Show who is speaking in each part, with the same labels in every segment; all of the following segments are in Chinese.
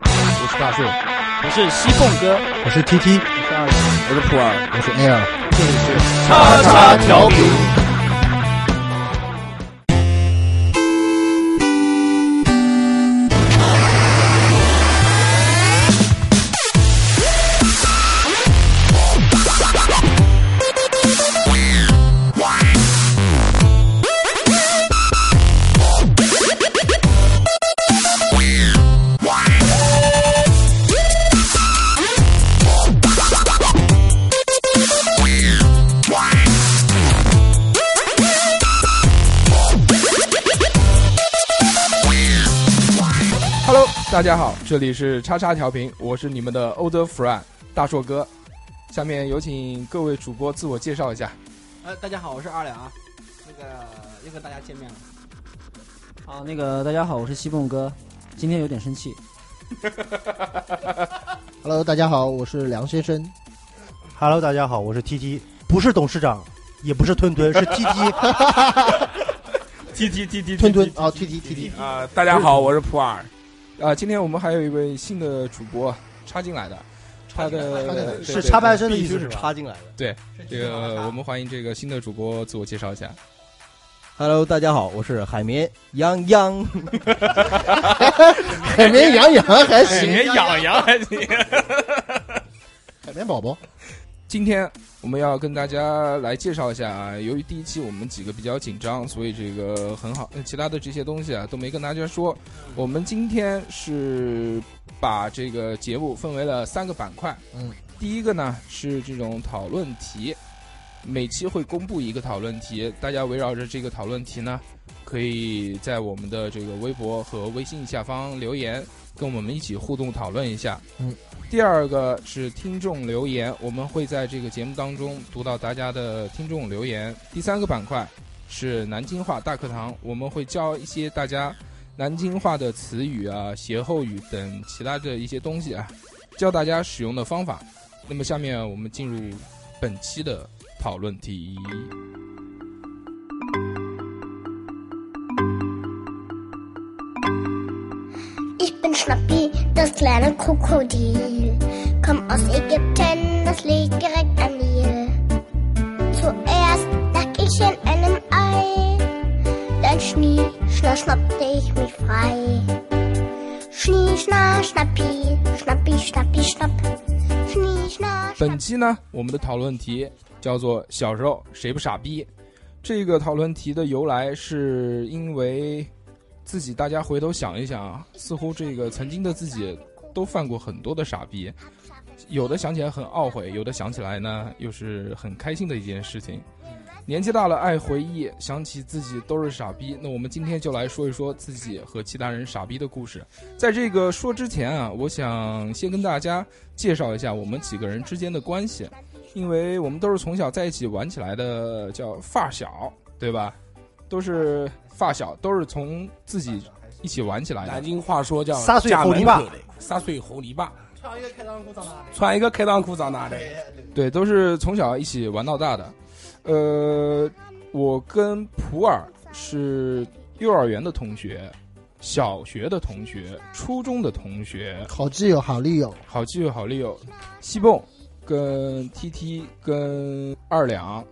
Speaker 1: 我是大树，
Speaker 2: 我是西凤哥，
Speaker 1: 我是 TT，
Speaker 3: 我是普洱，
Speaker 1: 我是 Air。
Speaker 2: 这里是叉叉调频。
Speaker 3: Hello，大家好，这里是叉叉调频，我是你们的 Old Friend 大硕哥。下面有请各位主播自我介绍一下。
Speaker 4: 呃，大家好，我是二两啊，那个又跟大家见面了。
Speaker 2: 好，那个大家好，我是西凤哥，今天有点生气。
Speaker 5: Hello，大家好，我是梁先生。
Speaker 1: Hello，大家好，我是 TT，不是董事长，也不是吞吞，是 TT。
Speaker 3: T T T T
Speaker 5: 吞吞啊，T T T T，
Speaker 3: 啊、大家好，我是普洱。啊、今天我们还有一位新的主播插进来的，他
Speaker 5: 插进来
Speaker 3: 的
Speaker 1: 是插半身的意
Speaker 6: 必
Speaker 1: 思
Speaker 6: 须
Speaker 1: 是
Speaker 6: 是
Speaker 1: 吧？
Speaker 6: 插进来的。
Speaker 3: 这个呃我们欢迎这个新的主播自我介绍 一 下。
Speaker 6: Hello，大家好，我是海绵羊羊。
Speaker 5: 海绵羊羊还行，
Speaker 3: 痒痒还行。
Speaker 5: 海绵宝宝。
Speaker 3: 今天我们要跟大家来介绍一下啊，由于第一期我们几个比较紧张，所以这个很好，呃其他的这些东西啊都没跟大家说。我们今天是把这个节目分为了三个板块，
Speaker 5: 嗯，
Speaker 3: 第一个呢是这种讨论题，每期会公布一个讨论题，大家围绕着这个讨论题呢，可以在我们的这个微博和微信下方留言，跟我们一起互动讨论一下。第二个是听众留言，我们会在这个节目当中读到大家的听众留言。第三个板块是南京话大课堂，我们会教一些大家南京话的词语啊、歇后语等其他的一些东西啊，教大家使用的方法。那么下面我们进入本期的讨论题。
Speaker 7: Ich bin Schnappi, das kleine Krokodil. Komm aus Ägypten, das liegt direkt am Nil. Zuerst lag ich in einem Ei. Dann schnie, schna, schnappte ich mich frei. Schnie, schna, schnappi, schnappi, schnappi, schnapp. Schnie, schna,
Speaker 3: 本
Speaker 7: schnapp.
Speaker 3: 期呢，我们的讨论题叫做“小时候谁不傻逼”。这个讨论题的由来是因为自己大家回头想一想啊，似乎这个曾经的自己都犯过很多的傻逼，有的想起来很懊悔，有的想起来呢又是很开心的一件事情。年纪大了，爱回忆，想起自己都是傻逼。那我们今天就来说一说自己和其他人傻逼的故事。在这个说之前啊，我想先跟大家介绍一下我们几个人之间的关系，因为我们都是从小在一起玩起来的，叫发小，对吧？都是发小，都是从自己一起玩起来
Speaker 8: 南
Speaker 3: 的。
Speaker 8: 京话说叫
Speaker 1: 撒碎猴泥巴
Speaker 8: 家门口的，撒碎猴泥巴，穿一个开裆裤长大的，穿一个开裆裤长大的。
Speaker 3: 对，都是从小一起玩到大的。呃，我跟普洱是幼儿园的同学，小学的同学，初中的同学，
Speaker 5: 好基友，好利友，
Speaker 3: 好基友、好利友，西蹦跟 TT 跟二两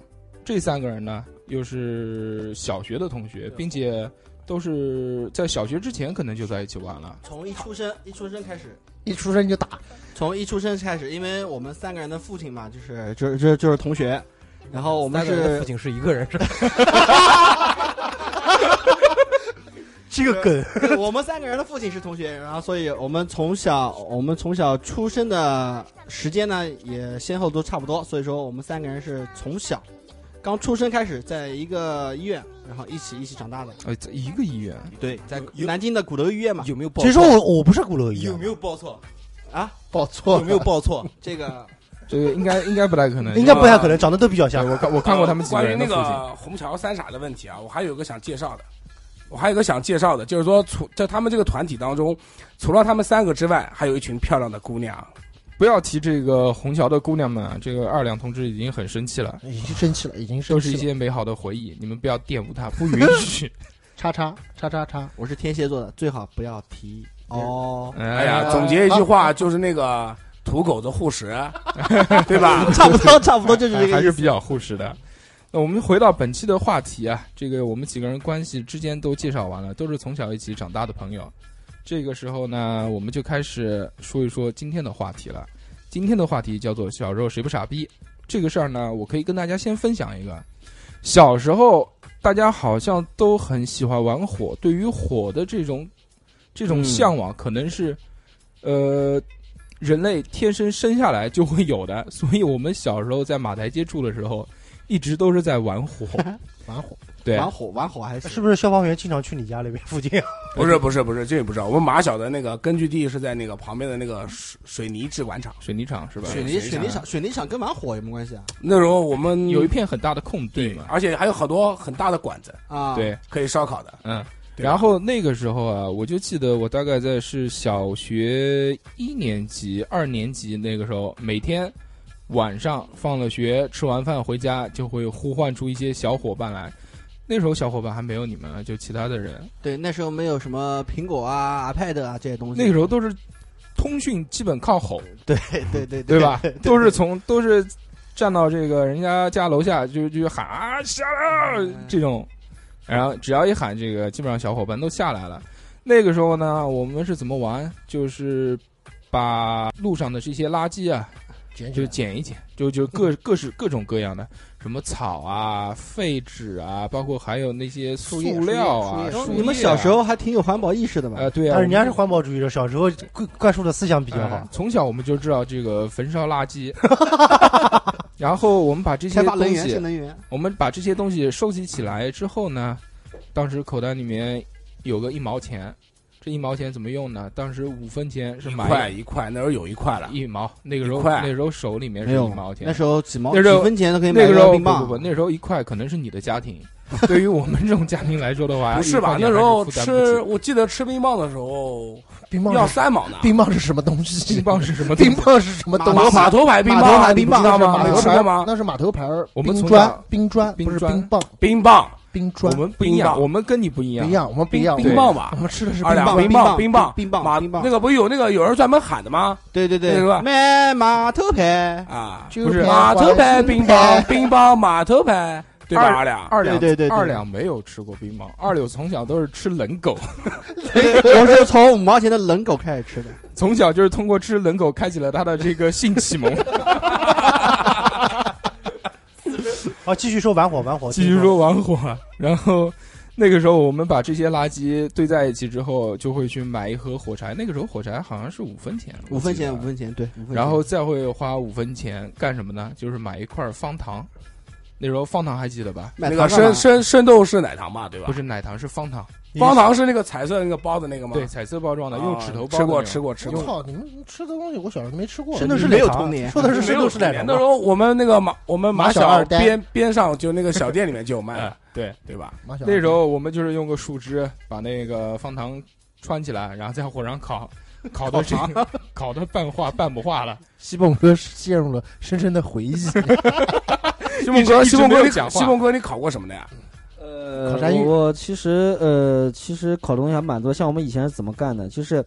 Speaker 3: 这三个人呢，又是小学的同学，并且都是在小学之前可能就在一起玩了。
Speaker 4: 从一出生一出生开始，
Speaker 5: 一出生就打。
Speaker 4: 从一出生开始，因为我们三个人的父亲嘛，就是就是就是就是同学，然后我们
Speaker 6: 三个人的
Speaker 4: 是
Speaker 6: 父亲是一个人是吧？
Speaker 1: 这个梗，
Speaker 4: 对我们三个人的父亲是同学，然后所以我们从小我们从小出生的时间呢也先后都差不多，所以说我们三个人是从小刚出生开始在一个医院，然后一起一起长大的。
Speaker 3: 呃，在一个医院，
Speaker 4: 对，在
Speaker 6: 有
Speaker 4: 南京的鼓楼医院嘛，
Speaker 6: 有没有报错？
Speaker 1: 谁说我我不是鼓楼一
Speaker 6: 有
Speaker 1: 样
Speaker 6: 没？有报错？
Speaker 4: 啊
Speaker 5: 报错
Speaker 6: 有
Speaker 5: 了，
Speaker 6: 没有报 错？
Speaker 4: 这个
Speaker 3: 这个应该应该不太可能，
Speaker 1: 应该不太可能，长得都比较像
Speaker 3: 对。我看我看过他们几个
Speaker 8: 呃关于
Speaker 3: 人的
Speaker 8: 那
Speaker 3: 父亲。
Speaker 8: 个虹桥三傻的问题啊，我还有一个想介绍的，我还有一个想介绍的，就是说除在他们这个团体当中，除了他们三个之外，还有一群漂亮的姑娘。
Speaker 3: 不要提这个虹桥的姑娘们啊，这个二两同志已经很生气了，
Speaker 5: 已经生气了，已经生
Speaker 3: 都是
Speaker 5: 气
Speaker 3: 一
Speaker 5: 了。
Speaker 3: 些美好的回忆，你们不要
Speaker 4: 啊
Speaker 3: 玷污它，不允许。
Speaker 5: 叉叉叉叉叉
Speaker 4: 我是天蝎座的，最好不要提。哦，
Speaker 8: 哎
Speaker 3: 哎
Speaker 8: 呀，总结一句话就是那 个 土狗子护啊食，对 吧？
Speaker 4: 嗯差 不多，差不多就是这
Speaker 3: 还还
Speaker 4: 个意
Speaker 3: 是
Speaker 4: 思。
Speaker 3: 比较护食的。那我们回到本期的话题啊，这个我们几个人关系之间都介绍完了，都是从小一起长大的朋友。这个时候呢，我们就开始说一说今天的话题了。今天的话题叫做“小时候谁不傻逼”这个事儿呢，我可以跟大家先分享一个。小时候大家好像都很喜欢玩火，对于火的这种这种
Speaker 8: 嗯
Speaker 3: 向往，可能是、呃人类天生生下来就会有的， 所以我们小时候在马台街住的时候，一直都是在 玩火。
Speaker 5: 玩火，
Speaker 3: 对，
Speaker 4: 玩火，玩火还行
Speaker 1: 是不是消防员经常去你家里边附近？
Speaker 8: 不是不是不是，这也不知道。我们马小的那个根据地是在那个旁边的那个水水泥制管厂。
Speaker 3: 水泥厂是吧？
Speaker 4: 水泥水泥厂水泥厂跟玩火有什么关系啊？
Speaker 8: 那时候哦我们
Speaker 3: 有一片很大的空地
Speaker 8: 对
Speaker 3: 嘛，。
Speaker 8: 而且还有好多很大的馆子
Speaker 4: 啊，，
Speaker 3: 对，
Speaker 8: 可以烧烤的。
Speaker 3: 嗯。
Speaker 8: 对吧
Speaker 3: 然后那个时候啊，我就记得我大概在是小学一年级、二年级那个时候，每天晚上放了学、吃完饭回家，就会呼唤出一些小伙伴来。那时候小伙伴还没有你们啊，就其他的人。
Speaker 4: 对，那时候没有什么苹果啊、iPad 啊这些东西。
Speaker 3: 那个时候都是通讯基本靠吼，
Speaker 4: 对对对
Speaker 3: 对吧？都是从都是站到这个人家家楼下就就喊啊下来了
Speaker 4: 嗯
Speaker 3: 这种，然后只要一喊这个，基本上小伙伴都下来了。那个时候呢，我们是怎么玩？就是把路上的这些垃圾啊，
Speaker 5: 捡起
Speaker 3: 就
Speaker 5: 来
Speaker 3: 捡一捡，就就各各式各种各样的，什么草啊、废纸啊，包括还有那些塑
Speaker 5: 树叶
Speaker 3: 料啊、
Speaker 5: 树叶树叶
Speaker 3: 树
Speaker 4: 你们
Speaker 3: 叶
Speaker 4: 小
Speaker 3: 啊
Speaker 4: 时候还挺有环保意识的嘛？
Speaker 3: 呃，对啊，
Speaker 1: 但人
Speaker 3: 我
Speaker 1: 家
Speaker 3: 们
Speaker 1: 是环保主义者，小时候灌灌输的思想比较好
Speaker 3: 哎。从小我们就知道这个焚烧垃 圾，然后我们把这些
Speaker 4: 开发能
Speaker 3: 东
Speaker 4: 源、新
Speaker 3: 西，
Speaker 4: 能源，
Speaker 3: 我们把这些东西收集起来之后呢，当时口袋里面有个一毛钱，这一毛钱怎么用呢？当时五分钱是
Speaker 8: 一
Speaker 3: 买
Speaker 8: 块一块，那时候有一块了。
Speaker 3: 一毛，那个时候
Speaker 8: 一块
Speaker 3: 那时候手里面是一毛钱
Speaker 4: 那，时候几毛
Speaker 3: 那
Speaker 4: 几
Speaker 3: 时候
Speaker 4: 分钱都可以买
Speaker 3: 那个
Speaker 4: 一
Speaker 3: 时
Speaker 4: 个
Speaker 3: 候
Speaker 4: 冰
Speaker 3: 不
Speaker 4: 棒
Speaker 3: 不不，。那时候一块可能是你的家庭， 对于我们这种家庭来说的话，
Speaker 8: 不是吧
Speaker 3: 一？块
Speaker 8: 那
Speaker 3: 钱
Speaker 8: 时候
Speaker 3: 还是负担不
Speaker 8: 吃，
Speaker 3: 起
Speaker 8: 我记得吃冰棒的时候
Speaker 5: 冰
Speaker 8: 要
Speaker 5: 棒是
Speaker 8: 三毛呢。
Speaker 5: 冰棒是什么东西？
Speaker 3: 冰棒是什么东西？
Speaker 5: 冰棒是什么东
Speaker 8: 马
Speaker 5: 西？
Speaker 8: 码头牌冰
Speaker 5: 码头
Speaker 8: 棒，啊
Speaker 5: 牌
Speaker 8: 你
Speaker 5: 冰
Speaker 8: 不
Speaker 5: 棒
Speaker 8: 知道吗？
Speaker 5: 那
Speaker 8: 没
Speaker 5: 是
Speaker 8: 有
Speaker 5: 码
Speaker 8: 吃
Speaker 5: 头
Speaker 8: 过吗？
Speaker 5: 那是码头牌儿
Speaker 3: 我们
Speaker 5: 冰
Speaker 3: 从
Speaker 5: 砖
Speaker 3: 小，
Speaker 5: 冰砖
Speaker 3: 冰
Speaker 5: 不是
Speaker 3: 砖
Speaker 5: 冰棒，
Speaker 8: 冰棒，
Speaker 5: 冰
Speaker 3: 我
Speaker 5: 砖
Speaker 3: 们不一
Speaker 8: 冰
Speaker 3: 样，
Speaker 8: 棒
Speaker 3: 我们跟你不一
Speaker 5: 不
Speaker 3: 样
Speaker 5: 一。样，我们不一样。
Speaker 8: 冰棒吧
Speaker 5: 我。们吃的是
Speaker 8: 二
Speaker 5: 冰
Speaker 8: 两
Speaker 5: 棒，
Speaker 8: 冰棒，冰棒，
Speaker 4: 冰棒
Speaker 8: 马
Speaker 4: 冰棒
Speaker 8: 那个不是有那个有人专门喊的吗？
Speaker 4: 对对
Speaker 8: 那
Speaker 4: 对
Speaker 8: 时候，
Speaker 4: 卖码头牌，啊
Speaker 8: 啊，
Speaker 5: 就
Speaker 3: 不是
Speaker 5: 偏
Speaker 8: 码头牌
Speaker 5: 黄
Speaker 8: 冰
Speaker 5: 金
Speaker 8: 棒，
Speaker 5: 牌
Speaker 8: 冰棒码头牌，对吧？二两，
Speaker 3: 二两
Speaker 4: 对对对对
Speaker 3: 二两没有吃过冰棒，二柳从小都是吃冷 狗，
Speaker 4: 我是从五毛钱的冷狗开始吃的。
Speaker 3: 从小就是通过吃冷狗开启了他的这个性启 蒙。
Speaker 4: 哦
Speaker 1: 啊，继续说玩火，玩火，
Speaker 3: 继续说玩火，然后那个时候我们把这些垃圾堆在一起之后，就会去买一盒火柴。那个时候火柴好像是五分钱，
Speaker 4: 五分钱，
Speaker 3: 我
Speaker 4: 五
Speaker 3: 记得
Speaker 4: 分钱，对，五分钱。
Speaker 3: 然后再会花五分钱干什么呢？就是买一块方糖。那时候方糖还记得吧？
Speaker 4: 买
Speaker 8: 那个
Speaker 4: 糖干
Speaker 8: 生
Speaker 4: 嘛
Speaker 8: 生生豆是奶糖吧，对吧
Speaker 3: 不？是奶糖，是方糖，
Speaker 8: 方糖是那个彩色那个包的那个吗？
Speaker 3: 对，彩色包装的，
Speaker 8: 啊，
Speaker 3: 用指头包的那种。
Speaker 8: 吃过吃过吃
Speaker 5: 我
Speaker 8: 过。
Speaker 5: 操，你们吃的东西我小时候没吃过。
Speaker 1: 真的是
Speaker 4: 没有
Speaker 1: 奶糖
Speaker 4: 童年
Speaker 1: 说的是
Speaker 8: 没
Speaker 1: 生
Speaker 8: 有
Speaker 1: 豆是奶糖
Speaker 8: 那时
Speaker 1: 吗。
Speaker 8: 候我们那个马，我们马
Speaker 5: 马小
Speaker 8: 小啊
Speaker 5: 二呆
Speaker 8: 边边上就那个小店里面就有卖
Speaker 3: 哎
Speaker 8: 的，，
Speaker 3: 对。
Speaker 8: 对吧？
Speaker 5: 马小
Speaker 3: 那时候我们就是用个树枝把那个方糖穿起来，然后在火 上烤，烤的这个 烤的半化半不化了。
Speaker 5: 西蒙哥 陷入了深深的回忆。
Speaker 8: 西蒙哥，
Speaker 3: 一直
Speaker 8: 西蒙
Speaker 3: 没
Speaker 8: 哥，
Speaker 3: 有
Speaker 8: 你
Speaker 3: 讲话
Speaker 8: 西蒙哥，你考过什么的呀？
Speaker 2: 呃
Speaker 5: 烤山芋
Speaker 2: 我我其实呃，其实烤东西还蛮多。像我们以前是怎么干的？就是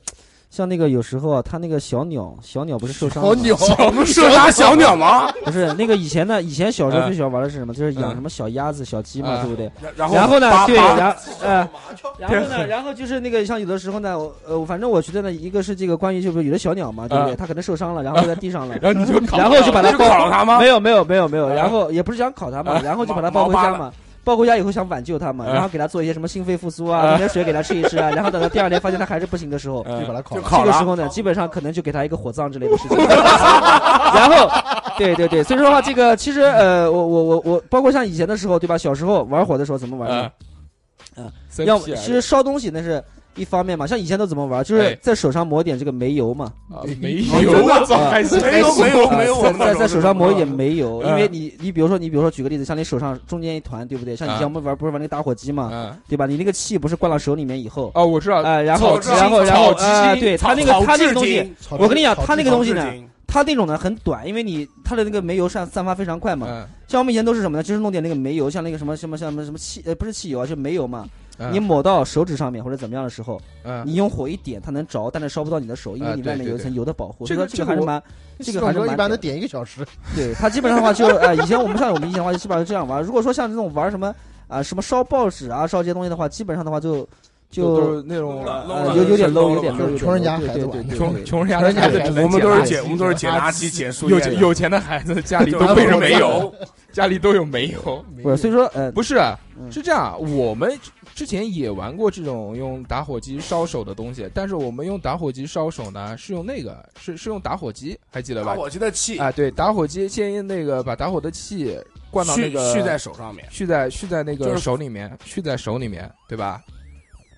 Speaker 2: 像那个有时候啊，它那个小鸟，小鸟不是受伤了
Speaker 5: 好
Speaker 2: 吗？
Speaker 5: 鸟，
Speaker 8: 射杀小鸟吗？
Speaker 2: 不是那个以前呢，以前小时候
Speaker 3: 嗯
Speaker 2: 最喜欢玩的是什么？就是养
Speaker 3: 嗯
Speaker 2: 什么小鸭子、小鸡嘛，
Speaker 3: 嗯
Speaker 2: 对不对？
Speaker 8: 然后
Speaker 2: 然后呢
Speaker 8: 把，
Speaker 2: 对，
Speaker 8: 把
Speaker 2: 然呃，然后呢，然后就是那个像有的时候呢，我呃，我反正我觉得呢，一个是这个关于就是有的小鸟嘛，对不对？
Speaker 3: 啊
Speaker 2: 它可能受伤了，然后在地上了，
Speaker 3: 然后你就烤，
Speaker 2: 然后就把它
Speaker 8: 是
Speaker 2: 抱，
Speaker 8: 烤了它吗？
Speaker 2: 没有没有没有没有，
Speaker 3: 啊
Speaker 2: 然后也不是想烤它嘛
Speaker 3: 啊，
Speaker 2: 然后就把它
Speaker 8: 毛
Speaker 2: 抱回
Speaker 8: 毛
Speaker 2: 家
Speaker 8: 扒
Speaker 2: 嘛。抱回家以后想挽救它嘛，
Speaker 3: 啊
Speaker 2: 然后给它做一些什么心肺复苏啊，弄点水给它吃一吃啊，然后等到第二天发现它还是不行的时候，
Speaker 5: 就把它烤
Speaker 8: 就
Speaker 5: 了。
Speaker 2: 这
Speaker 8: 烤
Speaker 2: 个时
Speaker 8: 了。
Speaker 2: 候呢，基本上可能就给他一个火葬之类的 事情。然后，对对对，所以说话这个其实呃，我我我我，包括像以前的时候，对吧？小时候玩火的时候怎么玩呢？
Speaker 3: 嗯，
Speaker 2: 要
Speaker 3: 要
Speaker 2: 么其实烧东西那是一方面嘛，像以前都怎么玩，就是
Speaker 3: 哎
Speaker 2: 在手上抹一点这个煤油嘛，
Speaker 3: 没
Speaker 8: 哦
Speaker 3: 有，
Speaker 8: 真的
Speaker 3: 我操，
Speaker 2: 啊
Speaker 3: 还是
Speaker 8: 没有没有没有，我
Speaker 2: 在
Speaker 8: 们那
Speaker 2: 在在
Speaker 8: 时候
Speaker 2: 手上抹一点煤油，
Speaker 3: 嗯
Speaker 2: 因为你你比如说你比如说举个例子，像你手上中间一团，对不对？像以前
Speaker 3: 嗯
Speaker 2: 我们玩不是玩那个打火机嘛，
Speaker 3: 嗯，
Speaker 2: 对吧？你那个气不是灌到手里面以后，
Speaker 3: 哦，我知道，
Speaker 2: 哎，然后
Speaker 8: 草
Speaker 2: 然后然后
Speaker 3: 草
Speaker 2: 啊，对他那个
Speaker 8: 草
Speaker 2: 他那个
Speaker 8: 至
Speaker 2: 东西
Speaker 8: 今，
Speaker 5: 草
Speaker 2: 我跟你讲，
Speaker 5: 草
Speaker 2: 他那个
Speaker 5: 制
Speaker 2: 东西
Speaker 8: 草
Speaker 2: 呢
Speaker 8: 至。今
Speaker 2: 它那种呢很短，因为你它的那个煤油散散发非常快嘛。
Speaker 3: 嗯，
Speaker 2: 像我们以前都是什么呢？就是弄点那个煤油，像那个什么什么像什么什么汽呃不是汽油啊，就煤油嘛。
Speaker 3: 嗯
Speaker 2: 你抹到手指上面或者怎么样的时候，
Speaker 3: 嗯，
Speaker 2: 你用火一点，它能着，但是烧不到你的手，因为
Speaker 3: 啊
Speaker 2: 你
Speaker 3: 对
Speaker 2: 外面
Speaker 3: 对
Speaker 2: 有一层
Speaker 3: 对
Speaker 2: 油的保护。
Speaker 3: 这
Speaker 2: 所以
Speaker 3: 个
Speaker 2: 说
Speaker 3: 这个
Speaker 2: 还是
Speaker 3: 我
Speaker 2: 蛮，这个还
Speaker 5: 小
Speaker 2: 是
Speaker 5: 时候
Speaker 2: 蛮
Speaker 5: 一
Speaker 2: 屌
Speaker 5: 般都
Speaker 2: 的
Speaker 5: 点一个小时，
Speaker 2: 对他基本上的话就呃，以前我们像我们以前的话，基本上就这样玩。如果说像这种玩什么啊、什么烧报纸啊、烧这些东西的话，基本上的话就
Speaker 3: 都
Speaker 2: 就是
Speaker 3: 那种
Speaker 2: 呃有有点 low，有点 low，
Speaker 5: 就是穷人家
Speaker 2: 有点 low，
Speaker 5: 孩子
Speaker 2: 对对对对
Speaker 3: 穷
Speaker 2: 对
Speaker 3: 穷人家的孩子只能
Speaker 8: 我们都
Speaker 3: 捡
Speaker 8: 是
Speaker 3: 垃圾
Speaker 8: 捡，我们都是捡垃圾、捡树
Speaker 3: 有
Speaker 8: 叶
Speaker 3: 钱
Speaker 8: 的，
Speaker 3: 有钱的孩子家里都
Speaker 8: 就
Speaker 3: 备
Speaker 8: 为
Speaker 3: 着
Speaker 8: 什么没 有？
Speaker 1: 啊
Speaker 3: 家里都有煤油。
Speaker 2: 不是，所以说呃，
Speaker 3: 不是啊，
Speaker 2: 嗯
Speaker 3: 是这样，我们之前也玩过这种用打火机烧手的东西，但是我们用打火机烧手呢，是用那个是是用打火机，还记得
Speaker 8: 打
Speaker 3: 吧？
Speaker 8: 火机的气
Speaker 3: 啊，对，打火机先用那个把打火的气灌到那
Speaker 8: 蓄
Speaker 3: 个
Speaker 8: 蓄在手上面，
Speaker 3: 蓄在蓄在那
Speaker 8: 就
Speaker 3: 个
Speaker 8: 是
Speaker 3: 手里面，蓄在手里面，对吧？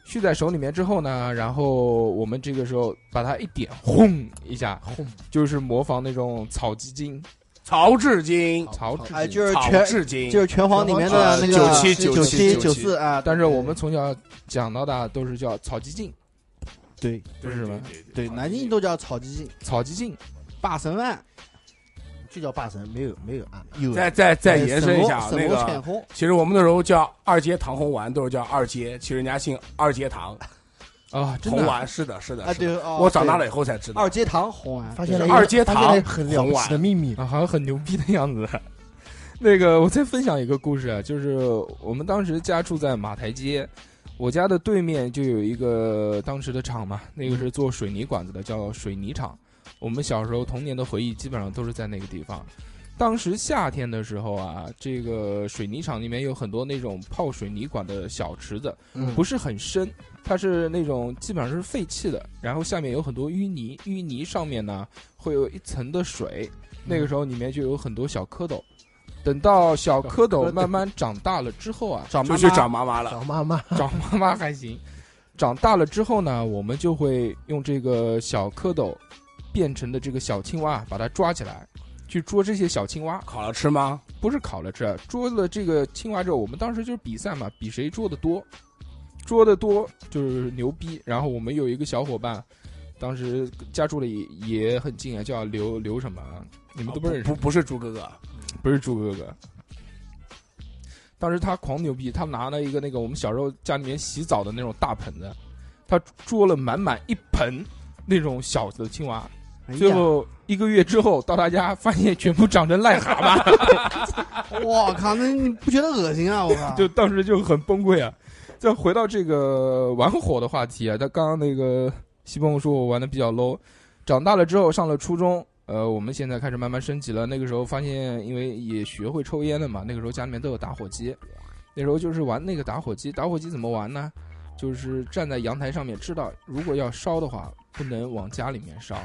Speaker 3: 蓄在手里面之后呢，然后我们这个时候把它一点，轰一下，轰，就是模仿那种草鸡精、
Speaker 8: 曹志金，
Speaker 3: 草纸
Speaker 4: 哎，
Speaker 3: 巾
Speaker 4: 就是
Speaker 8: 曹
Speaker 4: 全
Speaker 8: 志金，
Speaker 4: 就是拳皇里面的那个
Speaker 8: 九七九
Speaker 4: 九
Speaker 8: 七
Speaker 4: 九
Speaker 8: 九
Speaker 4: 四
Speaker 8: 四
Speaker 4: 啊，
Speaker 3: 但是我们从小讲到大都是叫草鸡精，
Speaker 4: 对
Speaker 3: 不是吗？
Speaker 4: 对南京都叫草鸡精、
Speaker 3: 草鸡精，
Speaker 4: 霸神丸，
Speaker 5: 就叫霸神，没有没有啊，有
Speaker 8: 再再
Speaker 4: 呃
Speaker 8: 再延伸一下
Speaker 3: 啊
Speaker 8: 啊
Speaker 4: 什
Speaker 8: 那
Speaker 4: 么犬
Speaker 8: 个，
Speaker 4: 红，
Speaker 8: 其实我们那时候叫二阶唐红丸，都是叫二阶，其实人家姓二阶 堂
Speaker 3: 啊，真
Speaker 8: 红
Speaker 3: 的啊
Speaker 8: 丸，是的，是的，
Speaker 4: 啊，
Speaker 8: 是的。
Speaker 4: 对，哦
Speaker 8: 我长大
Speaker 4: 对
Speaker 8: 了以后才知道
Speaker 4: 二，阶堂红丸，
Speaker 5: 发现
Speaker 8: 就是
Speaker 5: 了一个
Speaker 8: 二阶
Speaker 5: 发
Speaker 8: 堂
Speaker 5: 现了一个很了不起的秘密，
Speaker 3: 啊，好像很牛逼的样子。 那个，我再分享一个故事啊，就是我们当时家住在马台街，我家的对面就有一个当时的厂嘛，那个是做水泥管子的，叫水泥厂。我们小时候童年的回忆基本上都是在那个地方。当时夏天的时候啊，这个水泥厂里面有很多那种泡水泥管的小池子，
Speaker 5: 嗯
Speaker 3: 不是很深，它是那种基本上是废弃的，然后下面有很多淤泥，淤泥上面呢会有一层的水，那个时候里面就有很多小蝌蚪。等到小蝌蚪慢慢长大了之后啊，
Speaker 4: 长
Speaker 8: 就
Speaker 4: 妈
Speaker 8: 去
Speaker 4: 妈
Speaker 8: 找妈妈了。
Speaker 5: 找妈妈，
Speaker 3: 长妈妈 还行。长大了之后呢，我们就会用这个小蝌蚪变成的这个小青蛙，把它抓起来，去捉这些小青蛙。
Speaker 8: 烤了吃吗？
Speaker 3: 不是烤了吃，啊捉了这个青蛙之后，我们当时就是比赛嘛，比谁捉的多，捉的多就是牛逼。然后我们有一个小伙伴，当时家住的也也很近啊，叫刘刘什么啊，你们都不认识
Speaker 8: 哦不，不是猪哥啊哥，
Speaker 3: 不是猪哥哥。当时他狂牛逼，他拿了一个那个我们小时候家里面洗澡的那种大盆子，他捉了满满一盆那种小的青蛙，
Speaker 4: 哎呀
Speaker 3: 最后一个月之后到他家发现全部长成癞蛤蟆，
Speaker 4: 我靠，那你不觉得恶心啊？我靠，
Speaker 3: 就当时就很崩溃啊。再回到这个玩火的话题啊，他刚刚那个西鹏说我玩的比较 low，长大了之后上了初中，呃，我们现在开始慢慢升级了。那个时候发现，因为也学会抽烟了嘛，那个时候家里面都有打火机，那时候就是玩那个打火机。打火机怎么玩呢？就是站在阳台上面，知道如果要烧的话，不能往家里面烧。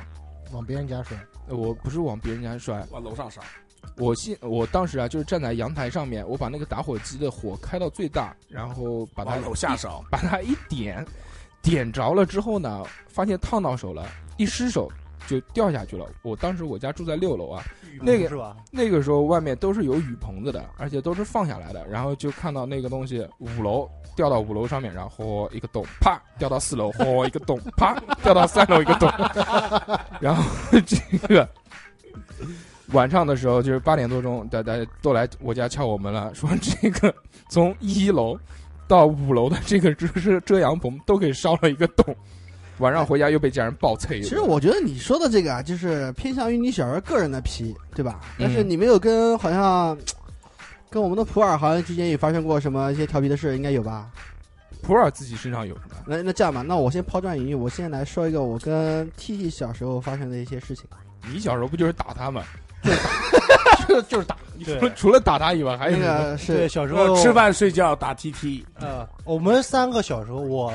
Speaker 5: 往别人家睡，
Speaker 3: 呃我不是往别人家摔，
Speaker 8: 往楼上上。
Speaker 3: 我现我当时啊，就是站在阳台上面，我把那个打火机的火开到最大，然后把它
Speaker 8: 往楼下烧，
Speaker 3: 把它一点，点着了之后呢，发现烫到手了，一失手就掉下去了。我当时我家住在六楼啊，那个
Speaker 1: 是吧？
Speaker 3: 那个时候外面都是有雨棚子的，而且都是放下来的，然后就看到那个东西五楼掉到五楼上面，然后一个洞，啪掉到四楼，哦嚯一个洞，啪掉到三楼一个 洞，然后这个晚上的时候就是八点多钟，大家都来我家敲我门了，说这个从一楼到五楼的这个就是遮阳棚都给烧了一个洞，晚上回家又被家人暴揍一顿。
Speaker 4: 其实我觉得你说的这个啊，就是偏向于你小时候个人的皮，对吧？但是
Speaker 3: 嗯
Speaker 4: 你没有跟好像跟我们的普洱好像之间也发生过什么一些调皮的事，应该有吧？
Speaker 3: 普洱自己身上有什么？
Speaker 4: 那那这样吧，那我先抛砖引玉，我先来说一个我跟 T T 小时候发生的一些事情。啊
Speaker 3: 你小时候不就是打他吗？
Speaker 5: 就就是打，
Speaker 1: 对
Speaker 3: 除除了打他以外，还有
Speaker 4: 那
Speaker 3: 什么
Speaker 1: 对，
Speaker 4: 个是
Speaker 1: 小时候
Speaker 8: 说呃吃饭、睡觉、打 TT，
Speaker 4: 嗯
Speaker 1: 呃，我们三个小时候，我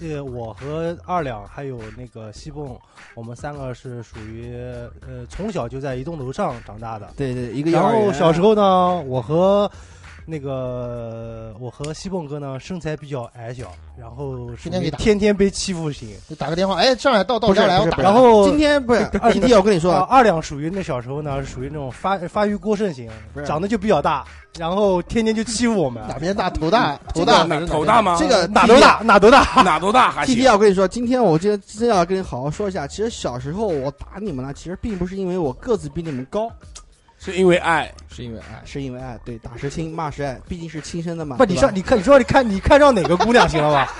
Speaker 1: 呃，我和二两还有那个西蹦，我们三个是属于呃从小就在一栋楼上长大的。
Speaker 4: 对对一个幼
Speaker 1: 然
Speaker 4: 儿
Speaker 1: 后
Speaker 4: 园
Speaker 1: 小时候呢，我和那个我和西蹦哥呢身材比较矮小，然后属
Speaker 5: 天天
Speaker 1: 于
Speaker 5: 给打
Speaker 1: 天天被欺负型。
Speaker 5: 就打个电话，哎，上海到到我
Speaker 4: 不是
Speaker 5: 家来，
Speaker 4: 不
Speaker 5: 我
Speaker 4: 是
Speaker 5: 打
Speaker 4: 不
Speaker 5: 了，
Speaker 1: 然后
Speaker 4: 今天 不是 T T，我跟你说
Speaker 1: 啊，
Speaker 4: 啊，
Speaker 1: 二两属于那小时候呢，是属于那种发发育过剩型
Speaker 4: 不是，
Speaker 1: 长得就比较大，然后天天就欺负我们，
Speaker 5: 哪边大头大头
Speaker 8: 哪
Speaker 5: 大
Speaker 8: 哪头大？吗？
Speaker 4: 哎这个
Speaker 1: 哪都大哪都大。
Speaker 8: 哪都大还
Speaker 4: T 啊
Speaker 8: 行
Speaker 4: T，。我跟你说，今天我今天真的要跟你好好说一下。其实小时候我打你们呢，其实并不是因为我个子比你们高，
Speaker 8: 是因为爱，
Speaker 3: 是因为爱。
Speaker 4: 是因为爱，对，打是亲，骂是爱，毕竟是亲生的嘛。
Speaker 1: 不，
Speaker 4: 对
Speaker 1: 你
Speaker 4: 吧
Speaker 1: 上，你看，你说你看，你看上 哪个姑娘行了吧？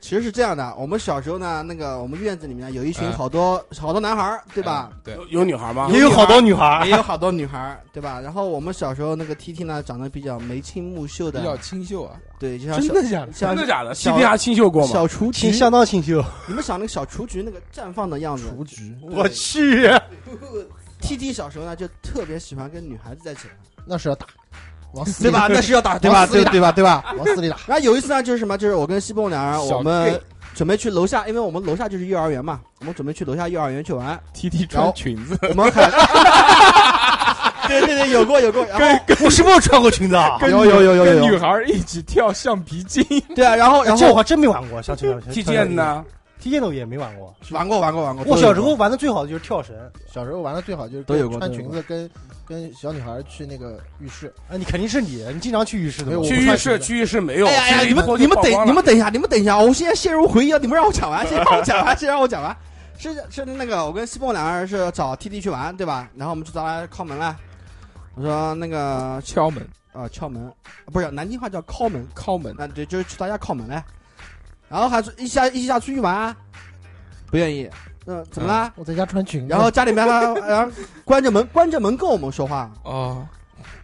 Speaker 4: 其实是这样的，我们小时候呢，那个我们院子里面有一群
Speaker 3: 嗯
Speaker 4: 好多、好多男孩儿，对吧？
Speaker 3: 嗯？ 对，
Speaker 8: 有有女孩吗？
Speaker 1: 也有好多女孩儿
Speaker 4: 也，有好多女孩儿，对吧？然 后我们小时候那个 T T 呢，长得比较眉清目秀
Speaker 3: 比较
Speaker 4: 的，
Speaker 3: 清秀啊。
Speaker 4: 对，就像
Speaker 1: 真
Speaker 4: 小
Speaker 1: 的假的？
Speaker 8: 真
Speaker 4: 像
Speaker 8: 的假的？西
Speaker 4: 小
Speaker 8: 皮还清秀过吗？
Speaker 4: 小雏菊
Speaker 1: 挺，相当清秀。
Speaker 4: 你们想那个小雏菊那个绽放的样子。雏菊，
Speaker 1: 我去，
Speaker 4: T T 小时候呢，就特别喜欢跟女孩子在一起玩，
Speaker 5: 那是要打，往死
Speaker 4: 对
Speaker 5: 里
Speaker 4: 吧？
Speaker 5: 打，
Speaker 4: 那是要打，对吧？
Speaker 5: 往死
Speaker 4: 对
Speaker 5: 里打，对吧？对吧？往死里打，
Speaker 4: 然后有一次呢，就是什么，就是我跟西蹦两人，
Speaker 3: 小
Speaker 4: 我们准备去楼下，因为我们楼下就是幼儿园嘛，我们准备去楼下幼儿园去玩。
Speaker 3: T T
Speaker 4: 然后
Speaker 3: 穿裙子，
Speaker 4: 我们喊，对对对，有过 有过。然后
Speaker 1: 我是不是穿过裙子啊？
Speaker 3: 跟
Speaker 5: 有有有有有
Speaker 3: 跟
Speaker 5: 有
Speaker 3: 女孩儿一起跳橡皮筋，
Speaker 4: 对啊，然后然
Speaker 1: 这我
Speaker 4: 后
Speaker 1: 还真没玩过，想起来。
Speaker 8: 踢毽子？呢？
Speaker 1: 踢毽子我也没玩过。
Speaker 4: 玩过玩过玩过。
Speaker 1: 我小时候玩的最好的就是跳绳，
Speaker 5: 小时候玩的最好就是
Speaker 4: 都有
Speaker 5: 跟
Speaker 4: 过
Speaker 5: 穿
Speaker 4: 都有
Speaker 5: 裙子跟跟小女孩去那个浴室，
Speaker 1: 啊，你肯定是你，你经常去浴室的
Speaker 5: 没
Speaker 1: 嘛
Speaker 5: 有。我
Speaker 8: 去
Speaker 5: 不
Speaker 8: 浴
Speaker 5: 穿
Speaker 8: 室，
Speaker 5: 裙子
Speaker 8: 去浴室没有。
Speaker 4: 哎呀呀！
Speaker 8: 去
Speaker 4: 你
Speaker 8: 浴
Speaker 4: 们
Speaker 8: 室
Speaker 4: 你们
Speaker 8: 曝光
Speaker 4: 等
Speaker 8: 了
Speaker 4: 你们等一下，你们等一下，我现在陷入回忆啊！你们让我讲完，先让我讲完，先让我讲完。是是那个，我跟西蹦两个人是找 T T 去玩，对吧？然后我们去找他敲门了。我说那个
Speaker 3: 敲门、
Speaker 4: 呃敲门，不是南京话叫敲门，
Speaker 3: 敲门，
Speaker 4: 那对，就是去他家敲门嘞。然后还说一下一下出去玩啊，不愿意。那、怎么啦？
Speaker 5: 啊我在家穿裙子，
Speaker 4: 然后家里面还
Speaker 1: 啊
Speaker 4: 然后关着门，关着门跟我们说话。
Speaker 3: 哦，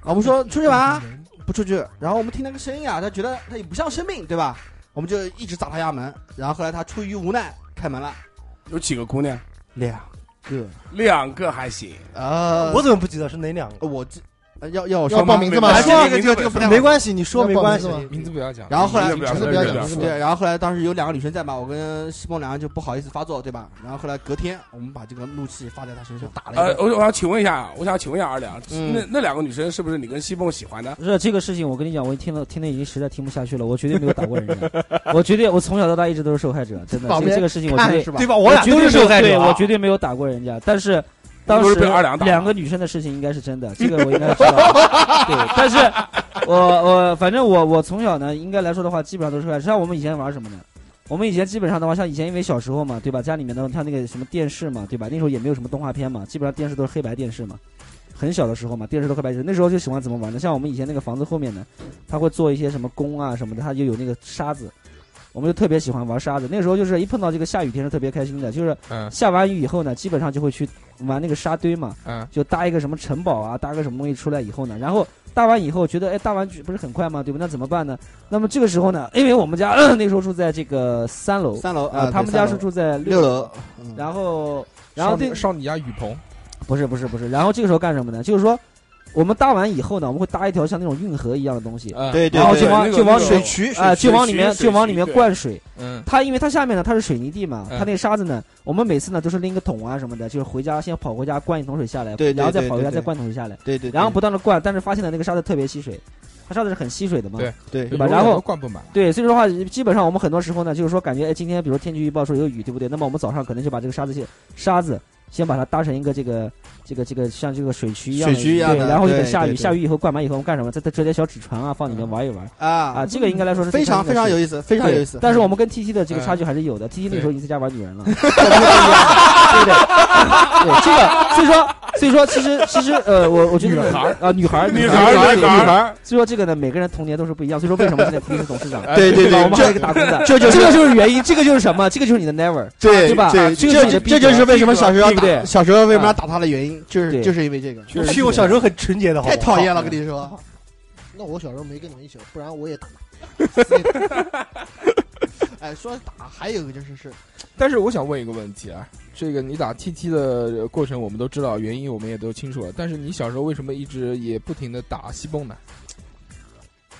Speaker 4: 我们说出去玩啊，不出去。然后我们听那个声音啊，他觉得他也不像生病，对吧？我们就一直砸他家门。然后后来他出于无奈开门了，
Speaker 8: 有几个姑娘？
Speaker 4: 两个
Speaker 8: 两个还行，
Speaker 4: 呃，
Speaker 1: 我怎么不记得是哪两个？
Speaker 4: 我这呃要要我
Speaker 5: 要
Speaker 4: 说
Speaker 5: 报名字吗
Speaker 8: 还
Speaker 4: 还？是
Speaker 8: 说
Speaker 4: 这个这个这个不太好
Speaker 1: 没关系，你说
Speaker 5: 要
Speaker 1: 没
Speaker 5: 报名
Speaker 1: 关系
Speaker 5: 字。吗
Speaker 3: 名字不要讲。
Speaker 4: 然后后来
Speaker 8: 名字不要说
Speaker 5: 名字不要
Speaker 8: 名字
Speaker 5: 讲
Speaker 8: 说
Speaker 5: 名字
Speaker 4: 对，然后后来当时有两个女生在嘛，我跟西蒙两人就不好意思发作，对吧？然后后来隔天我们把这个怒气发在他身上，打了一
Speaker 8: 呃
Speaker 4: 顿，。
Speaker 8: 我我想请问一下，啊我想请问一下二两，
Speaker 4: 嗯
Speaker 8: 那那两个女生是不是你跟西凤喜欢的？
Speaker 2: 不是啊这个事情，我跟你讲，我听了听的已经实在听不下去了。我绝对没有打过人家，我绝对我从小到大一直都是受害者，真的。
Speaker 5: 旁
Speaker 2: 这
Speaker 5: 边
Speaker 2: 这个事情我绝
Speaker 5: 看
Speaker 2: 对
Speaker 5: 是吧？
Speaker 1: 对吧？我俩
Speaker 2: 绝
Speaker 1: 都
Speaker 2: 对
Speaker 1: 是
Speaker 2: 没有
Speaker 1: 受害
Speaker 2: 对
Speaker 1: 者啊，
Speaker 2: 我绝对没有打过人家。但是当
Speaker 8: 都
Speaker 2: 时
Speaker 8: 是被二两打
Speaker 2: 两个女生的事情应该是真的，这个我应该知道。 对，但是我我反正我我从小呢，应该来说的话，基本上都是受害者。像我们以前玩什么呢？我们以前基本上的话，像以前因为小时候嘛，对吧？家里面的像那个什么电视嘛，对吧？那时候也没有什么动画片嘛，基本上电视都是黑白电视嘛。很小的时候嘛，电视都黑白电视，那时候就喜欢怎么玩呢？像我们以前那个房子后面呢，他会做一些什么弓啊什么的，他就有那个沙子，我们就特别喜欢玩沙子。那时候就是一碰到这个下雨天是特别开心的，就是
Speaker 3: 嗯
Speaker 2: 下完雨以后呢，基本上就会去玩那个沙堆嘛，
Speaker 3: 嗯，
Speaker 2: 就搭一个什么城堡啊，搭个什么东西出来以后呢，然后搭完以后觉得哎搭完局不是很快吗？对吧？那怎么办呢？那么这个时候呢，因为我们家、 那时候住在这个三楼，
Speaker 4: 三楼
Speaker 2: 啊、
Speaker 4: 啊，
Speaker 2: 他们
Speaker 4: 对
Speaker 2: 家
Speaker 4: 三
Speaker 2: 是
Speaker 4: 楼
Speaker 2: 住在
Speaker 4: 六，楼，嗯
Speaker 2: 然后然后
Speaker 3: 上
Speaker 2: 这
Speaker 3: 你上你家雨棚，
Speaker 2: 不是不是不是，然后这个时候干什么呢？就是说我们搭完以后呢，我们会搭一条像那种运河一样的东西啊、
Speaker 3: 嗯，
Speaker 4: 对对
Speaker 2: 然后
Speaker 4: 对
Speaker 2: 就往
Speaker 8: 那个
Speaker 2: 就往
Speaker 8: 那个
Speaker 2: 水呃
Speaker 4: 渠
Speaker 2: 就往里面
Speaker 8: 水渠
Speaker 2: 就往里面
Speaker 8: 对
Speaker 2: 灌水。
Speaker 3: 嗯，
Speaker 2: 它因为它下面呢它是水泥地嘛，
Speaker 3: 嗯
Speaker 2: 它那个沙子呢，我们每次呢都是拎个桶啊什么的，就是回家先跑回家灌一桶水下来，
Speaker 4: 对对
Speaker 2: 然后再
Speaker 4: 对
Speaker 2: 跑回家
Speaker 4: 对
Speaker 2: 再
Speaker 4: 对
Speaker 2: 灌一桶水下来，
Speaker 4: 对对，对
Speaker 2: 然后不断的灌，但是发现了那个沙子特别吸水，它沙子是很吸水的嘛，
Speaker 3: 对
Speaker 4: 对
Speaker 2: 对吧
Speaker 3: 有
Speaker 2: 然后
Speaker 3: 的灌不满，
Speaker 2: 对，所以说的话，基本上我们很多时候呢，就是说感觉哎，今天比如说天气预报说有雨，对不对？那么我们早上可能就把这个沙子先沙子先把它搭成一个这个这个这个像这个水渠一样的
Speaker 4: 水渠一样
Speaker 2: 对，
Speaker 4: 的
Speaker 2: 然后就等
Speaker 4: 对
Speaker 2: 下雨，
Speaker 4: 对对
Speaker 2: 下雨以后灌满以后我们干什么？再再折点小纸船啊，放里面玩一玩啊，
Speaker 4: 啊，
Speaker 2: 这个应该来说是
Speaker 4: 非常非常有
Speaker 2: 意
Speaker 4: 意思，非常有意思。
Speaker 2: 但是我们跟 T T 的这个
Speaker 3: 嗯
Speaker 2: 差距还是有的，T T 那
Speaker 3: 对
Speaker 2: 时候已经在家玩女 人了，对不对？对这个，所以说所以说其实其实呃，我我觉得
Speaker 3: 女孩儿
Speaker 2: 啊，女孩儿
Speaker 8: 女
Speaker 2: 孩
Speaker 8: 孩儿
Speaker 2: 女
Speaker 8: 女孩
Speaker 2: 儿
Speaker 8: 儿
Speaker 3: 儿，
Speaker 2: 所以说这个呢，每个人童年都是不一样，所以说为什么现在 T T 是董事
Speaker 4: 哎
Speaker 2: 长？
Speaker 3: 对
Speaker 2: 对吧？我们还有一个打工的，这就这个就是原因，这个就是什么？这个就是你的 never，
Speaker 4: 对
Speaker 2: 啊对吧
Speaker 4: 这
Speaker 2: 这个是你的
Speaker 4: 这这
Speaker 2: 逼格
Speaker 4: 就是为什么小时候要
Speaker 2: 逼格对不啊
Speaker 4: 打
Speaker 2: 对
Speaker 4: 小时候为什么要打他的原因，就是
Speaker 2: 对
Speaker 4: 就是因为这个，
Speaker 1: 我去，我小时候很纯洁的，好
Speaker 4: 太
Speaker 1: 吗
Speaker 4: 讨厌了，跟你说。
Speaker 5: 那我小时候没跟你们一起玩，不然我 也打。
Speaker 4: 哎，说打还有一个就是是
Speaker 3: 但是我想问一个问题啊，这个你打 TT 的过程我们都知道，原因我们也都清楚了。但是你小时候为什么一直也不停的打西蹦呢？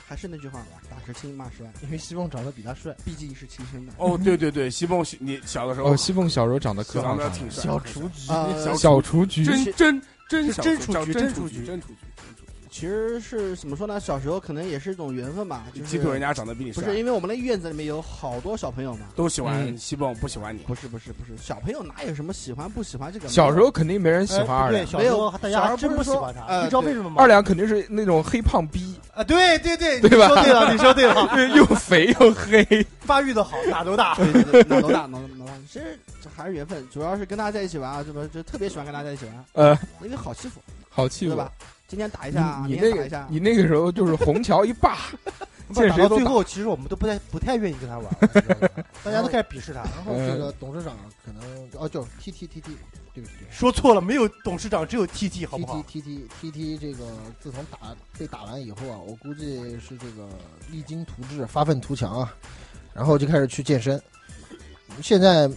Speaker 4: 还是那句话，打是亲，骂是爱，
Speaker 5: 因为西凤长得比他帅，
Speaker 4: 毕竟是亲生的。
Speaker 8: 哦，对对对，西凤，你小的时候
Speaker 3: 哦，西蹦小时候长得可
Speaker 8: 长
Speaker 3: 好看
Speaker 8: 得
Speaker 3: 了，
Speaker 8: 挺帅，
Speaker 5: 小雏菊
Speaker 4: 啊，
Speaker 8: 小
Speaker 3: 小雏菊，
Speaker 8: 真真真小
Speaker 4: 真
Speaker 8: 雏
Speaker 4: 雏
Speaker 8: 叫
Speaker 4: 菊
Speaker 8: 真
Speaker 4: 真
Speaker 8: 雏
Speaker 4: 雏
Speaker 8: 菊，
Speaker 4: 菊
Speaker 8: 真雏菊，真雏
Speaker 4: 其实是怎么说呢？小时候可能也是一种缘分吧，
Speaker 8: 菊，
Speaker 4: 就
Speaker 8: 欺负人
Speaker 4: 是
Speaker 8: 家长得比你
Speaker 4: 不
Speaker 8: 帅，
Speaker 4: 是因为我们那院子里面有好多小朋友嘛。
Speaker 8: 都喜欢
Speaker 3: 嗯
Speaker 8: 西凤，不喜欢你。
Speaker 4: 不是不是不是，小朋友哪有什么喜欢不喜欢这个？
Speaker 3: 小时候肯定没人喜
Speaker 1: 哎
Speaker 3: 欢二
Speaker 1: 对，
Speaker 3: 两，
Speaker 1: 小
Speaker 4: 没
Speaker 1: 时
Speaker 4: 有
Speaker 1: 候大家
Speaker 4: 小时
Speaker 1: 还
Speaker 4: 候
Speaker 1: 真
Speaker 4: 不
Speaker 1: 不
Speaker 4: 是
Speaker 1: 喜
Speaker 4: 说
Speaker 1: 欢他，
Speaker 4: 呃
Speaker 1: 你知道
Speaker 4: 对
Speaker 1: 为什么吗？
Speaker 3: 二两肯定是那种黑胖逼，
Speaker 1: 啊，对对对，
Speaker 3: 对吧
Speaker 1: 你说对了，你说对了，
Speaker 3: 又肥又黑，
Speaker 1: 发育的好，哪都大。
Speaker 4: 对对对，脑都大脑脑大。其实这还是缘分，主要是跟他在一起玩啊，这不就特别喜欢跟他在一起玩，
Speaker 3: 呃，
Speaker 4: 因为好欺负，
Speaker 3: 好欺
Speaker 4: 对
Speaker 3: 负。
Speaker 4: 吧？今天打一下，啊
Speaker 3: 你
Speaker 4: 明
Speaker 3: 你那
Speaker 4: 天打一
Speaker 3: 个
Speaker 4: 下，
Speaker 3: 你那个时候就是虹桥一霸，
Speaker 1: 不
Speaker 3: 见
Speaker 1: 打
Speaker 3: 谁
Speaker 1: 到
Speaker 3: 都
Speaker 1: 最
Speaker 3: 打。
Speaker 1: 后，其实我们都不太不太愿意跟他玩了，你知道 吧大家都开始鄙视他。
Speaker 5: 然后这个董事长可能哦叫 T T T T，对不起对不起
Speaker 1: 说错了，没有董事长，只有 TT，好
Speaker 5: ，T
Speaker 1: 不好
Speaker 5: T？T T T T 这个自从打被打完以后啊，我估计是这个励精图治、发愤图强啊，然后就开始去健身。现在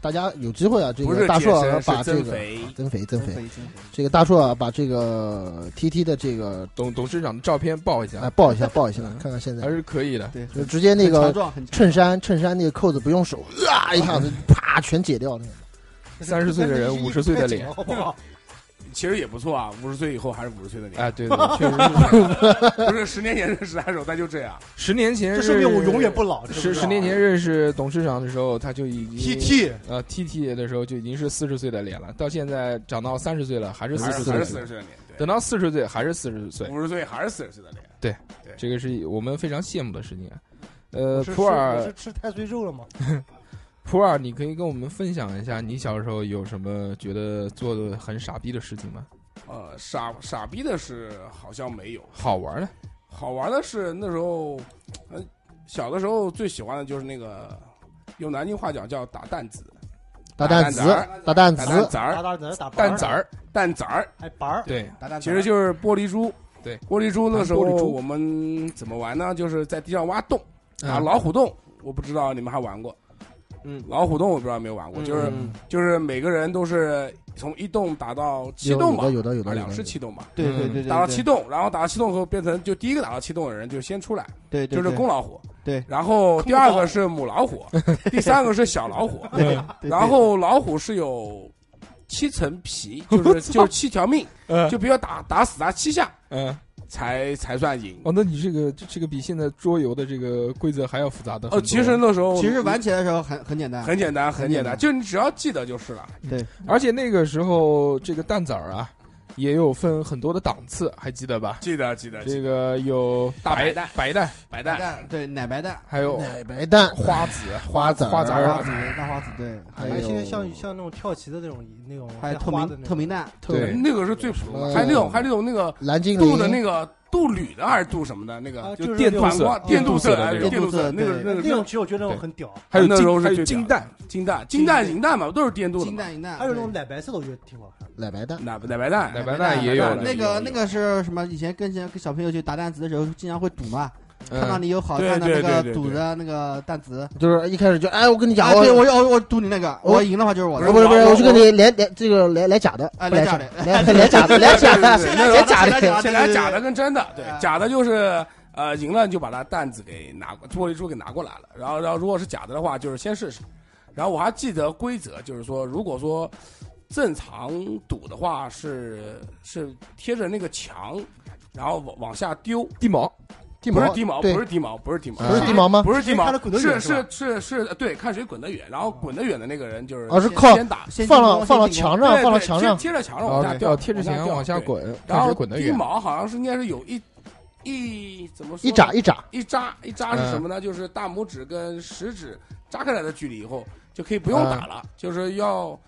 Speaker 5: 大家有机会啊，这
Speaker 8: 不是
Speaker 5: 个大
Speaker 8: 健
Speaker 5: 硕啊
Speaker 8: 身，
Speaker 5: 把
Speaker 8: 是
Speaker 5: 这
Speaker 8: 增
Speaker 5: 个
Speaker 8: 肥。
Speaker 5: 啊增肥增肥，
Speaker 4: 肥真肥
Speaker 5: 这个大硕啊把这个 T T 的这个
Speaker 3: 董董事长的照片报一
Speaker 5: 啊
Speaker 3: 下，
Speaker 5: 抱一下抱一下
Speaker 3: 嗯，
Speaker 5: 看看现在
Speaker 3: 还是可以的。
Speaker 4: 对，
Speaker 5: 就直接那
Speaker 4: 很强
Speaker 5: 个
Speaker 4: 壮很强
Speaker 5: 衬衫衬衫那个扣子不用手，啊一下子啪全解掉了。
Speaker 3: 30岁的人50岁 的 脸
Speaker 1: 好不好？
Speaker 8: 其实也不错啊，五十岁以后还是五十岁的脸。
Speaker 3: 哎，对对，确 实是。
Speaker 8: 不是十年前认识他的时候，他就这样。
Speaker 3: 十年前
Speaker 1: 这
Speaker 3: 是
Speaker 1: 说明我永远不老。
Speaker 3: 十
Speaker 8: 啊
Speaker 3: 十年前认识董事长的时候，他就已经
Speaker 1: TT
Speaker 3: 呃 TT 的时候就已经是四十岁的脸了，到现在长到三十岁了，还是
Speaker 8: 还
Speaker 3: 四
Speaker 8: 是
Speaker 3: 十
Speaker 8: 还是
Speaker 3: 岁的
Speaker 8: 四十
Speaker 3: 脸。
Speaker 8: 岁的嗯脸，对，
Speaker 3: 等到四十岁还是四十岁，
Speaker 8: 五十岁还是四十岁的脸。
Speaker 3: 这个是我们非常羡慕的事情。呃，
Speaker 1: 是
Speaker 3: 普
Speaker 1: 是
Speaker 3: 洱
Speaker 1: 是，吃太岁肉了吗？
Speaker 3: 普洱，你可以跟我们分享一下你小时候有什么觉得做的很傻逼的事情吗？
Speaker 8: 呃，傻傻逼的是好像没有，
Speaker 3: 好玩的，
Speaker 8: 好玩的是那时候，呃，小的时候最喜欢的就是那个，用南京话讲叫打蛋子，
Speaker 5: 打
Speaker 8: 打
Speaker 5: 蛋
Speaker 8: 蛋
Speaker 5: 子
Speaker 8: 子儿，
Speaker 5: 打蛋子
Speaker 8: 打，蛋子
Speaker 1: 打
Speaker 8: 儿，
Speaker 1: 打打打板
Speaker 3: 蛋仔，儿，
Speaker 8: 蛋子儿，
Speaker 1: 哎板儿，
Speaker 3: 对，
Speaker 4: 打蛋
Speaker 8: 其实就是玻璃珠。
Speaker 3: 对
Speaker 8: 玻璃珠那时候
Speaker 3: 玻璃珠
Speaker 8: 我们怎么玩呢？就是在地上挖洞啊，
Speaker 3: 嗯
Speaker 8: 老虎洞，我不知道你们还玩过。
Speaker 4: 嗯，
Speaker 8: 老虎洞我不知道有没有玩过，就是
Speaker 3: 嗯
Speaker 8: 就是每个人都是从一洞打到七洞吧
Speaker 5: 有，有的有的有的
Speaker 8: 啊，
Speaker 5: 有
Speaker 8: 两
Speaker 5: 的
Speaker 8: 是七洞吧，
Speaker 4: 对对对对，
Speaker 8: 打到
Speaker 4: 对
Speaker 8: 七，洞，然后打到七洞后变成就第一个打到七洞的人就先出来，
Speaker 4: 对对
Speaker 8: 就是
Speaker 4: 对
Speaker 8: 公老虎，
Speaker 4: 对，
Speaker 8: 然后第二个是母老 虎，第三个是小老虎，
Speaker 3: 嗯
Speaker 4: 对
Speaker 8: 然后老虎是有七层皮， 就是就是七条命，
Speaker 4: 嗯
Speaker 3: 呃，
Speaker 8: 就比如打打死它七下
Speaker 3: 嗯，
Speaker 8: 才才算赢。
Speaker 3: 哦，那你这个这这个比现在桌游的这个规则还要复杂的很
Speaker 8: 哦，
Speaker 3: 多
Speaker 8: 其实那时候
Speaker 4: 其实玩起来的时候很很简单，
Speaker 8: 很简单，很简
Speaker 4: 很简
Speaker 8: 单，
Speaker 4: 单
Speaker 8: 就你只要记得就是了。
Speaker 3: 嗯而且那个时候这个蛋仔儿啊，也有分很多的档次，还记得吧？
Speaker 8: 记得记得，记得
Speaker 3: 这个有
Speaker 8: 大白
Speaker 3: 白
Speaker 8: 蛋
Speaker 3: 白蛋，
Speaker 8: 白蛋，
Speaker 4: 奶蛋对奶白蛋、
Speaker 3: 还有
Speaker 5: 奶白蛋，
Speaker 3: 花子、
Speaker 5: 花子儿
Speaker 3: 花子
Speaker 4: 大花
Speaker 3: 儿
Speaker 4: 子、大花子，对，还
Speaker 5: 哎
Speaker 1: 还有
Speaker 5: 呦
Speaker 1: 现在像像那种跳棋的那种那种
Speaker 4: 还有
Speaker 1: 带
Speaker 4: 透
Speaker 1: 花的
Speaker 4: 明
Speaker 1: 那
Speaker 4: 透
Speaker 1: 种，
Speaker 4: 明蛋，
Speaker 5: 特别
Speaker 3: 对
Speaker 8: 那个是最普通的，
Speaker 5: 嗯
Speaker 8: 还有那种还有那种那个
Speaker 5: 蓝精
Speaker 8: 镀
Speaker 5: 灵
Speaker 8: 的那个镀铝的还是镀什么的那
Speaker 1: 啊
Speaker 8: 个，
Speaker 1: 就是
Speaker 3: 电
Speaker 1: 那
Speaker 3: 镀
Speaker 1: 种
Speaker 8: 反
Speaker 3: 色
Speaker 8: 光电镀色，
Speaker 3: 镀色的
Speaker 8: 哎
Speaker 3: 这
Speaker 8: 电镀
Speaker 3: 种
Speaker 8: 色，
Speaker 4: 镀色
Speaker 8: 那个
Speaker 4: 对
Speaker 8: 那个
Speaker 1: 那种棋我觉得很屌，
Speaker 3: 还有
Speaker 8: 那
Speaker 3: 金
Speaker 8: 时候是
Speaker 3: 还有
Speaker 8: 最
Speaker 3: 金
Speaker 8: 屌的
Speaker 3: 蛋，
Speaker 8: 金蛋、金蛋、银蛋嘛，都是电镀的
Speaker 4: 金
Speaker 8: 嘛。
Speaker 4: 蛋银蛋，
Speaker 1: 还有那种
Speaker 4: 对
Speaker 1: 奶白色的，我觉得挺好看。
Speaker 5: 奶白蛋，
Speaker 8: 奶奶白蛋，
Speaker 3: 奶白
Speaker 4: 蛋
Speaker 3: 蛋也有
Speaker 8: 奶白蛋
Speaker 3: 的
Speaker 4: 那个那个是什么？以前跟前跟小朋友去打蛋子的时候，经常会赌嘛，看到
Speaker 3: 嗯，
Speaker 4: 你有好
Speaker 8: 对
Speaker 4: 看的
Speaker 8: 对
Speaker 4: 那
Speaker 8: 对对
Speaker 4: 个
Speaker 8: 对
Speaker 4: 赌的那个蛋子，
Speaker 5: 就是一开始就哎，我跟你讲，
Speaker 4: 啊，对我我我赌你那个，
Speaker 5: 我
Speaker 4: 我赢的话就是我
Speaker 5: 不
Speaker 4: 的
Speaker 5: 是不是不是，
Speaker 8: 我
Speaker 5: 我是跟你来来这个来来假的，
Speaker 4: 哎
Speaker 5: 不
Speaker 4: 来
Speaker 5: 来
Speaker 4: 假
Speaker 5: 真
Speaker 4: 的
Speaker 5: 来来假的，来假的，
Speaker 8: 对对
Speaker 5: 来假的，
Speaker 4: 来假的
Speaker 8: 现在假的跟真的，对
Speaker 4: 对，对
Speaker 8: 假的就是呃赢了你就把它蛋子给拿过，玻璃珠给拿过来了，然后然后如果是假的的话，就是先试试。然后我还记得规则，就是说如果说正常赌的话是是贴着那个墙，然后往往下丢，
Speaker 3: 地毛，
Speaker 5: 地
Speaker 8: 不
Speaker 5: 毛
Speaker 8: 是低毛，
Speaker 5: 对
Speaker 8: 不是低毛，不是低毛，
Speaker 5: 不是地毛吗？
Speaker 8: 不是地毛
Speaker 1: 谁看得滚，得
Speaker 8: 是
Speaker 1: 远
Speaker 8: 是
Speaker 1: 是
Speaker 8: 是是，呃对，看谁滚得远，然后滚得远的那个人就是
Speaker 5: 哦是
Speaker 8: 先
Speaker 5: 靠
Speaker 8: 先打，
Speaker 4: 先进
Speaker 5: 放
Speaker 4: 攻
Speaker 5: 到
Speaker 4: 先
Speaker 5: 放到
Speaker 4: 进攻
Speaker 5: 墙
Speaker 8: 对
Speaker 5: 上，
Speaker 8: 对
Speaker 5: 放到墙
Speaker 8: 贴
Speaker 5: 上，
Speaker 8: 贴着墙上
Speaker 3: 然
Speaker 8: 往
Speaker 3: 后
Speaker 8: 下
Speaker 3: 要
Speaker 8: 掉，
Speaker 3: 贴着墙
Speaker 8: 掉
Speaker 3: 往下
Speaker 8: 对
Speaker 3: 滚，
Speaker 8: 然
Speaker 3: 看
Speaker 8: 后
Speaker 3: 谁滚得
Speaker 8: 低
Speaker 3: 远。
Speaker 8: 毛好像是应该是有一一怎么说
Speaker 5: 一
Speaker 8: 呢
Speaker 5: 扎一扎，
Speaker 8: 一扎一扎是什么呢？就是大拇指跟食指扎开来的距离以后就可以不用打了，就是要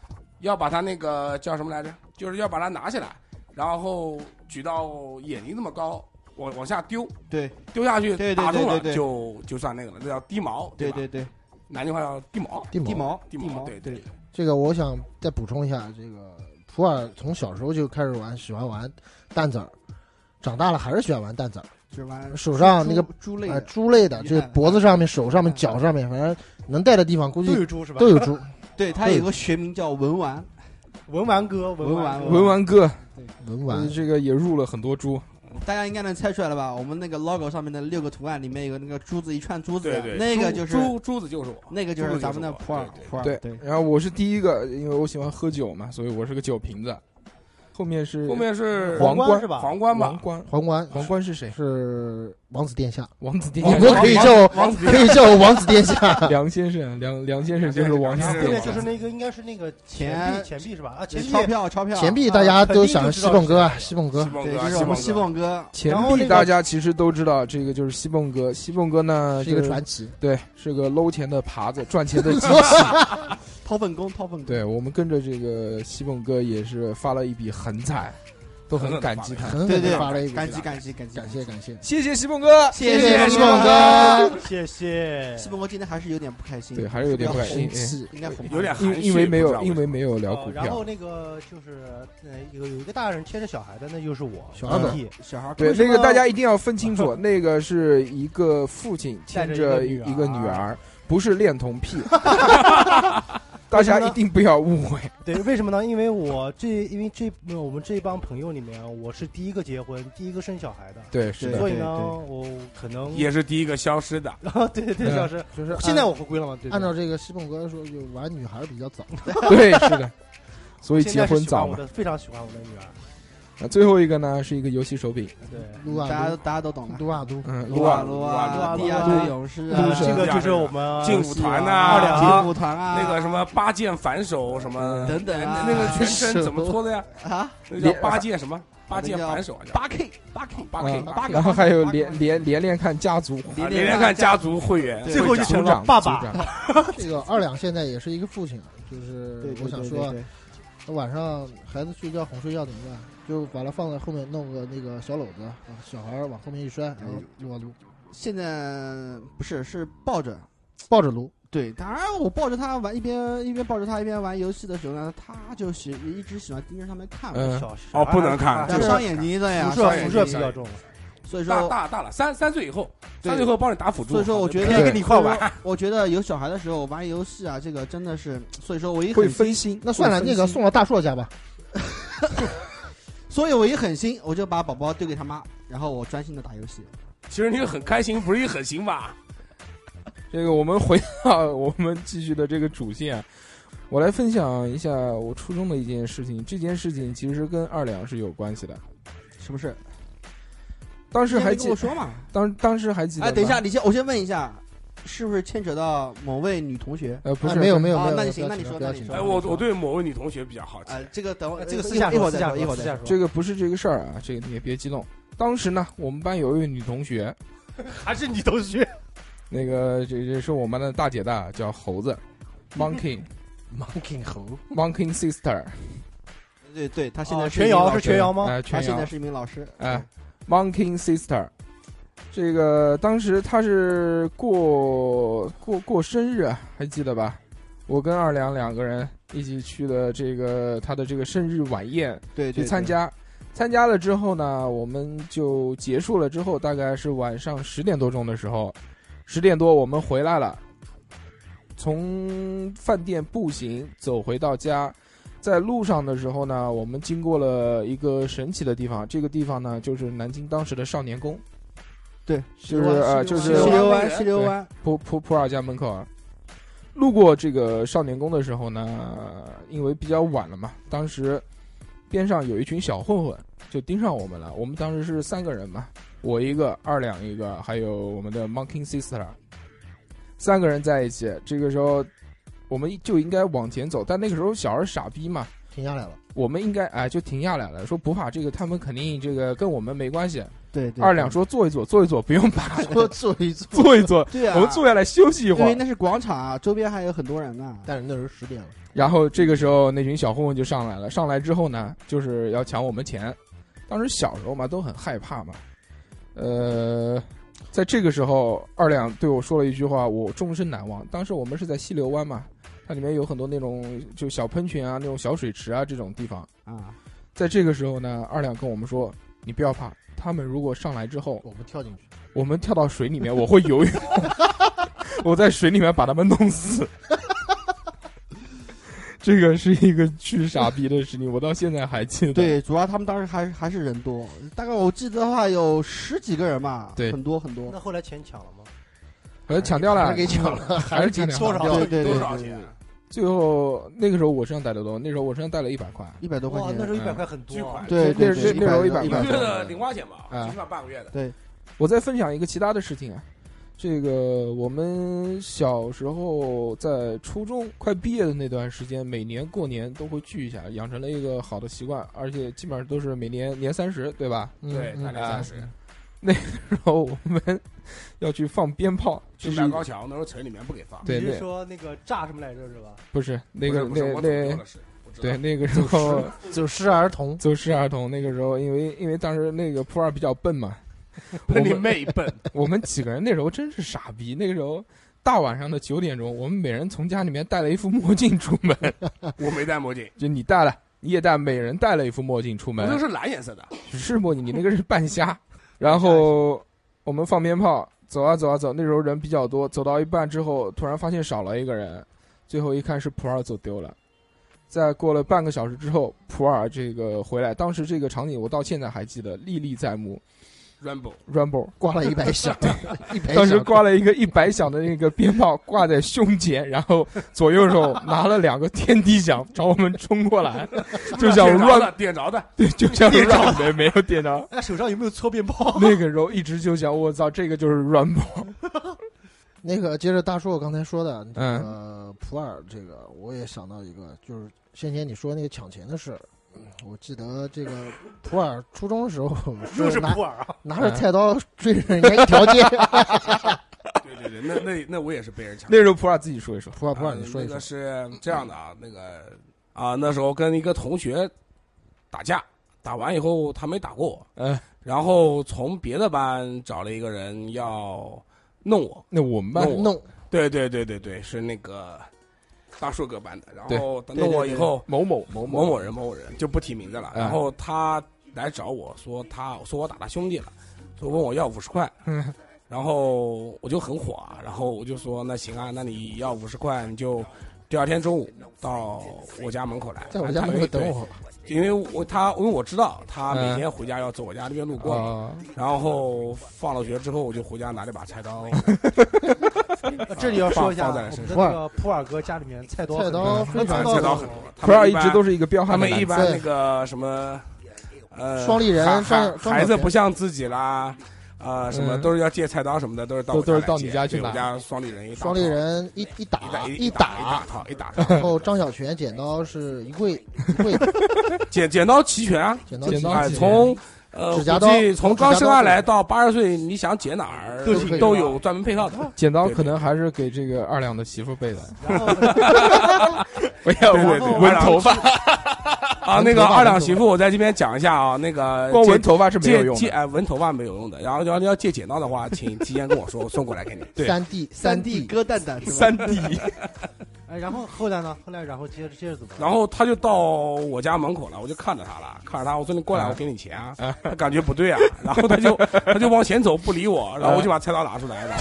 Speaker 8: 要把它那个叫什么来着？就是要把它拿起来，然后举到眼睛这么高，往往下丢，
Speaker 4: 对
Speaker 8: 丢下去
Speaker 4: 对对
Speaker 8: 打中了
Speaker 4: 对对对
Speaker 8: 就就算那个了，那叫低毛，
Speaker 4: 对
Speaker 8: 吧？
Speaker 4: 对对，
Speaker 8: 南京话叫地毛，
Speaker 5: 地
Speaker 4: 地
Speaker 5: 毛。
Speaker 4: 毛
Speaker 8: 地
Speaker 4: 毛
Speaker 8: 毛，对
Speaker 4: 对，
Speaker 5: 这个我想再补充一下，这个普洱从小时候就开始玩，喜欢玩蛋子儿，长大了还是喜欢玩蛋子儿，
Speaker 4: 就是玩
Speaker 5: 手上那个
Speaker 4: 猪猪类
Speaker 5: 啊
Speaker 4: 的，
Speaker 5: 猪类的，
Speaker 4: 鱼
Speaker 5: 这个
Speaker 4: 蛋
Speaker 5: 脖子上面、手上面、
Speaker 4: 嗯
Speaker 5: 脚上面，反正能带的地方估
Speaker 1: 都
Speaker 5: 计
Speaker 1: 有猪是吧
Speaker 5: 都？有猪。
Speaker 4: 对，它有个学名叫文玩，
Speaker 1: 文玩哥，文
Speaker 4: 文玩
Speaker 1: 哥
Speaker 4: 哥
Speaker 3: 文玩哥，
Speaker 5: 文玩
Speaker 3: 这个也入了很多猪，
Speaker 4: 大家应该能猜出来了吧？我们那个 logo 上面的六个图案里面有个那个珠子一串珠子
Speaker 8: 对，对，
Speaker 4: 那个就是
Speaker 8: 珠珠子就是我，
Speaker 4: 那个就是咱们的
Speaker 8: 珠子就是
Speaker 4: 普洱
Speaker 8: 我对对
Speaker 4: 普洱
Speaker 3: 对。然后我是第一个，因为我喜欢喝酒嘛，所以我是个酒瓶子。后面是
Speaker 8: 后面是
Speaker 3: 皇冠
Speaker 1: 是吧？
Speaker 8: 皇冠
Speaker 3: 王
Speaker 8: 吧？
Speaker 3: 冠，
Speaker 5: 皇冠
Speaker 3: 皇冠是谁？
Speaker 5: 是王子殿下，
Speaker 3: 王子殿
Speaker 5: 我
Speaker 3: 下
Speaker 8: 冠
Speaker 5: 们可以叫我
Speaker 8: 王子
Speaker 5: 可以叫我王子殿下。
Speaker 3: 梁先生，梁梁先生就是王
Speaker 8: 梁先
Speaker 3: 先
Speaker 1: 后
Speaker 8: 生
Speaker 1: 面
Speaker 3: 生
Speaker 1: 就是那个应该是那个币钱币是吧？啊，钱币呃
Speaker 4: 钞票钞票呃
Speaker 5: 钱币大家都想西凤哥，啊西凤哥啊
Speaker 8: 西凤
Speaker 4: 对，
Speaker 8: 哥，
Speaker 4: 就是我们西凤哥，
Speaker 3: 钱
Speaker 1: 然后那
Speaker 3: 币
Speaker 1: 个
Speaker 3: 大家其实都知道，这个就是西凤哥。西凤哥呢，
Speaker 5: 是一个
Speaker 3: 就是
Speaker 5: 传奇。
Speaker 3: 对，是个搂钱的耙子，赚钱的机器。
Speaker 4: 掏粪工，掏粪工。
Speaker 3: 对我们跟着这个西凤哥也是发了一笔横财，都很感激他。
Speaker 5: 狠
Speaker 4: 对
Speaker 5: 狠
Speaker 4: 对，
Speaker 5: 的发了一笔，
Speaker 4: 感激感激感激，
Speaker 5: 感谢感谢，
Speaker 3: 谢谢西凤哥，
Speaker 4: 谢
Speaker 5: 谢
Speaker 4: 西
Speaker 5: 西
Speaker 4: 凤
Speaker 5: 凤
Speaker 4: 哥
Speaker 5: 哥。
Speaker 1: 谢谢。
Speaker 4: 西凤哥今天还是有点不开心，
Speaker 3: 对，还是有点不开心
Speaker 5: 要，生气，
Speaker 4: 应该很
Speaker 8: 有点
Speaker 3: 因
Speaker 8: 含
Speaker 3: 因
Speaker 8: 蓄，
Speaker 3: 因为没
Speaker 8: 不知
Speaker 3: 有
Speaker 8: 道
Speaker 3: 因为
Speaker 8: 什么
Speaker 3: 没有聊股
Speaker 1: 哦，然后
Speaker 3: 票，
Speaker 1: 那个就是，呃，有有一个大人贴着小孩的，那就是我，
Speaker 5: 小孩本
Speaker 1: T
Speaker 4: 小孩
Speaker 3: 对
Speaker 4: 为什
Speaker 3: 那
Speaker 4: 么
Speaker 3: 个大家一定要分清 楚，那个是一个父亲牵着一
Speaker 1: 带着一
Speaker 3: 一个
Speaker 1: 个女儿
Speaker 3: 女儿，不是恋童 癖，大家一定不要误会。
Speaker 1: 对，为什么呢？因为我这，因为这我们这帮朋友里面，我是第一个结婚，第一个生小孩的，
Speaker 3: 对，是的，
Speaker 1: 所以呢，
Speaker 4: 对
Speaker 1: 我可能
Speaker 8: 也是第一个消失的，
Speaker 1: 啊，对对对，
Speaker 3: 对
Speaker 1: 小石，
Speaker 3: 就是按
Speaker 5: 现在我回归了
Speaker 1: 吗？
Speaker 5: 嗯按照这个西凤哥说，就玩女孩比较 早，
Speaker 3: 对是的，所以
Speaker 1: 现
Speaker 3: 结
Speaker 1: 在是
Speaker 3: 婚
Speaker 1: 喜
Speaker 3: 早
Speaker 1: 欢我
Speaker 3: 嘛。
Speaker 1: 的，非常喜欢我的女儿，
Speaker 3: 那最后一个呢是一个游戏手柄，
Speaker 1: 对。
Speaker 5: 撸
Speaker 4: 大
Speaker 5: 啊
Speaker 4: 家
Speaker 5: 撸
Speaker 4: 大家都懂的。
Speaker 5: 撸啊撸，
Speaker 3: 嗯，
Speaker 4: 撸啊撸啊，
Speaker 1: 撸啊撸
Speaker 4: 地下
Speaker 1: 啊
Speaker 4: 城勇士啊
Speaker 3: 撸，神
Speaker 1: 这个就是我们啊
Speaker 8: 劲舞团呐、
Speaker 1: 二两
Speaker 4: 劲舞团啊，
Speaker 8: 那个什么八剑反手什么
Speaker 4: 等等啊
Speaker 8: 那那个全身怎么搓的呀？
Speaker 4: 啊，
Speaker 8: 那叫八剑什么？八剑
Speaker 4: 那叫
Speaker 8: 反手啊，叫
Speaker 4: 八 K 八 K
Speaker 8: 八 K
Speaker 3: 嗯
Speaker 8: 八 K
Speaker 3: 然。后还有连连连连看家族，
Speaker 8: 啊
Speaker 4: 连
Speaker 8: 连连看家族会员，
Speaker 4: 对
Speaker 1: 最后就
Speaker 3: 成
Speaker 1: 成了爸爸，
Speaker 5: 这个二两现在也是一个父亲啊，就是
Speaker 4: 对，对
Speaker 5: 我想说，，
Speaker 4: 对对
Speaker 5: 晚上孩子睡觉哄睡觉怎么办？就把它放在后面弄个那个小篓子，把小孩儿往后面一摔，然后撸啊撸，
Speaker 4: 现在不是是抱着。
Speaker 5: 抱着撸，
Speaker 4: 对，当然我抱着他玩，一边一边抱着他一边玩游戏的时候呢，他就喜一直喜欢盯着上面看，
Speaker 3: 嗯，
Speaker 1: 小
Speaker 8: 哦
Speaker 4: 啊
Speaker 8: 不能看
Speaker 4: 他
Speaker 1: 就
Speaker 8: 就是
Speaker 4: 伤眼睛的呀，
Speaker 1: 辐射
Speaker 4: 伤眼
Speaker 1: 辐
Speaker 4: 睛
Speaker 1: 射
Speaker 4: 的
Speaker 1: 比较重，
Speaker 4: 啊所以
Speaker 8: 大
Speaker 4: 说，
Speaker 8: 大大了，三三岁以后，
Speaker 4: 对
Speaker 8: 三岁以后帮你打辅助。
Speaker 4: 所以说我觉得
Speaker 3: 对跟
Speaker 1: 你一块玩
Speaker 4: 所以说我觉得有小孩的时候玩游戏啊，这个真的是，所以说我一
Speaker 3: 会
Speaker 4: 狠
Speaker 3: 分心。
Speaker 5: 那算了，
Speaker 3: 会
Speaker 5: 那
Speaker 3: 分
Speaker 5: 个
Speaker 3: 心
Speaker 5: 送到大硕家吧。
Speaker 4: 所以我一狠心，我就把宝宝丢给他妈，然后我专心的打游戏。
Speaker 8: 其实你很开心，不是也很行吧？
Speaker 3: 这个我们回到我们继续的这个主线，我来分享一下我初中的一件事情。这件事情其实跟二两是有关系的。
Speaker 4: 是不是？
Speaker 3: 当时
Speaker 4: 你
Speaker 3: 还
Speaker 4: 没跟
Speaker 3: 记
Speaker 4: 我，说嘛？
Speaker 3: 当当时还记得。
Speaker 4: 哎，等一下，，你先，我先问一下，是不是牵扯到某位女同学？
Speaker 3: 呃，不
Speaker 5: 哎
Speaker 3: 是，
Speaker 5: 没有没有
Speaker 4: 啊
Speaker 5: 没有，
Speaker 4: 那你
Speaker 5: 不要
Speaker 4: 行那你
Speaker 5: 紧张
Speaker 4: 说
Speaker 5: 不要
Speaker 4: 那你
Speaker 5: 紧呃
Speaker 4: 说
Speaker 8: 哎，
Speaker 5: 张
Speaker 8: 我我对某位女同学比较好奇，
Speaker 4: 哎，这个等会儿，
Speaker 1: 这个私
Speaker 4: 哎一会
Speaker 1: 下
Speaker 4: 儿
Speaker 1: 说，私下
Speaker 4: 一会儿再说，一会
Speaker 1: 说，
Speaker 4: 儿
Speaker 1: 私
Speaker 4: 再
Speaker 1: 下
Speaker 4: 说。
Speaker 1: 说。
Speaker 3: 这个不是这个事儿啊，这个你也别激动。当时呢，我们班有一位女同学，
Speaker 1: 还是你同学，
Speaker 3: 那个这这是我们班的大姐大，叫猴子，Monkey
Speaker 5: monkey 猴，
Speaker 3: Monkey Sister，
Speaker 4: 对对，他现
Speaker 1: 哦
Speaker 5: 啊
Speaker 4: 在是
Speaker 1: 全
Speaker 4: 一名
Speaker 1: 瑶
Speaker 4: 老
Speaker 1: 是
Speaker 4: 师
Speaker 1: 全瑶吗
Speaker 3: 哎，
Speaker 4: 他
Speaker 3: 全
Speaker 4: 现
Speaker 3: 瑶
Speaker 4: 在是一名老师。
Speaker 3: 哎，Monkey Sister，这个当时他是过过过生日，啊还记得吧？我跟二两两个人一起去的这个他的这个生日晚宴
Speaker 4: 对，对
Speaker 3: 去
Speaker 4: 对，
Speaker 3: 参加，参加了之后呢，我们就结束了之后，大概是晚上十点多钟的时候，十点多我们回来了，从饭店步行走回到家，在路上的时候呢，我们经过了一个神奇的地方，这个地方呢就是南京当时的少年宫，
Speaker 4: 对，
Speaker 3: 就是呃就
Speaker 4: 西
Speaker 3: 是
Speaker 4: 流
Speaker 8: 湾那
Speaker 4: 湾，
Speaker 8: 个
Speaker 4: 西流
Speaker 3: 对
Speaker 4: 湾，
Speaker 3: 普普普洱家门口啊。路过这个少年宫的时候呢，因为比较晚了嘛，当时边上有一群小混混就盯上我们了。我们当时是三个人嘛，我一个，二两一个，还有我们的 Monkey Sister，三个人在一起。这个时候我们就应该往前走，但那个时候小孩傻逼嘛，
Speaker 5: 停下来了，
Speaker 3: 我们应该哎就停下来了，说不怕这个，他们肯定这个跟我们没关系。
Speaker 4: 对对。
Speaker 3: 二两说坐一坐，坐一坐，不用怕，
Speaker 5: 多坐一 坐。
Speaker 3: 坐一坐，
Speaker 4: 对啊，
Speaker 3: 我们坐下来休息一会
Speaker 4: 因
Speaker 3: 儿
Speaker 4: 为。那是广场啊，周边还有很多人呢。
Speaker 5: 但是那时候十点了，
Speaker 3: 然后这个时候那群小混混就上来了，上来之后呢，就是要抢我们钱。当时小时候嘛，都很害怕嘛。呃，在这个时候，二两对我说了一句话，我终身难忘。当时我们是在西流湾嘛，它里面有很多那种就小喷泉啊、那种小水池啊这种地方。
Speaker 4: 啊，
Speaker 3: 在这个时候呢，二两跟我们说：“你不要怕，他们如果上来之后，
Speaker 5: 我们跳进去，
Speaker 3: 我们跳到水里面，我会游 泳，我在水里面把他们弄死。 这个是一个巨傻逼的事情，我到现在还记得。
Speaker 4: 对，主要他们当时还还是人多，大概我记得的话有十几个人吧，
Speaker 3: 对
Speaker 4: 很多很多
Speaker 1: 那。后来钱抢了吗？
Speaker 3: 好像抢掉
Speaker 5: 还
Speaker 3: 了
Speaker 5: 是，给抢了，
Speaker 3: 哎还是抢掉
Speaker 1: 多
Speaker 3: 了。
Speaker 1: 少？
Speaker 4: 对对
Speaker 8: 多
Speaker 4: 对，
Speaker 8: 少钱？
Speaker 3: 最后那个时候我身上带的多，那时候我身上带了一百块，嗯
Speaker 4: 一百多块
Speaker 1: 哇，那
Speaker 4: 钱
Speaker 1: 时。候一百块很多
Speaker 8: 巨
Speaker 1: 啊
Speaker 8: 款，
Speaker 4: 对对
Speaker 3: 那
Speaker 4: 对，
Speaker 3: 是那时候
Speaker 4: 一
Speaker 3: 100
Speaker 8: 一个
Speaker 4: 百
Speaker 8: 月
Speaker 4: 多
Speaker 8: 的零花钱吧，
Speaker 3: 啊
Speaker 8: 起码半个月的。
Speaker 3: 我再分享一个其他的事情啊，这个我们小时候在初中快毕业的那段时间，每年过年都会聚一下，养成了一个好的习惯，而且基本上都是每年年三十，对吧？啊
Speaker 5: 嗯
Speaker 8: 对，大
Speaker 5: 嗯
Speaker 8: 概三十。
Speaker 3: 然后我们 要去放鞭炮，
Speaker 8: 去
Speaker 3: 就是
Speaker 8: 买高墙，那时候城里面不给放，
Speaker 3: 对
Speaker 1: 你是
Speaker 3: 那
Speaker 1: 说那个炸什么来着是吧？
Speaker 3: 不是那个
Speaker 8: 不是
Speaker 3: 那
Speaker 8: 不是我走丢
Speaker 3: 那
Speaker 8: 了是不知道
Speaker 3: 对那个时候
Speaker 5: 走失儿童，
Speaker 3: 走失儿童那个时候，因为因为当时那个普洱比较笨嘛，我
Speaker 8: 喷你
Speaker 3: 们
Speaker 8: 妹 笨，
Speaker 3: 我们几个人那时候真是傻逼，那个时候。大晚上的九点钟，我们每人从家里面带了一副墨镜出门，
Speaker 8: 我没戴墨镜，
Speaker 3: 就你戴了，你也带，每人带了一副墨镜出
Speaker 8: 我
Speaker 3: 门。
Speaker 8: 那是蓝颜色的，
Speaker 3: 是墨镜，你那个是半 瞎。然后我们放鞭炮，走啊走啊走，那时候人比较多，走到一半之后，突然发现少了一个人，最后一看是普洱走丢了。再过了半个小时之后，普洱这个回来，当时这个场景我到现在还记得，历历在目。
Speaker 8: Rambo，
Speaker 3: Rumble
Speaker 5: 挂了一 百响，一百响，
Speaker 3: 当时挂了一个一百响的那个鞭炮挂在胸前，然后左右手拿了两个天地响朝我们冲过来，就像
Speaker 8: 点着
Speaker 3: Run
Speaker 8: 的点着的，
Speaker 3: 对，就像 Run 没没有点着，
Speaker 1: 那手上有没有搓鞭 炮？
Speaker 3: 那个时候一直就想，我操，这个就是 Rumble。
Speaker 5: 那个接着大叔我刚才说的，
Speaker 3: 嗯
Speaker 5: 呃，普洱这个我也想到一个，就是先前你说那个抢钱的事儿。嗯我记得这个普洱初中的时候
Speaker 1: 又是
Speaker 5: 拿
Speaker 1: 普洱啊！
Speaker 5: 拿着菜刀追着人家一条街。
Speaker 8: 对对对，那那那我也是被人抢。
Speaker 3: 那时候普洱自己说一说，嗯
Speaker 5: 普洱普洱，你
Speaker 8: 啊
Speaker 5: 说一
Speaker 8: 那
Speaker 5: 说
Speaker 8: 个，是这样的啊，那个啊，那时候跟一个同学打架，打完以后他没打过我，
Speaker 3: 嗯，
Speaker 8: 然后从别的班找了一个人要弄我，
Speaker 3: 那我们班
Speaker 8: 那我
Speaker 5: 弄
Speaker 8: 对对对对对，是那个大硕哥班的，然
Speaker 3: 对
Speaker 8: 后他弄我以后，
Speaker 3: 某某某
Speaker 8: 某某人某某人就不提名字了，
Speaker 3: 嗯
Speaker 8: 然后他来找我说他说我打他兄弟了，说问我要五十块，然后我就很火啊，然后我就说那行啊，那你要五十块你就第二天中午到我家门口来，
Speaker 5: 在我家门口等我。
Speaker 8: 对，因为我他因为我知道他每
Speaker 3: 嗯
Speaker 8: 天回家要走我家那边路过嘛，
Speaker 3: 啊，
Speaker 5: 哦
Speaker 8: 然后放了学之后我就回家拿了把菜 刀，
Speaker 1: 这里要说一
Speaker 8: 放
Speaker 1: 下，我
Speaker 8: 在人
Speaker 1: 们
Speaker 8: 身
Speaker 1: 的那个普洱哥家里面菜刀很
Speaker 5: 菜
Speaker 1: 多，
Speaker 5: 刀非常
Speaker 8: 反正菜刀很多，他
Speaker 3: 普
Speaker 8: 们
Speaker 3: 洱一
Speaker 8: 般
Speaker 3: 直都是一个彪
Speaker 8: 他
Speaker 3: 悍的
Speaker 8: 们
Speaker 3: 男
Speaker 8: 一
Speaker 3: 子，
Speaker 8: 般那个什么，呃，
Speaker 5: 双立人
Speaker 8: 孩
Speaker 5: 双
Speaker 8: 孩
Speaker 5: 双
Speaker 8: 孩子
Speaker 5: 小田
Speaker 8: 不像自己啦，啊，什么
Speaker 3: 嗯
Speaker 8: 都是要借菜刀什么的，都是到
Speaker 3: 都
Speaker 8: 我
Speaker 3: 都是
Speaker 8: 来
Speaker 3: 到
Speaker 8: 借
Speaker 3: 你家去
Speaker 8: 对我
Speaker 3: 拿
Speaker 8: 家双立人一大
Speaker 5: 双立
Speaker 8: 套
Speaker 5: 人一一
Speaker 8: 一
Speaker 5: 打
Speaker 8: 打一
Speaker 5: 打
Speaker 8: 大，套一大
Speaker 5: 然
Speaker 8: 套，
Speaker 5: 后张小泉剪刀是一跪一跪，
Speaker 8: 剪剪刀齐全啊，
Speaker 5: 剪刀
Speaker 3: 剪刀
Speaker 8: 哎，
Speaker 3: 齐全
Speaker 8: 从呃，
Speaker 5: 指甲
Speaker 8: 估计
Speaker 5: 刀
Speaker 8: 从
Speaker 5: 指甲
Speaker 8: 刚生
Speaker 5: 刀
Speaker 8: 下
Speaker 5: 都
Speaker 8: 来
Speaker 5: 有
Speaker 8: 到八十岁，你想剪哪儿
Speaker 5: 都可以
Speaker 8: 都
Speaker 5: 的
Speaker 8: 有专门配套的。
Speaker 3: 剪刀可能还是给这个二两的媳妇备的，
Speaker 1: 然后
Speaker 3: 不要
Speaker 8: 对对对
Speaker 3: 闻头发，
Speaker 8: 啊，那个二两媳妇，我在这边讲一下啊，那个
Speaker 3: 光
Speaker 8: 剪
Speaker 3: 闻头发是没有
Speaker 8: 借
Speaker 3: 用
Speaker 8: 借
Speaker 3: 的。
Speaker 8: 哎，纹头发没有用的，然后要要借剪刀的话，请提前跟我说，我 送过来给你。
Speaker 3: 对
Speaker 5: 三 D 三 D
Speaker 1: 哥蛋蛋是吧？
Speaker 3: 三 D，
Speaker 1: 哎，然后后来呢？后来然后接着接着怎么？
Speaker 8: 然后他就到我家门口了，我就看着他了，看着他，我说你过来，我给你钱啊。他感觉不对啊，然后他 就他就往前走，不理我，然后
Speaker 3: 啊
Speaker 8: 我就把菜刀拿出来，然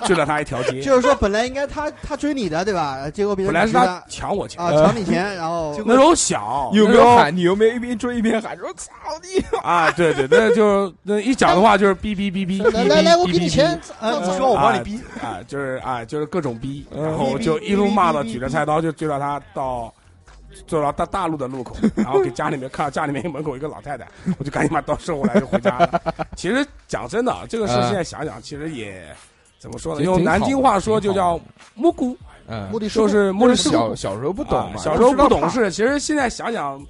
Speaker 8: 后 追了他一条街。
Speaker 4: 就是说本来应该他他追你的对吧？结果别
Speaker 8: 本
Speaker 4: 人
Speaker 8: 来是
Speaker 4: 追
Speaker 8: 他抢我钱，
Speaker 4: 啊抢 你钱，然后
Speaker 8: 那时候小，
Speaker 3: 有没
Speaker 8: 那时
Speaker 3: 有
Speaker 8: 候
Speaker 3: 喊？你有没有一边追一边喊说操你？
Speaker 8: 啊？对对，那就是那一讲的话就是哔哔哔哔哔哔，
Speaker 5: 来来来，我
Speaker 8: 哔
Speaker 5: 给你。
Speaker 8: 哔哔
Speaker 5: 钱，
Speaker 1: 啊，
Speaker 5: 走
Speaker 1: 你说我帮你逼，
Speaker 8: 啊，就是啊，就是各种逼，
Speaker 3: 嗯
Speaker 8: 然后就一路骂到举着菜刀就追到他到，追到大大路的路口，然后给家里面看到家里面门口一个老太太，我就赶紧把刀收回来就回家了。其实讲真的啊，这个事
Speaker 3: 嗯
Speaker 8: 现在想想，其实也怎么说呢？
Speaker 3: 其实
Speaker 8: 用
Speaker 3: 挺
Speaker 8: 南
Speaker 3: 好
Speaker 8: 京
Speaker 3: 的
Speaker 8: 话说
Speaker 3: 挺
Speaker 8: 就
Speaker 3: 好
Speaker 8: 叫蘑菇，
Speaker 3: 嗯
Speaker 5: 目，的是
Speaker 8: 就是
Speaker 3: 或
Speaker 8: 摸
Speaker 3: 者
Speaker 8: 着小
Speaker 3: 小小时候不懂嘛，
Speaker 8: 啊小时候
Speaker 3: 不知道
Speaker 8: 不懂
Speaker 3: 怕。
Speaker 8: 事。其实现在想想，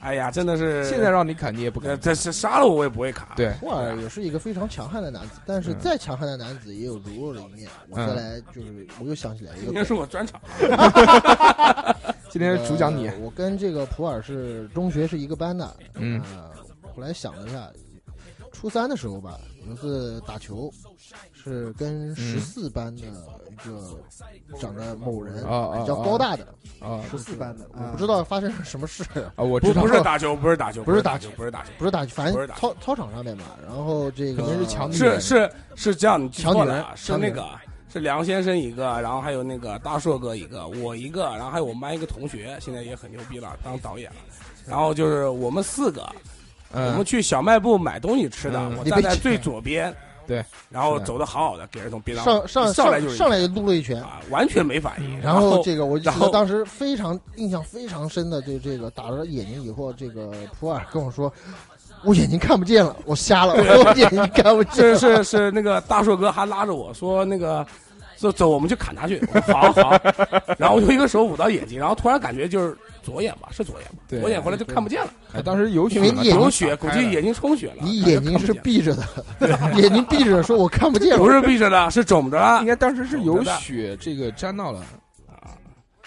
Speaker 8: 哎呀，真的是
Speaker 3: 现在让你砍你也不
Speaker 8: 呃
Speaker 3: 敢。
Speaker 8: 这是杀了我我也不会砍。
Speaker 3: 对，
Speaker 5: 普洱也是一个非常强悍的男子，但是
Speaker 3: 啊嗯
Speaker 5: 再强悍的男子也有柔弱的一面。我
Speaker 3: 嗯
Speaker 5: 再来就是，我又想起来一
Speaker 8: 今
Speaker 5: 个
Speaker 8: 天是我专场，
Speaker 3: 今天主讲你
Speaker 5: 呃，我跟这个普洱是中学是一个班的，
Speaker 3: 嗯
Speaker 5: 呃后来想了一下，初三的时候吧，有一次打球，是
Speaker 3: 嗯
Speaker 5: 跟十四班的一个长得某人
Speaker 3: 啊啊
Speaker 5: 比较高大的，
Speaker 3: 啊
Speaker 4: 十四班的，
Speaker 5: 我不知道发生了什么事，
Speaker 3: 啊！我
Speaker 8: 不
Speaker 3: 知道
Speaker 8: 不是打球，不是打球，
Speaker 5: 不
Speaker 8: 是
Speaker 5: 是
Speaker 8: 打
Speaker 5: 打
Speaker 8: 球，不是打球。
Speaker 5: 不是打，反
Speaker 8: 不是
Speaker 5: 正
Speaker 8: 打
Speaker 5: 操操场上面嘛，然后这个
Speaker 3: 肯定是强
Speaker 8: 是是是这样，你记
Speaker 5: 抢
Speaker 8: 错
Speaker 5: 女
Speaker 8: 了
Speaker 5: 人
Speaker 8: 啊，是
Speaker 5: 抢
Speaker 8: 那
Speaker 5: 女
Speaker 8: 个是梁先生一个，然后还有那个大硕哥一个，我一个，然后还有我们班一个同学，现在也很牛逼了，当导演了。然后就是我们四个，我
Speaker 3: 嗯
Speaker 8: 们，去小卖部买东西吃的，
Speaker 3: 嗯
Speaker 8: 我
Speaker 5: 你
Speaker 8: 站
Speaker 5: 被
Speaker 8: 在
Speaker 5: 抢
Speaker 8: 最左边，
Speaker 3: 对，
Speaker 8: 然后
Speaker 3: 是的
Speaker 8: 走的好好的，给人从边上
Speaker 5: 上上
Speaker 8: 一上来就是一
Speaker 5: 上来就撸了一拳。嗯
Speaker 8: 啊，完全没反应。
Speaker 5: 然
Speaker 8: 后
Speaker 5: 后这个我就
Speaker 8: 然
Speaker 5: 记
Speaker 8: 后
Speaker 5: 得当时非常印象非常深的，就这个打了眼睛以后，这个普洱跟我说，我眼睛看不见了， 我瞎了，我眼睛看不见
Speaker 8: 是
Speaker 5: 了。
Speaker 8: 是是那个大硕哥还拉着我说那个。走走，我们去砍他去。我说好 好，然后我用一个手捂到眼睛，然后突然感觉就是左眼吧，是左眼吧，
Speaker 3: 对
Speaker 8: 左眼回来就看不见了，
Speaker 3: 哎，当时有血
Speaker 5: 因为
Speaker 3: 嘛
Speaker 5: 你眼睛
Speaker 8: 有
Speaker 3: 当时
Speaker 8: 血，估
Speaker 3: 打开
Speaker 8: 计
Speaker 3: 了
Speaker 8: 眼睛充血了。
Speaker 5: 你眼睛是闭着的，眼睛闭着，说我看不见。
Speaker 8: 不是闭着的，是肿着的。
Speaker 3: 应
Speaker 8: 啊
Speaker 3: 该当时是有血这个沾到了，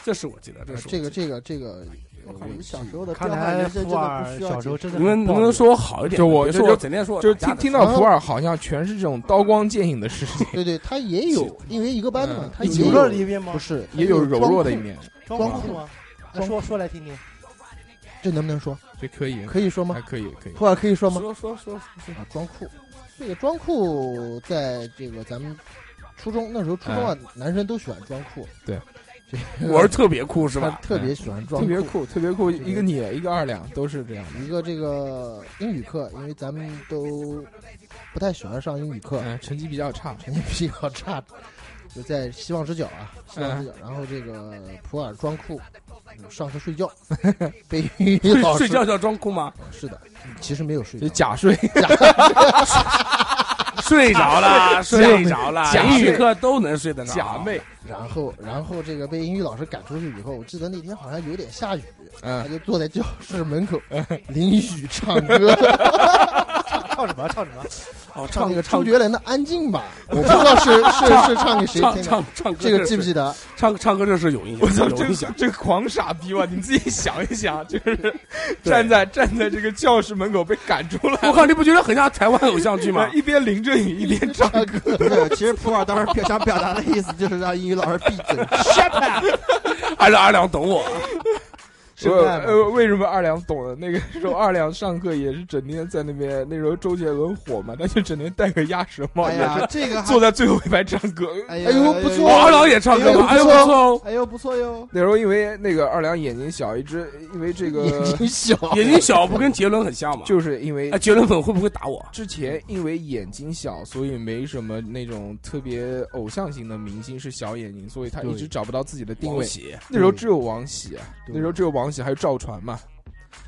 Speaker 8: 这是我记得，这是我
Speaker 5: 这个
Speaker 8: 记得
Speaker 5: 这个这个，
Speaker 4: 我靠，你们小时候的
Speaker 1: 看
Speaker 4: 彪悍
Speaker 1: 来
Speaker 4: 人生真
Speaker 1: 普
Speaker 4: 的
Speaker 1: 洱
Speaker 4: 不需要
Speaker 1: 小时候
Speaker 4: 解
Speaker 1: 真
Speaker 4: 释
Speaker 1: 的
Speaker 8: 你们
Speaker 1: 很
Speaker 8: 能
Speaker 1: 暴
Speaker 8: 不能
Speaker 1: 力
Speaker 8: 说好一点？
Speaker 3: 就我
Speaker 8: 别说
Speaker 3: 就
Speaker 8: 我整天说我
Speaker 3: 就是
Speaker 8: 打架
Speaker 3: 听
Speaker 8: 的
Speaker 3: 听到
Speaker 5: 啊
Speaker 3: 普洱好像全是这种刀光剑影的事情，
Speaker 5: 对对，他也有， 因为一个班的嘛
Speaker 3: 嗯，
Speaker 5: 他
Speaker 1: 你
Speaker 5: 也
Speaker 1: 柔弱的
Speaker 5: 有
Speaker 1: 一面吗
Speaker 5: 不？是
Speaker 3: 也有柔弱的一，面，
Speaker 1: 装
Speaker 5: 装
Speaker 1: 酷
Speaker 5: 酷
Speaker 1: 吗？哎说说来听听，
Speaker 5: 他有装酷这能不能说？
Speaker 3: 这可以，
Speaker 5: 可以说吗
Speaker 3: 还？可以，可以。
Speaker 5: 普洱可以说吗？
Speaker 8: 说说说说，
Speaker 5: 啊，装酷，这个装酷在这个咱们初中那时候初中
Speaker 3: 哎
Speaker 5: 啊，男生都喜欢装酷，
Speaker 8: 我是特别酷是
Speaker 5: 他
Speaker 8: 吧？
Speaker 5: 特别喜欢装
Speaker 3: 哎特别
Speaker 5: 酷。
Speaker 3: 酷，特别酷，一个你一个二两都是这样的。
Speaker 5: 一个这个英语课，因为咱们都不太喜欢上英语课，
Speaker 3: 嗯，成绩比较差，
Speaker 5: 成绩比较差，就在希望之角啊，希望
Speaker 3: 哎
Speaker 5: 之角。然后这个普洱装酷，嗯上课 睡觉，被英语老
Speaker 8: 睡
Speaker 5: 师
Speaker 8: 觉就要装酷吗？
Speaker 5: 是的，其实没有睡
Speaker 3: 就
Speaker 5: 觉，
Speaker 3: 假睡，
Speaker 8: 睡着了，
Speaker 5: 啊
Speaker 8: 睡着了，
Speaker 3: 假
Speaker 8: 英语
Speaker 3: 睡
Speaker 8: 课都能睡得着。
Speaker 3: 假寐，
Speaker 5: 然后然后这个被英语老师赶出去以后，我记得那天好像有点下雨，他
Speaker 3: 嗯，
Speaker 5: 就坐在教室门口
Speaker 8: 嗯
Speaker 5: 淋雨唱歌，
Speaker 1: 唱什么唱什么？
Speaker 8: 哦，
Speaker 5: 唱
Speaker 8: 唱
Speaker 5: 那个
Speaker 8: 唱
Speaker 5: 周杰伦的《安静吧》，我不知 道是 是是唱给谁
Speaker 8: 唱
Speaker 5: 听的，
Speaker 8: 唱唱歌，
Speaker 5: 这个记不记得？
Speaker 8: 唱唱歌这是有印
Speaker 3: 我操，
Speaker 8: 象，有
Speaker 3: 这
Speaker 8: 印象
Speaker 3: 个。这个狂傻逼啊哇！你们自己想一想，就是站在站在这个教室门口被赶出来，？
Speaker 8: 我靠，你不觉得很像台湾偶像剧吗
Speaker 3: 一边淋着雨一边唱歌，
Speaker 4: 不是，其实普洱当时表想表达的意思就是让英语老师闭 嘴。
Speaker 8: 二两二两懂我，
Speaker 1: 圣诞嘛
Speaker 3: 呃，为什么二两懂了？那个时候二两上课也是整天在那边，那时候周杰伦火嘛，他就整天戴个鸭舌帽，
Speaker 4: 哎
Speaker 3: 也
Speaker 4: 呀
Speaker 3: 是，
Speaker 4: 这个 还
Speaker 3: 坐在最后一排唱歌。
Speaker 4: 哎
Speaker 5: 哎呦不错
Speaker 8: 哦，二两也唱歌吗？哎
Speaker 5: 哎
Speaker 8: 呦
Speaker 5: 呦
Speaker 8: 不
Speaker 5: 不
Speaker 8: 错哦，
Speaker 4: 哎呦不错哟。
Speaker 3: 那时候因为那个二两眼睛小，一只因为这
Speaker 5: 眼
Speaker 3: 个
Speaker 5: 睛小，
Speaker 8: 眼睛小不跟 杰伦很像吗？
Speaker 3: 就是因为
Speaker 8: 哎，杰伦粉会不会打我？
Speaker 3: 之前因为眼睛小，所以没什么那种特别偶像型的明星是小眼睛，所以他一直找不到自己的定
Speaker 8: 王
Speaker 3: 位。
Speaker 8: 喜、
Speaker 3: 那时候只有王喜，
Speaker 5: 对
Speaker 3: 那时候只有王喜，还有赵传嘛。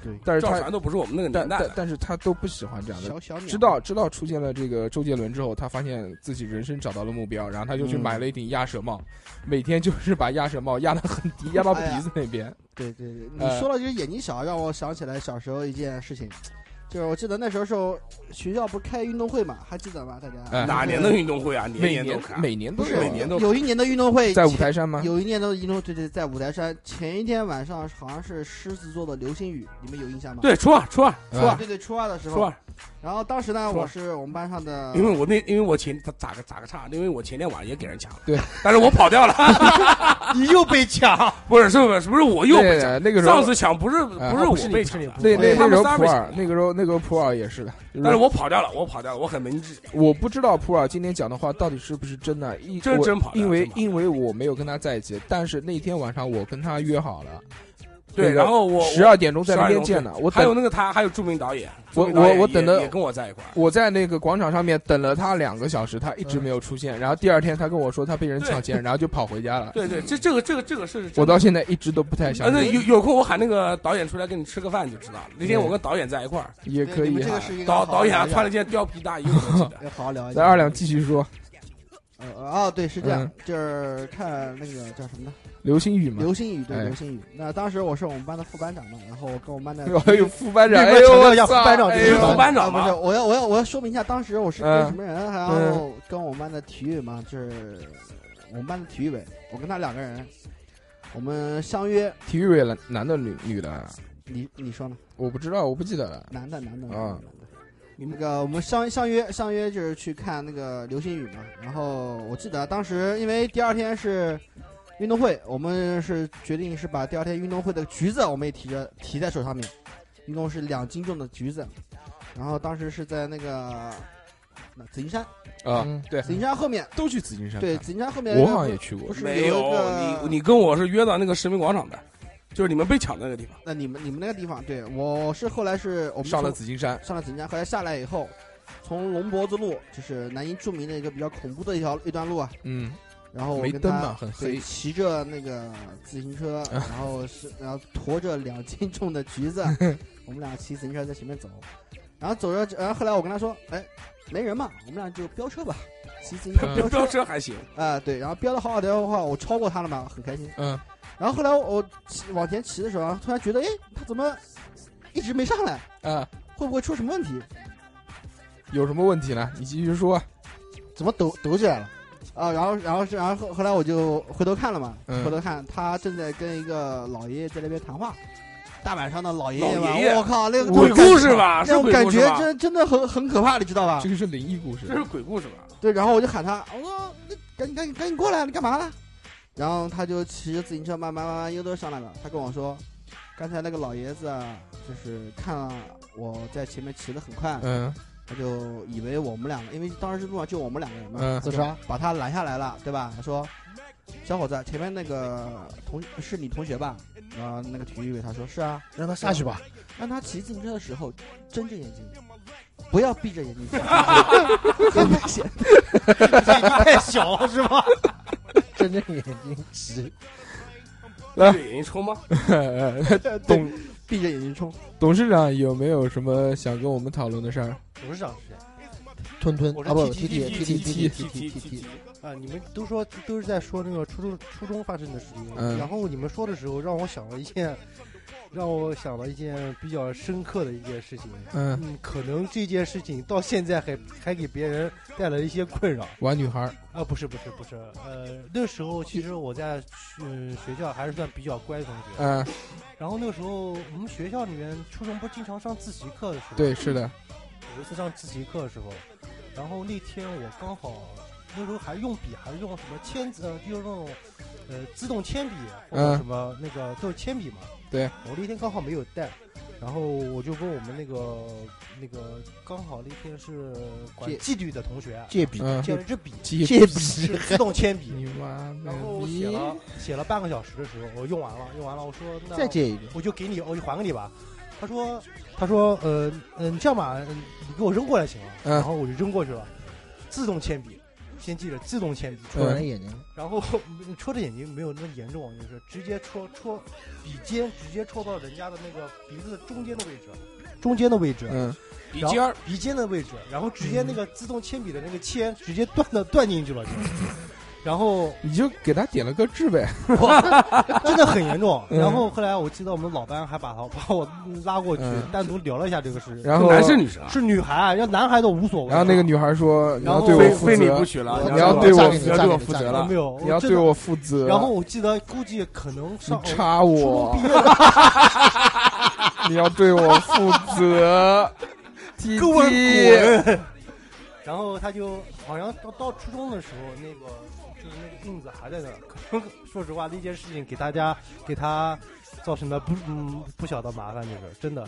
Speaker 5: 对
Speaker 3: 但是
Speaker 8: 赵
Speaker 3: 他
Speaker 8: 传都不是我们那个
Speaker 3: 但
Speaker 8: 年代
Speaker 3: 但
Speaker 8: 的。
Speaker 3: 但是他都不喜欢这样的。
Speaker 4: 小小鸟
Speaker 3: 直到直到出现了这个周杰伦之后，他发现自己人生找到了目标，然后他就去
Speaker 5: 嗯
Speaker 3: 买了一顶鸭舌帽，每天就是把鸭舌帽压得很低，压到鼻
Speaker 4: 哎呀
Speaker 3: 子那边。
Speaker 4: 对对对，
Speaker 8: 嗯
Speaker 4: 你
Speaker 3: 呃
Speaker 4: 说到这个眼睛小，让我想起来小时候一件事情，就是我记得那时候时候学校不是开运动会嘛，还记得吗？大家、
Speaker 3: 哎
Speaker 8: 哪年的运动会啊？年
Speaker 3: 每
Speaker 8: 年都
Speaker 3: 年
Speaker 8: 看。
Speaker 3: 每年都
Speaker 4: 不是
Speaker 3: 有
Speaker 8: 每年都
Speaker 4: 有一年的运动会
Speaker 3: 在
Speaker 4: 前
Speaker 3: 五台山吗？
Speaker 4: 有一年的运动对对，在五台山前一天晚上好像是狮子座的流星雨，你们有印象吗？
Speaker 8: 对，初二，初二，
Speaker 3: 嗯
Speaker 4: 初二对对初二的时
Speaker 8: 初
Speaker 4: 候
Speaker 8: 二，，
Speaker 4: 然后当时呢，
Speaker 8: 初二
Speaker 4: 我是我们班上的
Speaker 3: 嗯
Speaker 8: 因为我那，因为我前他打个打个岔，因为我前天晚上也给人抢了，
Speaker 3: 对，
Speaker 8: 但是我跑掉了，
Speaker 1: 你又被抢，
Speaker 8: 不是，是不是，不是我又被
Speaker 3: 对
Speaker 8: 抢，
Speaker 3: 那个时候
Speaker 8: 上次抢不是
Speaker 3: 啊
Speaker 8: 不是
Speaker 1: 不
Speaker 8: 我
Speaker 1: 是你
Speaker 8: 被
Speaker 1: 不是
Speaker 8: 抢
Speaker 1: 你
Speaker 8: 的，
Speaker 1: 不
Speaker 3: 那那
Speaker 8: 他
Speaker 3: 那
Speaker 8: 们
Speaker 3: 时候
Speaker 8: 仨
Speaker 3: 普
Speaker 8: 被
Speaker 3: 洱
Speaker 8: 抢，
Speaker 3: 那个时候那个普洱也是的，就是
Speaker 8: 但是我跑掉了，我跑掉了，我很明智，
Speaker 3: 我不知道普洱今天讲的话到底是不是真的，因
Speaker 8: 真
Speaker 3: 我
Speaker 8: 真跑掉
Speaker 3: 因为
Speaker 8: 真跑掉
Speaker 3: 因为我没有跟他在一起，但是那天晚上我跟他约好了，
Speaker 8: 对，
Speaker 3: 那个
Speaker 8: 然后我
Speaker 3: 十
Speaker 8: 我
Speaker 3: 二点钟在那边见的，我
Speaker 8: 还有
Speaker 3: 等
Speaker 8: 那个他，还有著名导演，
Speaker 3: 我
Speaker 8: 著名导演
Speaker 3: 我我
Speaker 8: 也
Speaker 3: 等的
Speaker 8: 也跟我在一块儿，
Speaker 3: 我在那个广场上面等了他两个小时，他一直没有出现，然后第二天他跟我说他被人抢劫，然后就跑回家了。
Speaker 8: 嗯对对，这这个这个这个是真的
Speaker 3: 我到现在一直都不太
Speaker 8: 啊，
Speaker 3: 相
Speaker 8: 那
Speaker 3: 信，
Speaker 8: 有有空我喊那个导演出来跟你吃个饭就知道了。那天
Speaker 3: 嗯
Speaker 8: 我跟导演在一块儿，
Speaker 3: 也
Speaker 4: 对
Speaker 3: 可
Speaker 4: 你
Speaker 3: 以啊
Speaker 4: 们这。个是一个
Speaker 8: 导
Speaker 4: 好好
Speaker 8: 导演
Speaker 4: 聊
Speaker 8: 还
Speaker 4: 一下
Speaker 8: 穿了件貂皮大衣，我记 得
Speaker 4: 要好好聊一下。
Speaker 3: 咱二两继续说
Speaker 4: 呃啊，对，是这样
Speaker 3: 嗯，
Speaker 4: 就是看那个叫什么呢？
Speaker 3: 流星雨嘛。
Speaker 4: 流星雨对
Speaker 3: 哎
Speaker 4: 流星雨。那当时我是我们班的副班长嘛，然后我跟我们班的
Speaker 3: 哎呦，副班长，
Speaker 1: 立
Speaker 3: 哎
Speaker 1: 刻
Speaker 3: 呦，
Speaker 1: 强调
Speaker 3: 我
Speaker 1: 一下
Speaker 3: 操
Speaker 1: 副班长
Speaker 3: 哎
Speaker 1: 这个
Speaker 3: 呦
Speaker 8: 副班长
Speaker 4: 啊不是，
Speaker 8: 嘛，
Speaker 4: 我要我要我要说明一下，当时我是
Speaker 3: 嗯
Speaker 4: 跟什么人，然后跟我们班的体育委嘛，就是我们班的体育委，我跟他两个人，我们相约，
Speaker 3: 体育委了，男的女女的啊，
Speaker 4: 你你说呢？
Speaker 3: 我不知道，我不记得了。
Speaker 4: 男的男的
Speaker 3: 啊，
Speaker 4: 你那个我们相相约相约就是去看那个流星雨嘛，然后我记得当时因为第二天是。运动会，我们是决定是把第二天运动会的橘子，我们也提着提在手上面，一共是两斤重的橘子，然后当时是在那个那紫金山，
Speaker 3: 啊
Speaker 5: 嗯，
Speaker 3: 对，
Speaker 4: 紫金山后面，
Speaker 3: 都去紫金山。
Speaker 4: 对，，紫金山后面
Speaker 3: 我好像也去过
Speaker 4: 不。是
Speaker 8: 没
Speaker 4: 有一
Speaker 8: 有
Speaker 4: 个
Speaker 8: 你你跟我是约到那个市民广场的，就是你们被抢的那个地方。
Speaker 4: 那你们你们那个地方，对我是后来是我们
Speaker 3: 上了
Speaker 4: 从
Speaker 3: 紫金山，
Speaker 4: 上了紫金山，后来下来以后，从龙脖子路就是南京著名的一个比较恐怖的一条一段路啊，
Speaker 3: 嗯，
Speaker 4: 然后我
Speaker 3: 没
Speaker 4: 跟
Speaker 3: 灯
Speaker 4: 他
Speaker 3: 嘛很
Speaker 4: 对
Speaker 3: 黑
Speaker 4: 骑着那个自行 车，然后是然后驮着两斤重的橘子，我们俩骑自行车在前面走，然后走着，然后后来我跟他说，哎，没人嘛，我们俩就飙车吧，骑自行
Speaker 3: 嗯
Speaker 4: 车飙车
Speaker 8: 飙车还行，
Speaker 4: 啊、对，然后飙的好好的话，我超过他了嘛，很开心。
Speaker 3: 嗯，
Speaker 4: 然后后来我骑往前骑的时候，突然觉得，哎，他怎么一直没上来？
Speaker 8: 嗯
Speaker 3: 啊，
Speaker 4: 会不会出什么问题？
Speaker 3: 有什么问题呢？你继续说啊。
Speaker 5: 怎么抖抖起 来了？
Speaker 4: 啊，然后，然后是，然后后后来我就回头看了嘛，
Speaker 3: 嗯
Speaker 4: 回头看他正在跟一个老爷爷在那边谈话，大晚上的老爷嘛
Speaker 8: 老爷爷，
Speaker 4: 我靠，那个
Speaker 8: 鬼故事吧，
Speaker 4: 那
Speaker 8: 是
Speaker 4: 种
Speaker 8: 鬼
Speaker 4: 感
Speaker 8: 故事
Speaker 4: 觉
Speaker 8: 吧？
Speaker 4: 真真的很很可怕，你知道吧
Speaker 3: 这？个是灵异故
Speaker 8: 这
Speaker 3: 事
Speaker 8: 是鬼故事吧？
Speaker 4: 对，然后我就喊他，我说你赶紧赶紧赶紧过来，你干嘛啊呢？然后他就骑着自行车慢慢慢慢悠悠上来了。他跟我说，刚才那个老爷子啊，就是看了我在前面骑得很快，
Speaker 3: 嗯
Speaker 4: 他就以为我们两个，因为当时路上就我们两个人嘛，
Speaker 3: 嗯
Speaker 5: 自杀？
Speaker 4: 把他拦下来了，对吧？他说：“小伙子，前面那个同是你同学吧？”然后那个体育委他说：“是啊，
Speaker 5: 让他下去吧。
Speaker 4: 让他骑自行车的时候睁着眼睛，不要闭 着眼睛骑，很危险。
Speaker 8: 哎
Speaker 1: 太小了是吧？
Speaker 5: 睁着眼睛骑，
Speaker 3: 啊
Speaker 8: 对，人 冲吗？
Speaker 3: 董
Speaker 4: 闭着眼睛冲。
Speaker 3: 董事长有没有什么想跟我们讨论的事儿？
Speaker 1: 董事长是谁？
Speaker 5: 吞吞
Speaker 1: 我是
Speaker 5: 啊不
Speaker 1: T
Speaker 5: T T
Speaker 1: T T
Speaker 5: T
Speaker 1: T
Speaker 5: T T
Speaker 1: T
Speaker 8: 提
Speaker 5: T
Speaker 1: T
Speaker 5: T
Speaker 8: 提
Speaker 5: T
Speaker 8: 提
Speaker 5: T，，
Speaker 1: 啊，你们都说都是在说那个初中初中发生的事情，
Speaker 3: 嗯
Speaker 1: 然后你们说的时候，让我想了一件，让我想了一件比较深刻的一件事情。
Speaker 3: 嗯，
Speaker 1: 嗯，可能这件事情到现在还还给别人带来一些困扰
Speaker 3: 玩女孩儿，
Speaker 1: 啊！不是不是不是，呃，那时候其实我在嗯、学校还是算比较乖的同学，
Speaker 3: 嗯，
Speaker 1: 然后那时候我们学校里面初中不是经常上自习课的时候，
Speaker 3: 对，是的，
Speaker 1: 有一次上自习课的时候，然后那天我刚好那时候还用笔，还是用什么铅字，呃，就是那种呃自动铅笔或者
Speaker 3: 嗯
Speaker 1: 什么、那个都是铅笔嘛。
Speaker 3: 对，
Speaker 1: 我那天刚好没有带，然后我就问我们那个那个刚好那天是管
Speaker 5: 借
Speaker 1: 纪律的同学啊
Speaker 5: 借笔
Speaker 3: 嗯，
Speaker 1: 借了支笔，
Speaker 3: 记
Speaker 5: 借笔，
Speaker 1: 是自动铅笔。
Speaker 3: 你妈
Speaker 1: 然后
Speaker 3: 的
Speaker 1: 我
Speaker 3: 逼
Speaker 1: 写！了写了半个小时的时候，我用完了，用完了，我说那
Speaker 5: 再借一个。
Speaker 1: 我就给你，我就还给你吧。他说，他说，呃，嗯、你这样吧，嗯你给我扔过来行了。
Speaker 3: 嗯
Speaker 1: 然后我就扔过去了，自动铅笔，先记着自动铅笔。
Speaker 5: 戳人眼睛，
Speaker 1: 然后 戳的眼睛没有那么严重，啊就是直接戳戳笔尖，直接戳到人家的那个鼻子中间的位置，中间的位置，
Speaker 3: 嗯，
Speaker 8: 笔尖儿，
Speaker 1: 鼻尖的位置，然后直接那个自动铅笔的那个铅直接断的断进去了就。然后
Speaker 3: 你就给他点了个痣呗。
Speaker 1: 真的很严重。
Speaker 3: 嗯
Speaker 1: 然后后来我记得我们老班还把他把我拉过去
Speaker 3: 嗯
Speaker 1: 单独聊了一下这个事情。
Speaker 3: 然后，
Speaker 8: 男生女生啊，
Speaker 1: 是女孩，要哎男孩都无所谓。
Speaker 3: 然后那个女孩说：“你要对
Speaker 8: 非
Speaker 3: 我负
Speaker 8: 非你不
Speaker 3: 责，
Speaker 8: 许了，
Speaker 5: 我
Speaker 3: 你要对我
Speaker 5: 嫁
Speaker 3: 负
Speaker 5: 给你
Speaker 8: 你要对我
Speaker 5: 嫁给你
Speaker 8: 负责
Speaker 5: 嫁给
Speaker 1: 啊
Speaker 8: 了
Speaker 1: 没。有，
Speaker 3: 你要
Speaker 1: 真
Speaker 3: 对
Speaker 1: 的。
Speaker 3: 我负责。”
Speaker 1: 然后我记得，估计可能
Speaker 3: 你
Speaker 1: 上哦
Speaker 3: 插
Speaker 1: 初中
Speaker 3: 我
Speaker 1: 毕，业的
Speaker 3: 你要对我负 责。弟
Speaker 1: 给我
Speaker 3: 弟，
Speaker 1: 滚。然后他就好像到到初中的时候，那个就是那个印子还在那儿。可能说实话，那件事情给大家给他造成的不嗯不小的麻烦，就是真的。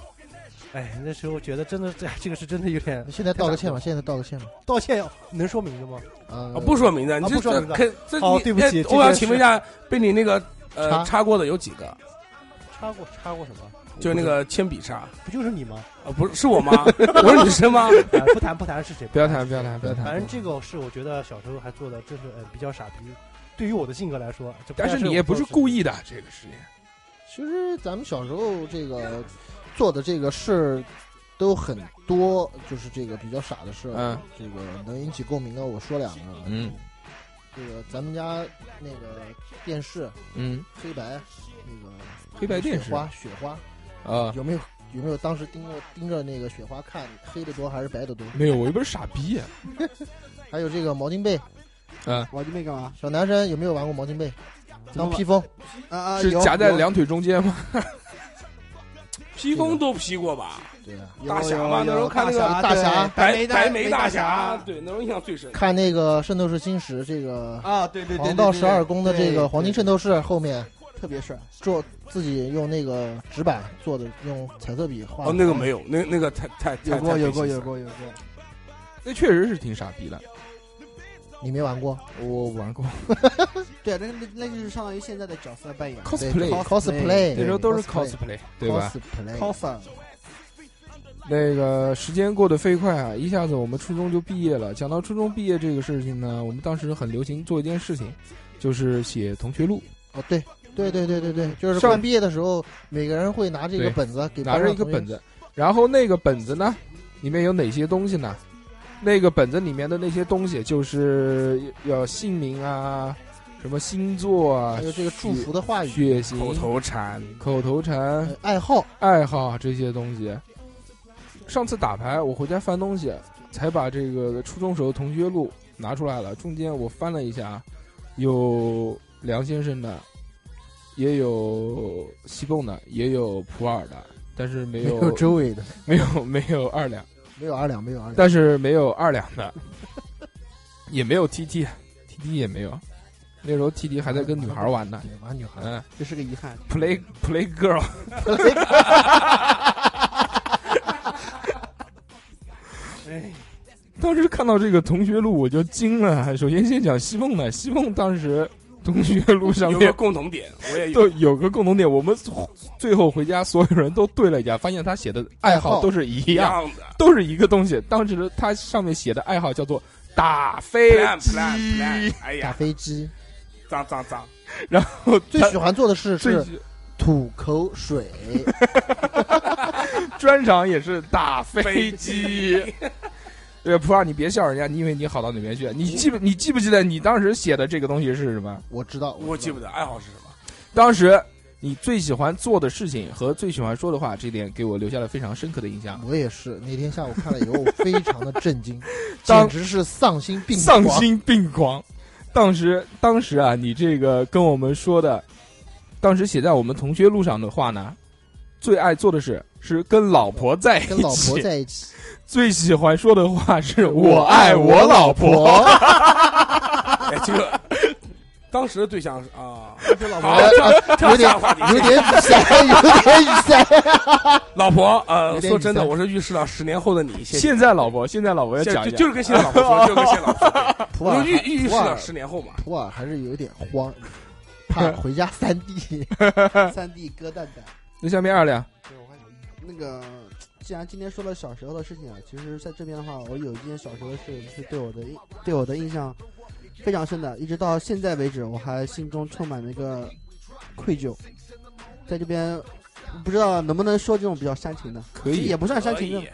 Speaker 1: 哎，那时候觉得真的这这个是真的有点
Speaker 5: 你现在道个歉吧，现在道个歉吧。
Speaker 1: 道歉，能说明的吗？
Speaker 5: 啊
Speaker 8: 啊，不说名字，你
Speaker 1: 啊
Speaker 8: 这
Speaker 1: 不说
Speaker 8: 这
Speaker 1: 名字
Speaker 8: 可这
Speaker 1: 哦
Speaker 8: 你
Speaker 1: 对不起
Speaker 8: 哎
Speaker 1: 这
Speaker 8: 我
Speaker 1: 件
Speaker 8: 想
Speaker 1: 事
Speaker 8: 请问一下，被你那个呃
Speaker 5: 插
Speaker 8: 插过的有几个？
Speaker 1: 插过插过什么？
Speaker 8: 就是那个铅笔叉啊，
Speaker 1: 不就是你吗？
Speaker 8: 不是是我吗？ 我是女生吗？
Speaker 1: 哎不谈不谈是谁？
Speaker 3: 不要谈，不要谈，不要谈。
Speaker 1: 反正这个是我觉得小时候还做的，真是呃比较傻逼。对于我的性格来说，这
Speaker 3: 但
Speaker 1: 该
Speaker 3: 是
Speaker 1: 是
Speaker 3: 你也不是故意的，这个事情。
Speaker 5: 其实咱们小时候这个做的这个事儿都很多，就是这个比较傻的事儿，
Speaker 3: 嗯
Speaker 5: 这个能引起共鸣的，我说两个。
Speaker 3: 嗯，
Speaker 5: 这个咱们家那个电视
Speaker 3: 嗯，
Speaker 5: 黑白那个
Speaker 3: 黑白电视
Speaker 5: 雪花雪花
Speaker 3: 啊，
Speaker 5: 有没有有没有当时盯着盯着那个雪花看黑的多还是白的多？
Speaker 3: 没有，我又不是傻逼啊呀。
Speaker 5: 还有这个毛巾被，
Speaker 3: 嗯
Speaker 4: 我就没干嘛
Speaker 5: 小男生有没有玩过毛巾被？
Speaker 4: 怎么
Speaker 5: 当
Speaker 4: 玩
Speaker 5: 披风，
Speaker 4: 啊啊！
Speaker 3: 是
Speaker 4: 有
Speaker 3: 夹在
Speaker 4: 有
Speaker 3: 两腿中间吗？
Speaker 8: 披风都披过吧？
Speaker 5: 对啊，
Speaker 4: 有
Speaker 8: 大侠
Speaker 4: 有
Speaker 8: 嘛
Speaker 4: 有
Speaker 8: 那时候看那个
Speaker 5: 大侠大侠
Speaker 8: 白
Speaker 4: 白
Speaker 8: 眉
Speaker 4: 眉
Speaker 8: 大
Speaker 4: 大
Speaker 8: 侠
Speaker 4: 侠，
Speaker 8: 对，那时候印象最深。
Speaker 5: 看那个《圣斗士星矢》这个
Speaker 4: 啊，对对对，
Speaker 5: 黄
Speaker 4: 对
Speaker 5: 道
Speaker 4: 对
Speaker 5: 十二宫的这
Speaker 4: 对
Speaker 5: 个黄金
Speaker 4: 对
Speaker 5: 圣斗士后面。
Speaker 4: 特别帅，
Speaker 5: 做自己用那个纸板做的，用彩色笔画的。
Speaker 8: 哦，那个没有，那那个太太太
Speaker 4: 有过
Speaker 8: 太
Speaker 4: 有过
Speaker 8: 太
Speaker 4: 有过有过。
Speaker 3: 那确实是挺傻逼的。
Speaker 5: 你没玩过
Speaker 3: 我玩过
Speaker 4: 对，那那那就是相当于现在的角色扮演
Speaker 3: cosplay，
Speaker 5: cosplay，
Speaker 3: 那时候都是 cosplay，对吧？
Speaker 5: cosplay，
Speaker 4: coser，
Speaker 3: 那个时间过得飞快啊，一下子我们初中就毕业了。讲到初中毕业这个事情呢，我们当时很流行做一件事情，就是写同学录，
Speaker 5: 哦，对对对对对对，就是
Speaker 3: 上
Speaker 5: 快毕业的时候，每个人会拿着一个
Speaker 3: 对
Speaker 5: 本子给
Speaker 3: 拿
Speaker 5: 班
Speaker 3: 着
Speaker 5: 上
Speaker 3: 一个
Speaker 5: 同学
Speaker 3: 本子，然后那个本子呢，里面有哪些东西呢？那个本子里面的那些东西，就是要姓名啊，什么星座啊
Speaker 5: 还，有这个祝福的话语、
Speaker 3: 血型、
Speaker 8: 口头禅，
Speaker 3: 口头禅、
Speaker 5: 呃爱好，
Speaker 3: 爱好这些东西。上次打牌，我回家翻东西，才把这个初中时候同学录拿出来了。中间我翻了一下，有梁先生的，也有西贡的，也有普洱的，但是没
Speaker 5: 没
Speaker 3: 有
Speaker 5: 有周围的，
Speaker 3: 没有没有二两，
Speaker 5: 没有二两，没有
Speaker 4: 啊
Speaker 5: 二两。
Speaker 3: 但是没有二两的，也没有 TT，TT 也没有。那时候 TT 还在跟女孩玩呢，
Speaker 5: 对，玩女孩，
Speaker 3: 嗯
Speaker 4: 这是个遗憾。
Speaker 3: ，Play Play Girl，
Speaker 1: 哎，
Speaker 3: 当时看到这个同学录我就惊了。首先先讲西凤的，西凤当时同学录上
Speaker 8: 有
Speaker 3: 面
Speaker 8: 个共同 点，我也有。
Speaker 3: 都有个共同点，我们最后回家所有人都对了一下，发现他写的爱
Speaker 5: 爱
Speaker 3: 好
Speaker 5: 好
Speaker 3: 都是一
Speaker 8: 一
Speaker 3: 样，
Speaker 8: 样的
Speaker 3: 都是一个东西。当时他上面写的爱好叫做打飞
Speaker 8: ，plan
Speaker 3: 机，
Speaker 8: plan plan，哎
Speaker 5: 打
Speaker 8: 呀，
Speaker 5: 飞机，
Speaker 8: 脏脏脏，
Speaker 5: 最喜欢做的事
Speaker 3: 最
Speaker 5: 是吐口水。
Speaker 3: 专长也是打飞
Speaker 8: 飞
Speaker 3: 机。
Speaker 8: 哎
Speaker 3: 对，普洱，你别笑人家，你以为你好到哪边去？你记不？你记不记得你当时写的这个东西是什么？
Speaker 5: 我知道，
Speaker 8: 我
Speaker 5: 知
Speaker 8: 记
Speaker 5: 道
Speaker 8: 不得爱好是什么，
Speaker 3: 当时你最喜欢做的事情和最喜欢说的话，这点给我留下了非常深刻的印象。
Speaker 5: 我也是，那天下午看了以后，我非常的震惊，
Speaker 3: 当
Speaker 5: 简直是丧心病狂。
Speaker 3: 丧心病狂。当时，当时啊，你这个跟我们说的，当时写在我们同学录上的话呢，最爱做的事是跟老婆在一起，
Speaker 5: 跟老婆在一起，
Speaker 3: 最喜欢说的话是我爱我老婆。
Speaker 8: 哎，这个当时的对象是啊，
Speaker 5: 跟老
Speaker 8: 好
Speaker 5: 婆，
Speaker 8: 跳跳
Speaker 5: 有点
Speaker 8: 下
Speaker 3: 啊
Speaker 8: 话题，
Speaker 5: 有点语塞，有点语塞。
Speaker 8: 老婆，呃，
Speaker 5: 有点
Speaker 8: 说真的，
Speaker 5: 意思
Speaker 8: 我是预示到十年后的你，谢谢。
Speaker 3: 现在老婆，现在老婆要
Speaker 8: 现
Speaker 3: 讲
Speaker 8: 在
Speaker 3: 一
Speaker 8: 就
Speaker 3: 下，
Speaker 8: 就是跟现在老婆 说，就是跟现在老婆说，
Speaker 5: 普
Speaker 8: 我
Speaker 5: 洱
Speaker 8: 就预预
Speaker 5: 还，
Speaker 8: 示
Speaker 5: 普
Speaker 8: 到
Speaker 5: 洱，
Speaker 8: 十年后嘛。
Speaker 5: 普洱还是有点 慌，怕回家三弟，
Speaker 4: 三弟割蛋蛋。
Speaker 3: 那下面二两，
Speaker 4: 对，我看你那个，既然今天说了小时候的事情啊，其实在这边的话，我有一件小时候的事是对我的印对我的印象非常深的，一直到现在为止，我还心中充满了一个愧疚。在这边，不知道能不能说这种比较煽情的，
Speaker 3: 可
Speaker 4: 其实
Speaker 3: 以
Speaker 4: 也不算煽
Speaker 8: 可
Speaker 4: 情
Speaker 8: 以
Speaker 4: 的。，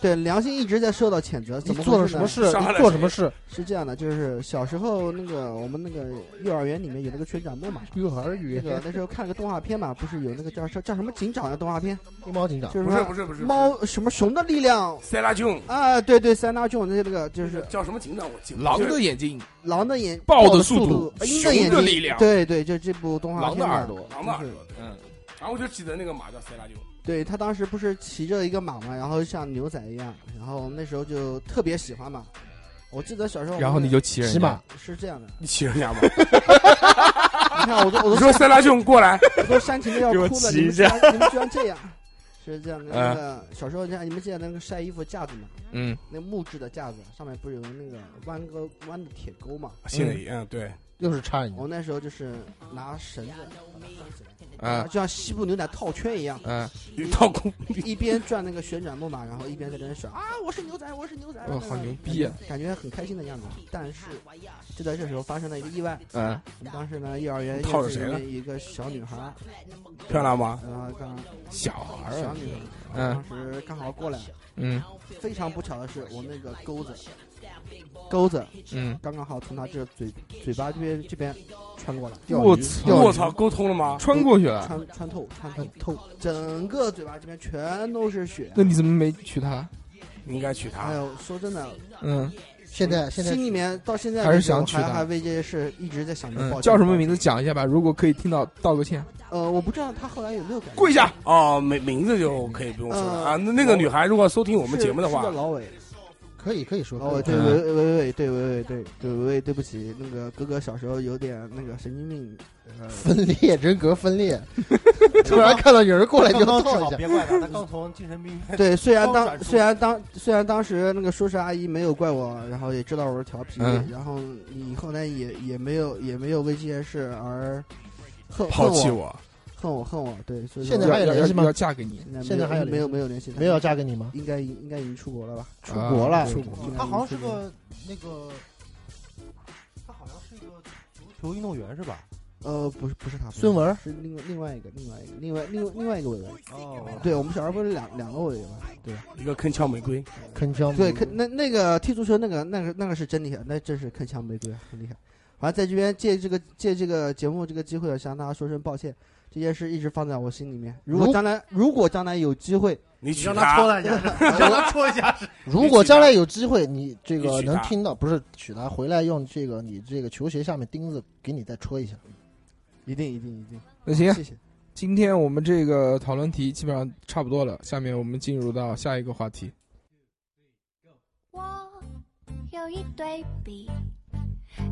Speaker 4: 对，良心一直在受到谴责。
Speaker 5: 你
Speaker 4: 怎么
Speaker 5: 做了
Speaker 4: 回事
Speaker 5: 什
Speaker 4: 呢
Speaker 5: 么事？
Speaker 8: 伤害了
Speaker 5: 你做什么事？
Speaker 4: 是这样的，就是小时候那个我们那个幼儿园里面有那个学长妹嘛，
Speaker 5: 幼儿
Speaker 4: 那
Speaker 5: 园
Speaker 4: 个那时候看了个动画片嘛，不是有那个叫叫叫什么警长的动画片，
Speaker 5: 黑猫警长，
Speaker 4: 就是
Speaker 8: 不
Speaker 4: 说
Speaker 8: 是不是不是，
Speaker 4: 猫什么熊的力量
Speaker 8: 塞拉琼
Speaker 4: 啊，对对，三大种那些那个就是
Speaker 8: 叫什么警长？我记不
Speaker 3: 狼
Speaker 8: 就是
Speaker 3: 的眼睛，
Speaker 4: 狼的眼、
Speaker 3: 豹的
Speaker 4: 的
Speaker 3: 速度
Speaker 4: 度、鹰
Speaker 3: 熊
Speaker 4: 眼
Speaker 3: 的
Speaker 4: 睛
Speaker 3: 力量
Speaker 4: 对对，就这部动画
Speaker 3: 狼
Speaker 4: 片
Speaker 3: 的
Speaker 4: 嘛
Speaker 3: 耳，朵，
Speaker 8: 狼的耳
Speaker 4: 就是
Speaker 8: 朵。对
Speaker 3: 嗯，
Speaker 8: 然后我就记得那个马叫塞拉琼，
Speaker 4: 对他当时不是骑着一个马嘛，然后像牛仔一样，然后那时候就特别喜欢嘛。我记得小时候我们，
Speaker 3: 然后你就骑人家
Speaker 5: 骑马，
Speaker 4: 是这样的，
Speaker 8: 你骑人家吗？
Speaker 4: 你看我都我
Speaker 8: 你
Speaker 4: 都
Speaker 8: 说塞拉琼过 来，
Speaker 4: 我都煽情的要
Speaker 3: 给
Speaker 4: 哭
Speaker 3: 我
Speaker 4: 了，
Speaker 3: 骑
Speaker 4: 你
Speaker 3: 一
Speaker 4: 们居
Speaker 3: 下啊
Speaker 4: 然你们居 然这样，是这样的。那个小时候，你看你们记得那个晒衣服架子嘛，
Speaker 3: 嗯，
Speaker 4: 那木质的架子上面不是有那个弯钩弯的铁钩嘛？
Speaker 8: 心里嗯对，
Speaker 5: 又是插你。
Speaker 4: 我那时候就是拿绳子把它拴起来。
Speaker 3: 啊，
Speaker 4: 就像西部牛仔套圈一样，
Speaker 3: 嗯，
Speaker 8: 一套空
Speaker 4: 一边转那个旋转木马，然后一边在那边甩 啊，我是牛仔，我是牛仔，
Speaker 3: 哦，好牛逼啊，
Speaker 4: 感觉很开心的样子。但是就在这时候发生了一个意外，
Speaker 3: 嗯，
Speaker 4: 我们当时呢，幼儿园
Speaker 8: 套
Speaker 4: 幼
Speaker 8: 着
Speaker 4: 稚
Speaker 8: 谁
Speaker 3: 啊
Speaker 8: 了
Speaker 4: 园一个小女孩，
Speaker 8: 漂亮吗？
Speaker 4: 然后刚
Speaker 3: 小孩儿
Speaker 4: 小
Speaker 3: 啊，
Speaker 4: 女孩，
Speaker 3: 嗯
Speaker 4: 当时刚好过来，
Speaker 3: 嗯
Speaker 4: 非常不巧的是，我那个钩子，钩子
Speaker 3: 嗯，
Speaker 4: 刚刚好从她这嘴嘴巴这边这边穿过来，
Speaker 3: 我操，
Speaker 8: 我操，沟通了吗？
Speaker 3: 穿过去了，
Speaker 4: 穿穿透穿透透，整个嘴巴这边全都是血
Speaker 3: 那。你怎么没娶她？
Speaker 8: 你应该娶她
Speaker 4: 哎。呦，说真的，
Speaker 3: 嗯
Speaker 5: 现在哎现在
Speaker 4: 心里面到现在
Speaker 3: 还是
Speaker 4: 为止
Speaker 3: 想
Speaker 4: 我
Speaker 3: 娶
Speaker 4: 还
Speaker 3: 她
Speaker 4: 还为这些事一直在想着抱
Speaker 3: 嗯，
Speaker 4: 歉
Speaker 3: 叫什么名字？讲一下吧，如果可以听到道个歉，
Speaker 4: 呃，我不知道他后来有没有改名。
Speaker 3: 跪下，
Speaker 5: 啊
Speaker 8: 哦，名名字就可以不用说了
Speaker 4: 嗯
Speaker 8: 啊。那那个女孩如果收听我们节目的
Speaker 4: 是
Speaker 8: 话
Speaker 4: 是，老伟，
Speaker 5: 可以可以说
Speaker 4: 老伟，
Speaker 5: 可
Speaker 4: 哦对
Speaker 5: 以
Speaker 3: 嗯
Speaker 4: 伟伟伟伟，对伟伟，对对伟伟，对不起，那个哥哥小时候有点那个神经病，呃
Speaker 5: 分裂人格分裂， 突然看到有人过来就
Speaker 1: 刚刚治
Speaker 5: 套
Speaker 1: 好
Speaker 5: 一下，
Speaker 1: 别怪他，他刚从精神病院
Speaker 4: 对，虽然
Speaker 1: 高
Speaker 4: 当
Speaker 1: 展出
Speaker 4: 虽然当虽然当时那个叔叔阿姨没有怪我，然后也知道我是调皮，
Speaker 3: 嗯
Speaker 4: 然后你后来也也没有也没有为这件事而恨
Speaker 8: 抛弃
Speaker 4: 我，
Speaker 8: 我，
Speaker 4: 恨我恨我，对，所以说
Speaker 5: 现在
Speaker 3: 要
Speaker 5: 还有
Speaker 3: 要
Speaker 5: 联系吗
Speaker 3: 要要嫁给你，
Speaker 4: 没有
Speaker 5: 现在还有
Speaker 4: 没有没有联系，
Speaker 5: 没有要嫁给你吗？
Speaker 4: 应该应该已经出国了吧？
Speaker 5: 出国了，
Speaker 4: 出
Speaker 5: 国
Speaker 4: 国了
Speaker 1: 他好像是个那个，他好像是个足球运动员是吧？
Speaker 4: 呃，不是不是他，不是
Speaker 5: 孙文儿
Speaker 4: 他是另外另外一个另外一个另外另外另外一个伟文。
Speaker 8: 哦，
Speaker 4: 对我们小时候不是两两个伟伟吗？对
Speaker 8: 一个铿锵玫瑰，
Speaker 5: 铿
Speaker 1: 嗯
Speaker 5: 锵。
Speaker 4: 对，可那那个踢足球那个那个那个是真厉害，那真是铿锵玫瑰，啊很厉害。反正在这边借这个借这个节目这个机会，啊向大家说声抱歉，这件事一直放在我心里面。如果
Speaker 5: 如
Speaker 4: 将来如果将来有机会，
Speaker 8: 你
Speaker 1: 你
Speaker 8: 娶
Speaker 1: 让他戳
Speaker 8: 她，
Speaker 1: 他一下， 让他戳一下。
Speaker 5: 如果将来有机会，你这
Speaker 8: 你
Speaker 5: 个
Speaker 8: 娶
Speaker 5: 能
Speaker 8: 她
Speaker 5: 听到，不是娶她回来用这个你这个球鞋下面钉子给你再戳一下。
Speaker 4: 一定一定一定，
Speaker 3: 那行，啊
Speaker 4: 谢谢。
Speaker 3: 今天我们这个讨论题基本上差不多了，下面我们进入到下一个话题。
Speaker 7: 我有一对笔，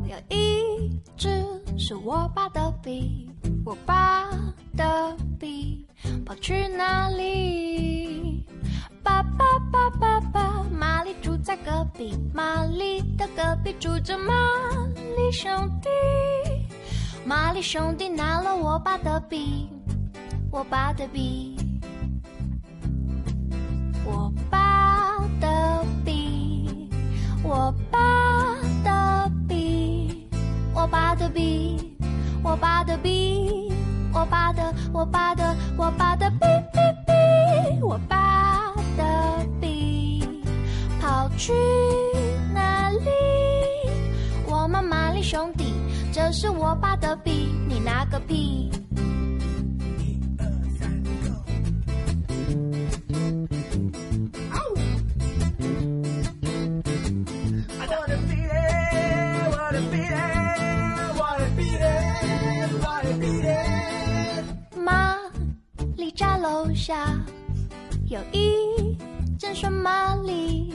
Speaker 7: 有一支是我爸的笔，我爸的笔跑去哪里？爸爸爸爸爸，玛丽住在隔壁，玛丽的隔壁住着玛丽兄弟，玛丽兄弟拿了我爸的笔，我爸的笔。我爸的笔，我爸的笔，我爸的笔，我爸的笔，我爸的，我爸的，我爸的笔笔笔，我爸的笔跑去哪里？我们玛丽兄弟，这是我爸的笔，你拿个屁！玛丽家楼下有一间双玛丽，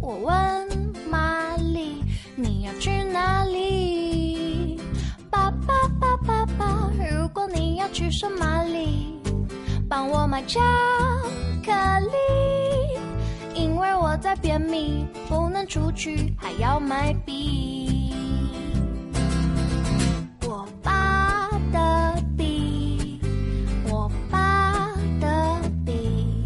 Speaker 7: 我问玛丽你要去哪里？爸爸爸爸爸，如果你要去双玛丽，帮我买巧克力，因为我在便秘，不能出去，还要买笔。我爸的笔，我爸的笔，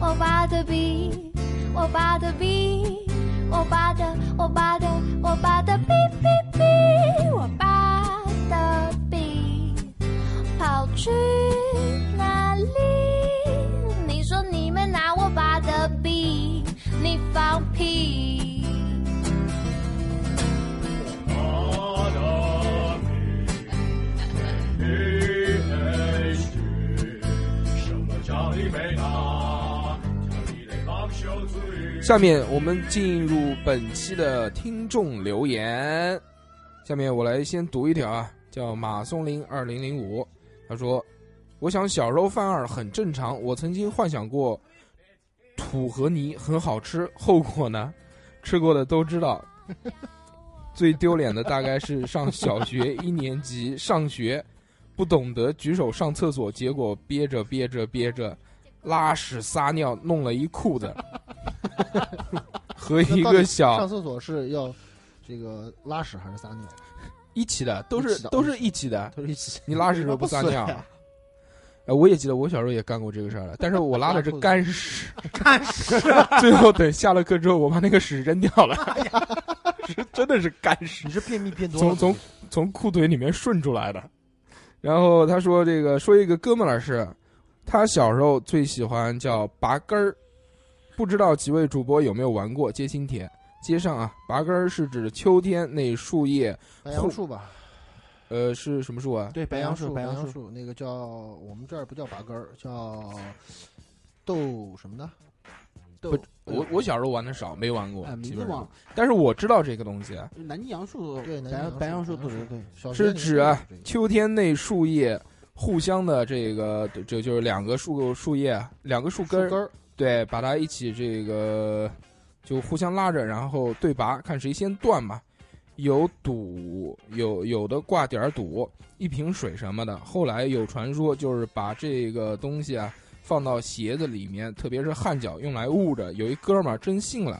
Speaker 7: 我爸的笔，我爸的笔，我爸的，我爸的，我爸的笔笔笔，我爸的笔跑去哪里？你说你们拿我爸的笔，你放屁！
Speaker 3: 下面我们进入本期的听众留言。下面我来先读一条啊，叫马松林二零零五，他说：“我想小时候犯二很正常，我曾经幻想过土和泥很好吃，后果呢，吃过的都知道。最丢脸的大概是上小学一年级上学，不懂得举手上厕所，结果憋着憋着憋着，拉屎撒尿弄了一裤子。”和一个小
Speaker 5: 上厕所是要这个拉屎还是撒尿？啊
Speaker 3: 一起的，都
Speaker 5: 一
Speaker 3: 是
Speaker 5: 起的
Speaker 3: 都是一起的。
Speaker 5: 都是一起。
Speaker 3: 你拉屎时候不撒尿啊？哎，我也记得我小时候也干过这个事儿了，但是我拉的是干屎，
Speaker 1: 干屎，
Speaker 3: 最后等下了课之后，我把那个屎扔掉了， 是真的是干屎，
Speaker 6: 你是便秘变多
Speaker 3: 从
Speaker 6: 了，
Speaker 3: 从从裤腿里面顺出来的。然后他说这个说一个哥们儿的事，他小时候最喜欢叫拔根儿，不知道几位主播有没有玩过接心帖？街上啊，拔根儿是指秋天那树叶，
Speaker 5: 白杨树吧，
Speaker 3: 呃，是什么树啊？
Speaker 4: 对，白
Speaker 5: 杨
Speaker 4: 杨树，
Speaker 5: 白
Speaker 4: 杨
Speaker 5: 杨，树那个叫我们这儿不叫拔根儿，叫豆什么呢？哎
Speaker 4: 豆，
Speaker 3: 我我小时候玩的少，没玩过
Speaker 4: 哎，，
Speaker 3: 基
Speaker 4: 名字
Speaker 3: 本
Speaker 4: 忘
Speaker 3: 上
Speaker 4: 了。，
Speaker 3: 但是我知道这个东西 啊
Speaker 4: 南京杨树，
Speaker 5: 对，南
Speaker 4: 白
Speaker 5: 京
Speaker 4: 白杨
Speaker 5: 树，
Speaker 4: 树，对对对，
Speaker 5: 小学
Speaker 3: 是
Speaker 5: 里
Speaker 3: 指
Speaker 5: 面
Speaker 3: 啊
Speaker 5: 有这个
Speaker 3: 秋天内树叶互相的这个，这就是两个树树叶，啊两个树根
Speaker 5: 树
Speaker 3: 儿，
Speaker 5: 根儿，
Speaker 3: 对，把它一起这个就互相拉着，然后对拔，看谁先断嘛。有赌，有有的挂点儿赌，一瓶水什么的。后来有传说，就是把这个东西啊放到鞋子里面，特别是汗脚用来捂着。有一哥们儿真信了，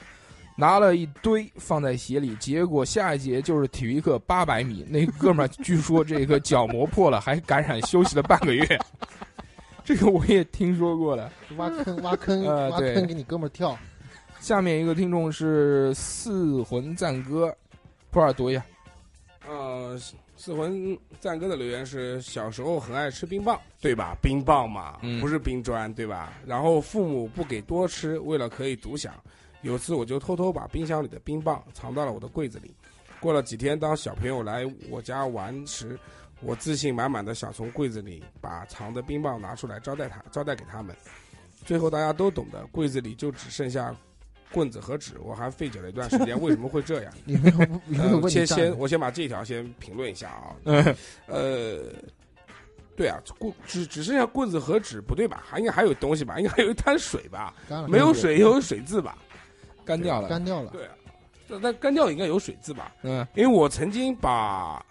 Speaker 3: 拿了一堆放在鞋里，结果下一节就是体育课八百米，那哥们儿 据说这个脚磨破了，还感染休息了半个月。 这个我也听说过的。
Speaker 5: 挖坑挖坑
Speaker 3: 呃
Speaker 5: 挖
Speaker 3: 对
Speaker 5: 坑给你哥们儿跳，
Speaker 3: 下面一个听众是四魂赞歌，普洱读一下。
Speaker 8: 呃，四魂赞哥的留言是：小时候很爱吃冰棒，对吧？冰棒嘛，
Speaker 3: 嗯
Speaker 8: 不是冰砖，对吧？然后父母不给多吃，为了可以独享，有次我就偷偷把冰箱里的冰棒藏到了我的柜子里。过了几天，当小朋友来我家玩时，我自信满满的想从柜子里把藏的冰棒拿出来招待他，招待给他们。最后大家都懂得，柜子里就只剩下棍子和纸。我还费解了一段时间，为什么会这样？
Speaker 5: 有没有有没有
Speaker 8: 呃
Speaker 5: 问题
Speaker 8: 先
Speaker 5: 站着？
Speaker 8: 先我先把这条先评论一下啊，
Speaker 3: 嗯
Speaker 8: 呃，对啊，棍只只剩下棍子和纸，不对吧？还应该还有东西吧？应该还有一滩水吧？
Speaker 5: 干了
Speaker 8: 没有水也有水渍吧？
Speaker 3: 干掉了。
Speaker 5: 干掉了，
Speaker 8: 对啊，但但干掉应该有水渍吧？
Speaker 3: 嗯，
Speaker 8: 因为我曾经把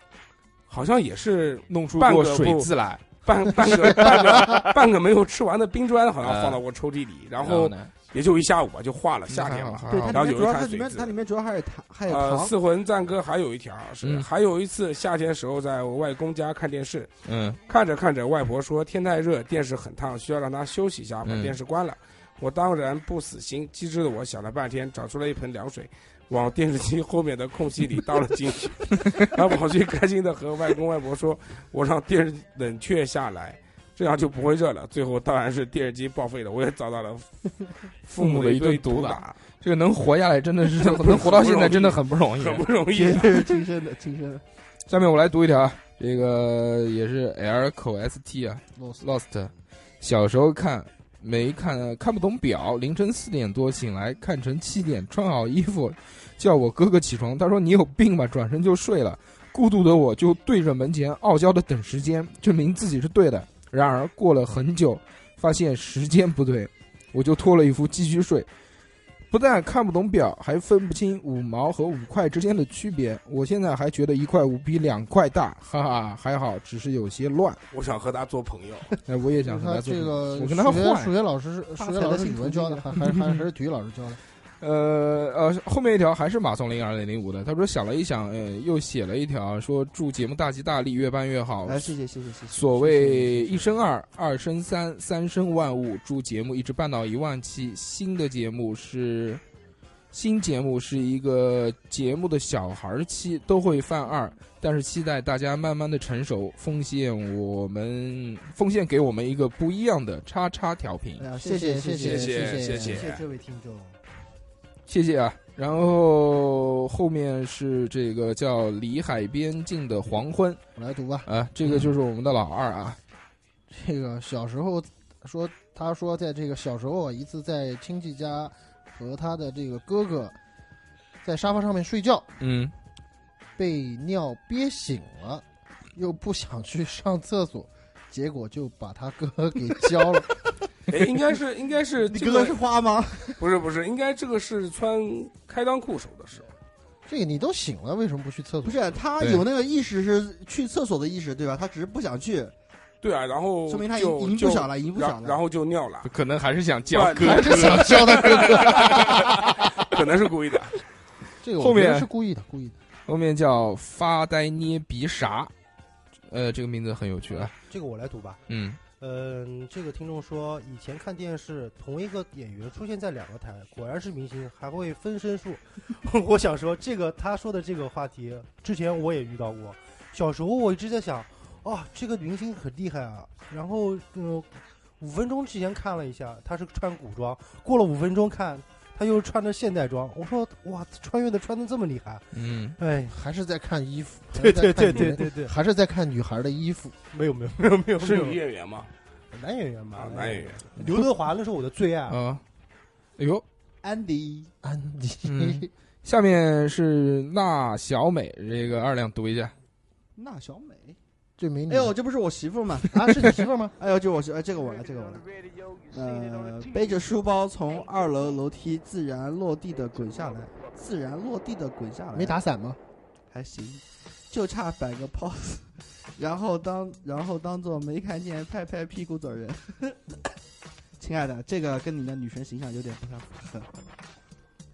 Speaker 8: 好像也是
Speaker 3: 弄出
Speaker 8: 半
Speaker 3: 过
Speaker 8: 个
Speaker 3: 水
Speaker 8: 不
Speaker 3: 渍来，
Speaker 8: 半半个半 个半个没有吃完的冰砖，好像放到我抽屉里，然后
Speaker 3: 啊呢？
Speaker 8: 也就一下午吧，就化了，夏天嘛。
Speaker 3: 嗯还好
Speaker 4: 对，
Speaker 3: 还
Speaker 4: 它
Speaker 3: 好
Speaker 8: 啊然后有
Speaker 4: 里面主
Speaker 8: 一滩水
Speaker 4: 要它里面
Speaker 8: 渍
Speaker 4: 它里面主要还有糖，还有
Speaker 8: 呃，
Speaker 4: 糖。
Speaker 8: 四魂赞歌还有一条是，
Speaker 3: 嗯
Speaker 8: 还有一次夏天时候在我外公家看电视，
Speaker 3: 嗯
Speaker 8: 看着看着，外婆说天太热，电视很烫，需要让她休息一下，把
Speaker 3: 嗯
Speaker 8: 电视关了。我当然不死心，机智的我想了半天，找出了一盆凉水，往电视机后面的空隙里倒了进 去，然后跑去开心的和外公外婆说：“我让电视冷却下来，这样就不会热了。”最后当然是电视机报废了，我也遭到了父母的一顿毒打，
Speaker 3: 这个能活下来真 的是能活到现在真的很不容易。
Speaker 8: 很不容易
Speaker 4: 也
Speaker 8: 啊。
Speaker 4: 是 亲身的，亲身的。
Speaker 3: 下面我来读一条，啊，这个也是 L 口 ST 啊
Speaker 5: 啰嗦
Speaker 3: ，Lost。小时候看没看看不懂表，凌晨四点多醒来，看成七点，穿好衣服，叫我哥哥起床，他说你有病吧，转身就睡了。孤独的我就对着门前傲娇的等时间，证明自己是对的。然而过了很久，发现时间不对，我就脱了衣服继续睡。不但看不懂表，还分不清五毛和五块之间的区别。我现在还觉得一块五比两块大，哈哈，还好，只是有些乱。
Speaker 8: 我想和他做朋友，
Speaker 3: 哎，我也想
Speaker 5: 就是
Speaker 3: 和他
Speaker 5: 他
Speaker 3: 做朋
Speaker 5: 这
Speaker 3: 友。
Speaker 5: 个
Speaker 3: 我
Speaker 5: 数
Speaker 3: 跟他
Speaker 5: 学
Speaker 3: 换
Speaker 5: 数学老师是
Speaker 4: 发
Speaker 5: 数学
Speaker 4: 财
Speaker 5: 老
Speaker 4: 的
Speaker 5: 师是
Speaker 4: 信
Speaker 5: 语文
Speaker 4: 徒
Speaker 5: 教的，
Speaker 4: 这
Speaker 5: 还还还还是体育老师教的？
Speaker 3: 呃呃，后面一条还是马松林二零零五的，他说想了一想，呃，又写了一条说祝节目大吉大利，越办越好。
Speaker 4: 哎，谢谢谢谢谢谢。
Speaker 3: 所谓一生二，二生三，三生万物。祝节目一直办到一万期。新的节目是，新节目是一个节目的小孩儿期都会犯二，但是期待大家慢慢的成熟，奉献我们，奉献给我们一个不一样的叉叉调频
Speaker 4: 哎。呀，
Speaker 5: 谢
Speaker 4: 谢
Speaker 5: 谢
Speaker 4: 谢
Speaker 8: 谢
Speaker 4: 谢
Speaker 8: 谢
Speaker 4: 谢
Speaker 8: 谢
Speaker 4: 这位听众。
Speaker 3: 谢谢啊。然后后面是这个叫离海边境的黄昏
Speaker 5: 我来读吧。
Speaker 3: 啊，这个就是我们的老二啊，
Speaker 5: 这个小时候说，他说在这个小时候啊，一次在亲戚家和他的这个哥哥在沙发上面睡觉，
Speaker 3: 嗯
Speaker 5: 被尿憋醒了，又不想去上厕所，结果就把他哥 给浇了。
Speaker 8: 哎，应该是应该是
Speaker 4: 你
Speaker 8: 这
Speaker 4: 哥
Speaker 8: 个
Speaker 4: 哥是花吗？
Speaker 8: 不是不是，应该这个是穿开裆裤手的时候，
Speaker 5: 这个你都醒了，为什么不去厕
Speaker 4: 不
Speaker 5: 所？
Speaker 1: 啊
Speaker 4: 是，他
Speaker 3: 对
Speaker 4: 有那个意识是去厕所的意识，对吧？他只是不想去，
Speaker 8: 对啊，然后
Speaker 4: 说明他已
Speaker 8: 就
Speaker 4: 已经
Speaker 8: 就
Speaker 4: 不想了，已经不想
Speaker 8: 然
Speaker 4: 了。
Speaker 8: 然后就尿了，
Speaker 3: 可能还是想
Speaker 8: 不
Speaker 3: 叫
Speaker 8: 然
Speaker 3: 哥
Speaker 5: 还是 想浇他哥哥？
Speaker 8: 可能是故意的。
Speaker 5: 这个
Speaker 3: 后
Speaker 5: 我
Speaker 3: 面
Speaker 5: 觉得是故意的，故意的。
Speaker 3: 后面叫发呆捏鼻啥，呃，这个名字很有趣啊。
Speaker 1: 这个我来读吧。
Speaker 3: 嗯
Speaker 1: 嗯，这个听众说，以前看电视，同一个演员出现在两个台，果然是明星，还会分身术。 我想说，这个他说的这个话题，之前我也遇到过。小时候我一直在想，哦，这个明星很厉害啊。然后，嗯，五分钟之前看了一下，他是穿古装，过了五分钟看，他又穿着现代装。我说，哇，穿越的穿的这么厉害，
Speaker 3: 嗯，
Speaker 1: 哎，
Speaker 5: 还是在看衣服，
Speaker 1: 对
Speaker 5: 还是在
Speaker 1: 对对
Speaker 5: 看女
Speaker 1: 对
Speaker 5: 人
Speaker 1: 对对，
Speaker 5: 还是在看女孩的衣服。
Speaker 1: 没有没有没有没有，
Speaker 8: 是女
Speaker 1: 没有
Speaker 8: 演员 吗？
Speaker 1: 男演员
Speaker 4: 哎
Speaker 1: 吧
Speaker 8: 啊，，男演员。
Speaker 1: 刘德华那是我的最爱。
Speaker 3: 啊，哎呦，
Speaker 4: 安迪，
Speaker 5: 安迪，
Speaker 3: 嗯下面是那小美，这个二两读一下。
Speaker 4: 那小美，
Speaker 5: 这美女。
Speaker 4: 哎呦，这不是我媳妇吗？
Speaker 5: 啊，是你媳妇儿吗？
Speaker 4: 哎呦，这我媳，哎，这个我来，这个我来。呃，背着书包从二楼楼梯自然落地的滚下来，自然落地的滚下来，
Speaker 5: 没打伞吗？
Speaker 4: 还行，就差摆个 pose，然后当然后当做没看见，拍拍屁股走人。亲爱的，这个跟你的女神形象有点不太符合。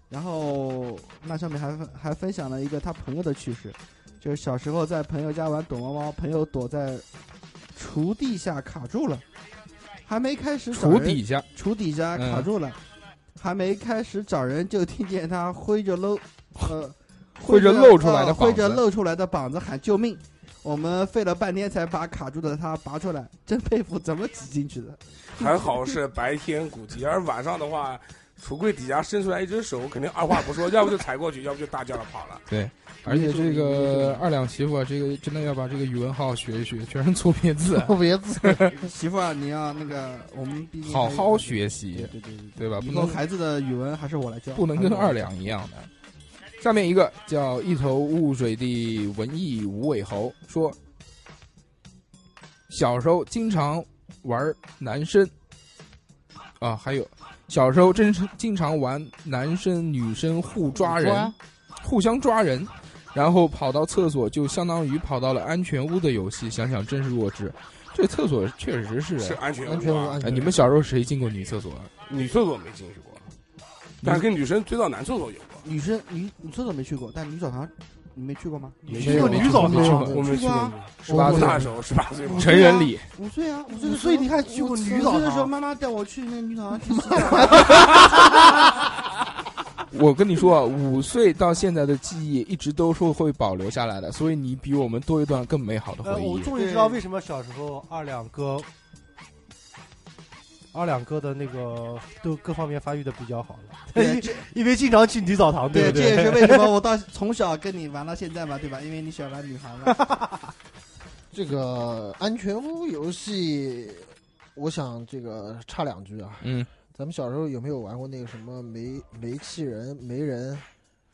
Speaker 4: 然后那上面还分还分享了一个他朋友的趣事，就是小时候在朋友家玩躲猫猫，朋友躲在厨地下卡住了，还没开始找
Speaker 3: 厨
Speaker 4: 人
Speaker 3: 底下，
Speaker 4: 厨底下卡住了，还没开始找人就听见他挥着露，呃，
Speaker 3: 挥着露出来的
Speaker 4: 呃挥着
Speaker 3: 膀子
Speaker 4: 露出来的膀子喊救命！我们费了半天才把卡住的它拔出来，真佩服怎么挤进去的。
Speaker 8: 还好是白天鼓击，而晚上的话，橱柜底下伸出来一只手，肯定二话不说，要不就踩过去，要不就大叫着跑了。
Speaker 3: 而且这个二两媳妇啊，这个真的要把这个语文好好学一学，全是错别字，
Speaker 5: 错别字，
Speaker 4: 媳妇儿，你要那个我们毕竟
Speaker 3: 好
Speaker 4: 还
Speaker 3: 好学习
Speaker 4: 对，对对对
Speaker 3: 对吧？
Speaker 4: 以
Speaker 3: 不
Speaker 4: 后
Speaker 3: 能
Speaker 4: 孩子的语文还是我来教，
Speaker 3: 不能跟二两一样的。下面一个叫一头雾水的文艺无尾猴说，小时候经常玩男生啊，还有小时候真是经常玩男生女生互抓人，互相抓人，然后跑到厕所就相当于跑到了安全屋的游戏，想想真是弱智。这厕所确实是，
Speaker 8: 是安全
Speaker 5: 安全
Speaker 8: 屋
Speaker 5: 无
Speaker 8: 啊
Speaker 5: 安，全
Speaker 3: 哎，
Speaker 5: 无。
Speaker 3: 你们小时候谁进过女厕所啊？
Speaker 8: 女厕所没进去过，但是跟女生追到男厕所有过。
Speaker 4: 女生女女厕所没去过，但女澡堂你没去过吗？
Speaker 3: 没
Speaker 1: 去过
Speaker 3: 没
Speaker 1: 女澡
Speaker 3: 没去
Speaker 1: 堂
Speaker 3: 过
Speaker 8: 我没去
Speaker 4: 我
Speaker 8: 过，
Speaker 3: 十八
Speaker 8: 我
Speaker 3: 岁
Speaker 8: 那时候十八岁嘛，
Speaker 3: 成人礼。
Speaker 4: 啊五岁啊，五岁
Speaker 5: 五
Speaker 4: 的时
Speaker 5: 岁
Speaker 4: 候
Speaker 5: 你还去过
Speaker 4: 我
Speaker 5: 女
Speaker 4: 五
Speaker 5: 澡
Speaker 4: 岁的时候，
Speaker 5: 堂？
Speaker 4: 妈妈带我去那女澡堂去洗澡。
Speaker 3: 我跟你说，啊，五岁到现在的记忆一直都是会保留下来的，所以你比我们多一段更美好的
Speaker 1: 呃，
Speaker 3: 回
Speaker 1: 我
Speaker 3: 忆。
Speaker 1: 终于知道为什么小时候二两哥，二两哥的那个都各方面发育的比较好了，
Speaker 4: 对
Speaker 1: 因为因为经常去女澡堂，
Speaker 4: 对，
Speaker 1: 不
Speaker 4: 这也
Speaker 1: 对？
Speaker 4: 是为什 么我到从小跟你玩到现在嘛，对吧？因为你喜欢玩女孩嘛。
Speaker 5: 这个安全屋游戏，我想这个插两句啊。
Speaker 3: 嗯，
Speaker 5: 咱们小时候有没有玩过那个什么煤煤气人、煤人，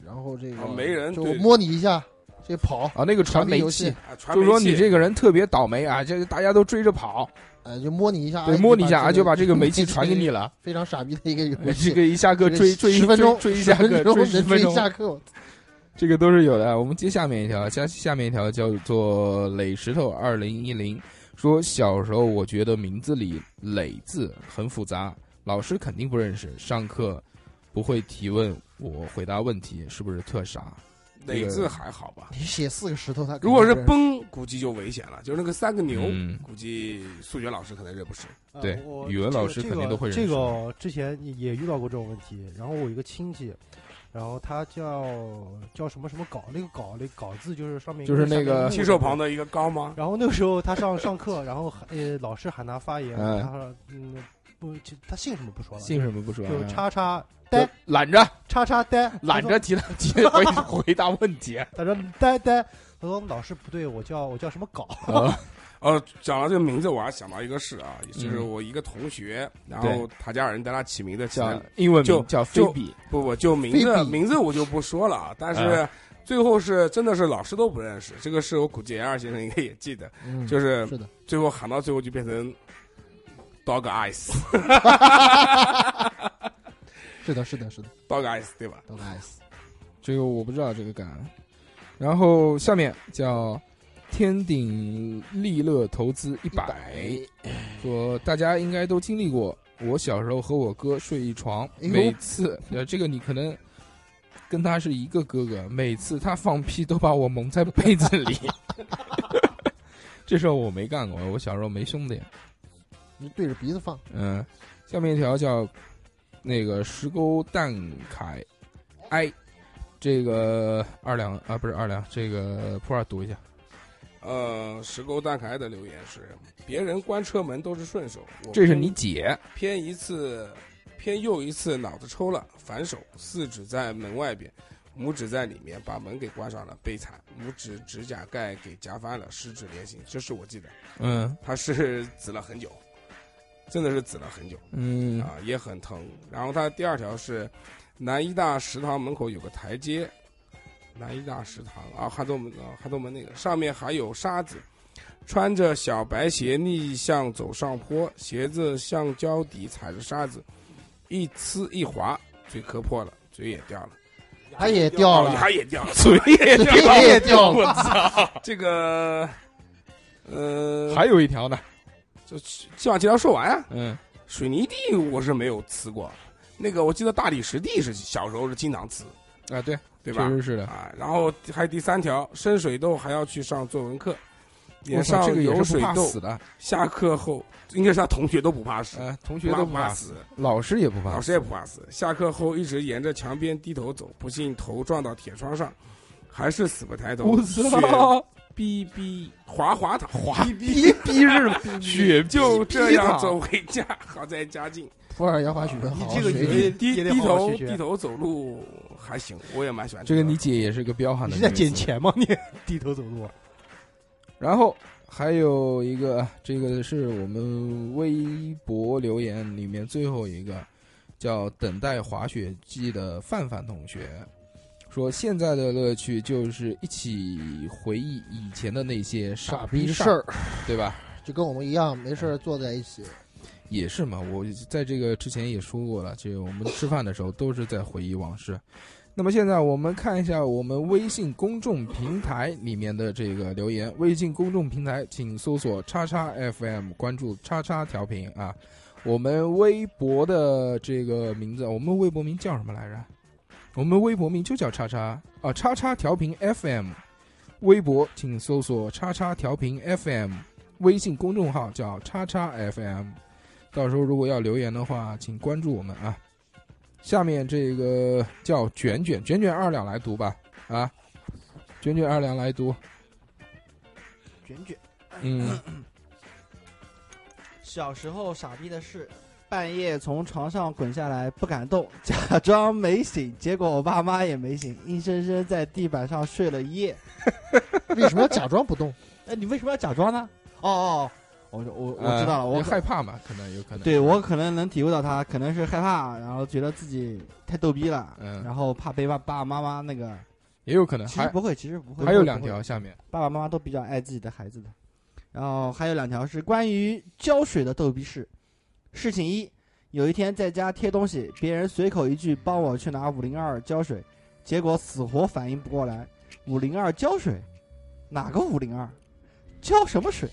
Speaker 5: 然后这个
Speaker 8: 啊煤人
Speaker 5: 就
Speaker 8: 对
Speaker 5: 摸你一下，这跑，
Speaker 3: 啊，那个传媒
Speaker 5: 游
Speaker 3: 器
Speaker 5: 戏，
Speaker 8: 啊，传
Speaker 3: 就
Speaker 8: 媒
Speaker 3: 是说你
Speaker 8: 器
Speaker 3: 这个人特别倒霉啊，这个大家都追着跑，
Speaker 5: 哎，就摸你一下，
Speaker 3: 对，
Speaker 5: 哎
Speaker 3: 摸你一下啊，
Speaker 5: 就
Speaker 3: 就把这个 煤气传给你
Speaker 5: 了。
Speaker 3: 了。
Speaker 5: 非常傻逼的一个游
Speaker 3: 这
Speaker 5: 戏，
Speaker 3: 个一下课追追
Speaker 5: 十分钟，
Speaker 3: 追追一
Speaker 5: 10
Speaker 3: 下课
Speaker 5: 分
Speaker 3: 追
Speaker 5: 钟能
Speaker 3: 十
Speaker 5: 追
Speaker 3: 分
Speaker 5: 一
Speaker 3: 钟，
Speaker 5: 下课，
Speaker 3: 这个都是有的。我们接下面一条，下下面一条叫做磊石头二零一零，说小时候我觉得名字里“磊”字很复杂，老师肯定不认识，上课不会提问我回答问题，是不是特傻？
Speaker 8: 哪字还好吧？
Speaker 5: 你写四个石头，他肯定
Speaker 8: 如果是
Speaker 5: 不认识
Speaker 8: 崩，估计就危险了，就是那个三个牛，
Speaker 3: 嗯
Speaker 8: 估计数学老师可能认不识。
Speaker 1: 呃
Speaker 3: 对
Speaker 1: 我
Speaker 3: 语文老师
Speaker 1: 这
Speaker 3: 肯定
Speaker 1: 个
Speaker 3: 都会认
Speaker 1: 这
Speaker 3: 识
Speaker 1: 个我之前也遇到过这种问题，然后我有一个亲戚，然后他叫叫什么什么镐，那个镐那个镐字就是上面
Speaker 3: 就是那个
Speaker 8: 提手旁
Speaker 1: 的。
Speaker 8: 的一个高 吗？
Speaker 1: 然后那个时候他上上课，然后喊呃老师喊他发言，
Speaker 3: 嗯
Speaker 1: 他说嗯不，其他姓什么不说了，
Speaker 3: 姓什么不说、啊？
Speaker 1: 就叉叉
Speaker 3: 就
Speaker 1: 呆
Speaker 3: 懒着
Speaker 1: 叉叉呆，
Speaker 3: 懒着提了提回回答问题。
Speaker 1: 他说，他说呆呆，他说老师不对，我叫我叫什么镐，
Speaker 3: 啊
Speaker 8: 呃，讲到这个名字，我还想到一个事啊，就是
Speaker 3: 嗯
Speaker 8: 我一个同学，然
Speaker 3: 对
Speaker 8: 后他家人带他起名的起
Speaker 3: 叫
Speaker 8: 名，
Speaker 3: 英文名
Speaker 8: 就
Speaker 3: 叫菲
Speaker 8: 就
Speaker 3: 比，
Speaker 8: 不不，就名字
Speaker 5: 菲比
Speaker 8: 名字我就不说了啊，但是
Speaker 3: 啊。
Speaker 8: 最后是真的是老师都不认识，这个事我估计 A 二先生应该也记得，
Speaker 5: 嗯
Speaker 8: 就是
Speaker 5: 是的，
Speaker 8: 最后喊到最后就变成 dog eyes
Speaker 5: 是的，是的，是的，
Speaker 8: dog eyes 对吧？
Speaker 5: 都 nice。
Speaker 3: 这个我不知道这个梗。然后下面叫天鼎利乐投资一百，说大家应该都经历过。我小时候和我哥睡一床，
Speaker 5: 哎呦
Speaker 3: 每次呃，这个你可能跟他是一个哥哥，每次他放屁都把我蒙在被子里。 这事儿我没干过，我小时候没兄弟。
Speaker 5: 你对着鼻子放，
Speaker 3: 嗯，下面一条叫那个石沟蛋凯埃，这个二两啊不是二两，这个普洱读一下。
Speaker 8: 呃，石沟蛋凯的留言是：别人关车门都是顺手，我
Speaker 3: 这是你姐，
Speaker 8: 偏一次，偏右一次脑子抽了，反手四指在门外边，拇指在里面，把门给关上了，悲惨，拇指指甲盖给夹翻了，十指连心，这是我记得，
Speaker 3: 嗯
Speaker 8: 他是 紫了很久，真的是紫了很久
Speaker 3: 嗯
Speaker 8: 啊，也很疼。然后他第二条是，南医大食堂门口有个台阶，南医大食堂啊，汉东门啊，汉东门那个上面还有沙子。穿着小白鞋逆向走上坡，鞋子橡胶底踩着沙子，一呲一滑，嘴磕破了，嘴也掉了，
Speaker 5: 他也掉
Speaker 8: 哦
Speaker 5: 了，
Speaker 8: 牙也掉了，嘴也掉了，
Speaker 5: 嘴也掉了
Speaker 8: 我操，这个，呃，
Speaker 3: 还有一条呢，
Speaker 8: 就先把这条说完啊。
Speaker 3: 嗯
Speaker 8: 水泥地我是没有呲过，那个我记得大理石地是小时候是经常呲，
Speaker 3: 啊对，
Speaker 8: 对
Speaker 3: 确
Speaker 8: 吧？
Speaker 3: 实是的。
Speaker 8: 啊，然后还有第三条，深水痘还要去上作文课，
Speaker 3: 我
Speaker 8: 脸
Speaker 3: 操
Speaker 8: 上
Speaker 3: 这个也
Speaker 8: 有
Speaker 3: 是
Speaker 8: 水
Speaker 3: 不怕
Speaker 8: 痘
Speaker 3: 死，的，
Speaker 8: 下课后应该是他同学都不怕死，
Speaker 3: 呃，同学
Speaker 8: 学
Speaker 3: 都
Speaker 8: 都
Speaker 3: 不
Speaker 8: 不
Speaker 3: 怕
Speaker 8: 怕
Speaker 3: 死，
Speaker 8: 死，
Speaker 3: 老师也不怕，
Speaker 8: 老师也不怕死。下课后一直沿着墙边低头走，不幸头撞到铁窗上，还是死不抬头，
Speaker 3: 我
Speaker 8: 血
Speaker 3: 操，逼逼
Speaker 8: 滑滑塔滑
Speaker 3: 逼逼日 雪
Speaker 8: 就
Speaker 3: 就
Speaker 8: 这
Speaker 3: 这样
Speaker 8: 样
Speaker 3: 走
Speaker 8: 走，回家，好在家境。
Speaker 5: 普洱摇滑雪，
Speaker 8: 啊
Speaker 1: 你
Speaker 5: 好
Speaker 1: 这个
Speaker 5: 学一
Speaker 1: 语音
Speaker 5: 学
Speaker 1: 也
Speaker 8: 低
Speaker 1: 得
Speaker 8: 低
Speaker 1: 好好
Speaker 8: 头
Speaker 1: 学学
Speaker 8: 低头走路还行，我也蛮喜欢
Speaker 3: 这个你姐也是个彪悍
Speaker 1: 你
Speaker 3: 的
Speaker 1: 是
Speaker 3: 女
Speaker 1: 在
Speaker 3: 子。
Speaker 1: 捡钱吗？你低头走路，
Speaker 3: 然后还有一个，这个是我们微博留言里面最后一个，叫“等待滑雪季”的范范同学说：“现在的乐趣就是一起回忆以前的那些傻
Speaker 5: 傻逼
Speaker 3: 事
Speaker 5: 事，儿，
Speaker 3: 对吧？
Speaker 5: 就跟我们一样，没事儿坐在一起，
Speaker 3: 也是嘛，我在这个之前也说过了，这个我们吃饭的时候都是在回忆往事。那么现在我们看一下我们微信公众平台里面的这个留言。微信公众平台，请搜索“叉叉 FM”，关注“叉叉调频”啊。我们微博的这个名字，我们微博名叫什么来着？我们微博名就叫“叉叉”啊，“叉叉调频 FM”。微博请搜索“叉叉调频 FM”，微信公众号叫“叉叉 FM”。到时候如果要留言的话，请关注我们啊。下面这个叫卷卷卷卷二两来读吧啊，卷卷二两来读，
Speaker 4: 卷卷。
Speaker 3: 嗯，
Speaker 4: 小时候傻逼的事，半夜从床上滚下来不敢动， 假装没醒，结果我爸妈也没醒，硬生生在地板上睡了一 夜。
Speaker 5: 为什么要假装不动？
Speaker 4: 哎，你为什么要假装呢？哦哦，我我我知道了，
Speaker 3: 呃
Speaker 4: 我
Speaker 3: 也
Speaker 4: 可
Speaker 3: 害怕嘛，可能有可能，
Speaker 4: 对我可能能体会到他，可能是害怕，然后觉得自己太逗逼了，
Speaker 3: 嗯
Speaker 4: 然后怕被爸爸爸妈妈那个。
Speaker 3: 也有可能，
Speaker 4: 其实
Speaker 3: 还
Speaker 4: 不会，其实不会。
Speaker 3: 还有
Speaker 4: 不会
Speaker 3: 两
Speaker 4: 不会
Speaker 3: 条，下面
Speaker 4: 爸爸妈妈都比较爱自己的孩子的。然后还有两条是关于浇水的逗逼事。事情一，有一天在家贴东西，别人随口一句帮我去拿五零二浇水，结果死活反应不过来，五零二浇水，哪个五零二？浇什么水？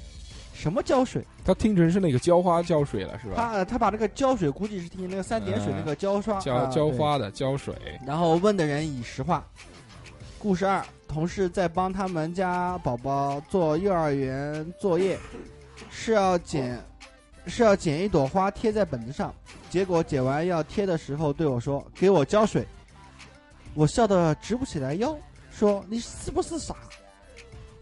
Speaker 4: 什么浇水？
Speaker 3: 他听成是那个浇花浇水了是吧？
Speaker 4: 他他把那个浇水估计是听那个三点水
Speaker 3: 嗯
Speaker 4: 那个浇刷
Speaker 3: 浇
Speaker 4: 啊
Speaker 3: 浇
Speaker 4: 对
Speaker 3: 花的浇水，
Speaker 4: 然后问的人以实话。故事二，同事在帮他们家宝宝做幼儿园作业，是要剪，是要剪一朵花贴在本子上。结果剪完要贴的时候，对我说：“给我浇水。”我笑得直不起来腰，说：“你是不是傻？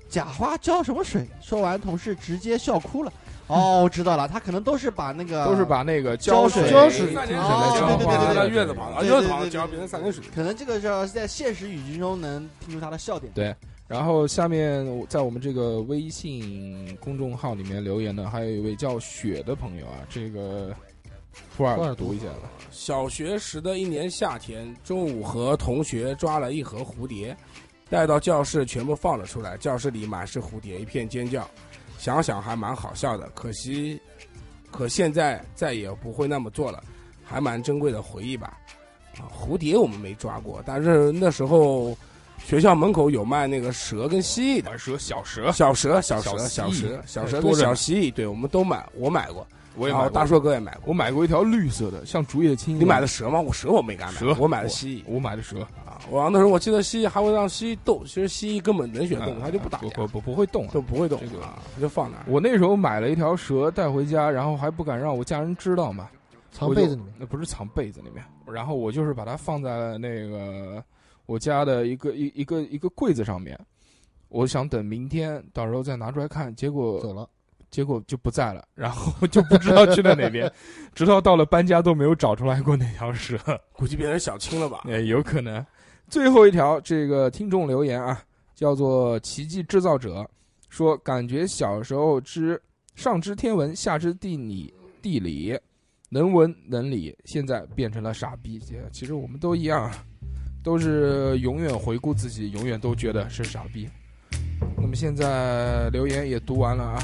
Speaker 4: 假花浇什么水？”说完，同事直接笑哭了。哦，我知道了，他可能都是把那个
Speaker 3: 都是把那个
Speaker 4: 浇
Speaker 3: 水
Speaker 4: 水
Speaker 3: 浇
Speaker 5: 浇水
Speaker 8: 三
Speaker 3: 听
Speaker 8: 点
Speaker 3: 成
Speaker 8: 水
Speaker 3: 了
Speaker 4: 哦
Speaker 3: 浇
Speaker 8: 浇
Speaker 3: 花
Speaker 4: 对对
Speaker 8: 花
Speaker 4: 对对
Speaker 8: 在
Speaker 3: 的
Speaker 8: 院子旁，然后
Speaker 4: 对
Speaker 8: 院
Speaker 4: 对
Speaker 8: 子旁
Speaker 4: 对
Speaker 8: 浇
Speaker 4: 对
Speaker 8: 变成三点水。
Speaker 4: 可能这个是要在现实语境中能听出他的笑点。
Speaker 3: 对然后下面我在我们这个微信公众号里面留言的，还有一位叫雪的朋友啊，这个普
Speaker 5: 普
Speaker 3: 洱
Speaker 5: 洱
Speaker 3: 读
Speaker 5: 读
Speaker 3: 一下吧。
Speaker 8: 小学时的一年夏天，中午和同学抓了一盒蝴蝶，带到教室全部放了出来，教室里满是蝴蝶，一片尖叫。想想还蛮好笑的，可惜，可现在再也不会那么做了，还蛮珍贵的回忆吧。啊，蝴蝶我们没抓过，但是那时候学校门口有卖那个蛇跟蜥蜴的，
Speaker 3: 玩蛇小蛇，
Speaker 8: 小蛇、小蛇、
Speaker 3: 小
Speaker 8: 小
Speaker 3: 蜥蜴
Speaker 8: 蛇、小
Speaker 3: 哎
Speaker 8: 蛇
Speaker 3: 多
Speaker 8: 跟
Speaker 3: 着
Speaker 8: 小
Speaker 3: 呢
Speaker 8: 蜥蜴，对我们都买，我买过，
Speaker 3: 我也
Speaker 8: 然
Speaker 3: 买
Speaker 8: 后
Speaker 3: 过
Speaker 8: 大硕哥也买过。
Speaker 3: 我买过一条绿色的，像竹叶青一样。
Speaker 8: 你买的蛇吗？我蛇我没敢买，
Speaker 3: 蛇
Speaker 8: 我买的蜥蜴。
Speaker 3: 我买的蛇，
Speaker 8: 啊，我那时候我记得蜥蜴还会让蜥蜴斗，其实蜥蜴根本冷血动物，它就不打
Speaker 3: 嗯不
Speaker 8: 架，
Speaker 3: 不不不会动啊、
Speaker 8: 就不会动
Speaker 3: 这个
Speaker 8: 啊，它就放那儿。
Speaker 3: 我那时候买了一条蛇带回家，然后还不敢让我家人知道嘛，
Speaker 5: 藏被子里面。
Speaker 3: 那不是藏被子里面，然后我就是把它放在了那个我家的一个一一个一个柜子上面，我想等明天到时候再拿出来看，结果
Speaker 5: 走了，
Speaker 3: 结果就不在了， 然后就不知道去了 哪边，直到到了搬家都没有找出来过那条蛇。
Speaker 8: 估计变成小青了 吧？
Speaker 3: 也有可能。最后一条，这个听众留言啊，叫做“奇迹制造者”，说感觉小时候知上知天文，下知地理，地理能文能理，现在变成了傻逼。其实我们都一样，啊都是永远回顾自己，永远都觉得是傻逼。那么现在留言也读完了啊，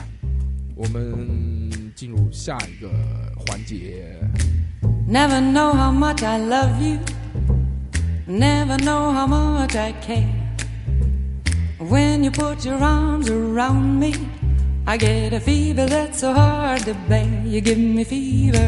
Speaker 3: 我们进入下一个环节。
Speaker 9: Never know how much I love you. Never know how much I care. When you put your arms around me, I get a fever that's so hard to bear. You give me fever.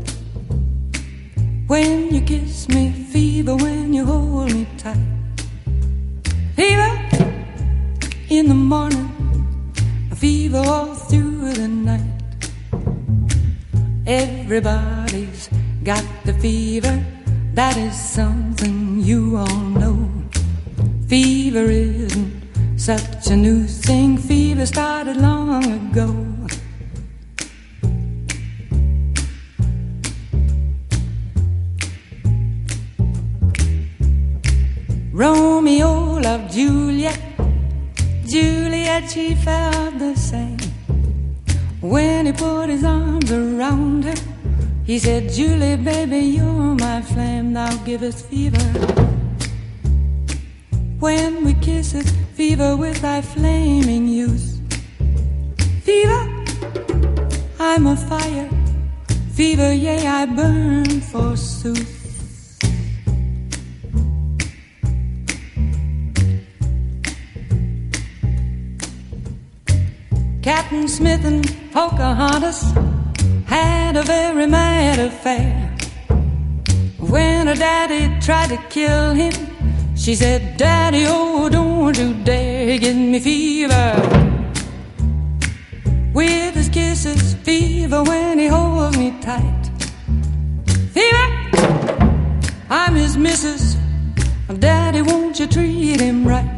Speaker 9: When you kiss me, fever when you hold me tight. Fever in the morning, fever all through the night. Everybody's got the fever. That is something you all know. Fever isn't such a new thing. Fever started long ago. Romeo loved Juliet. Juliet, she felt the same. When he put his arms around her, he said, Julie, baby, you're my flame, thou givest fever. When we kiss it, fever with thy flaming youth. Fever, I'm a fire. Fever, yea, I burn forsooth. Captain Smith and Pocahontas had a very mad affair. When her daddy tried to kill him, she said, Daddy, oh, don't you dare give me fever. With his kisses, fever when he holds me tight. Fever, I'm his missus. Daddy, won't you treat him right?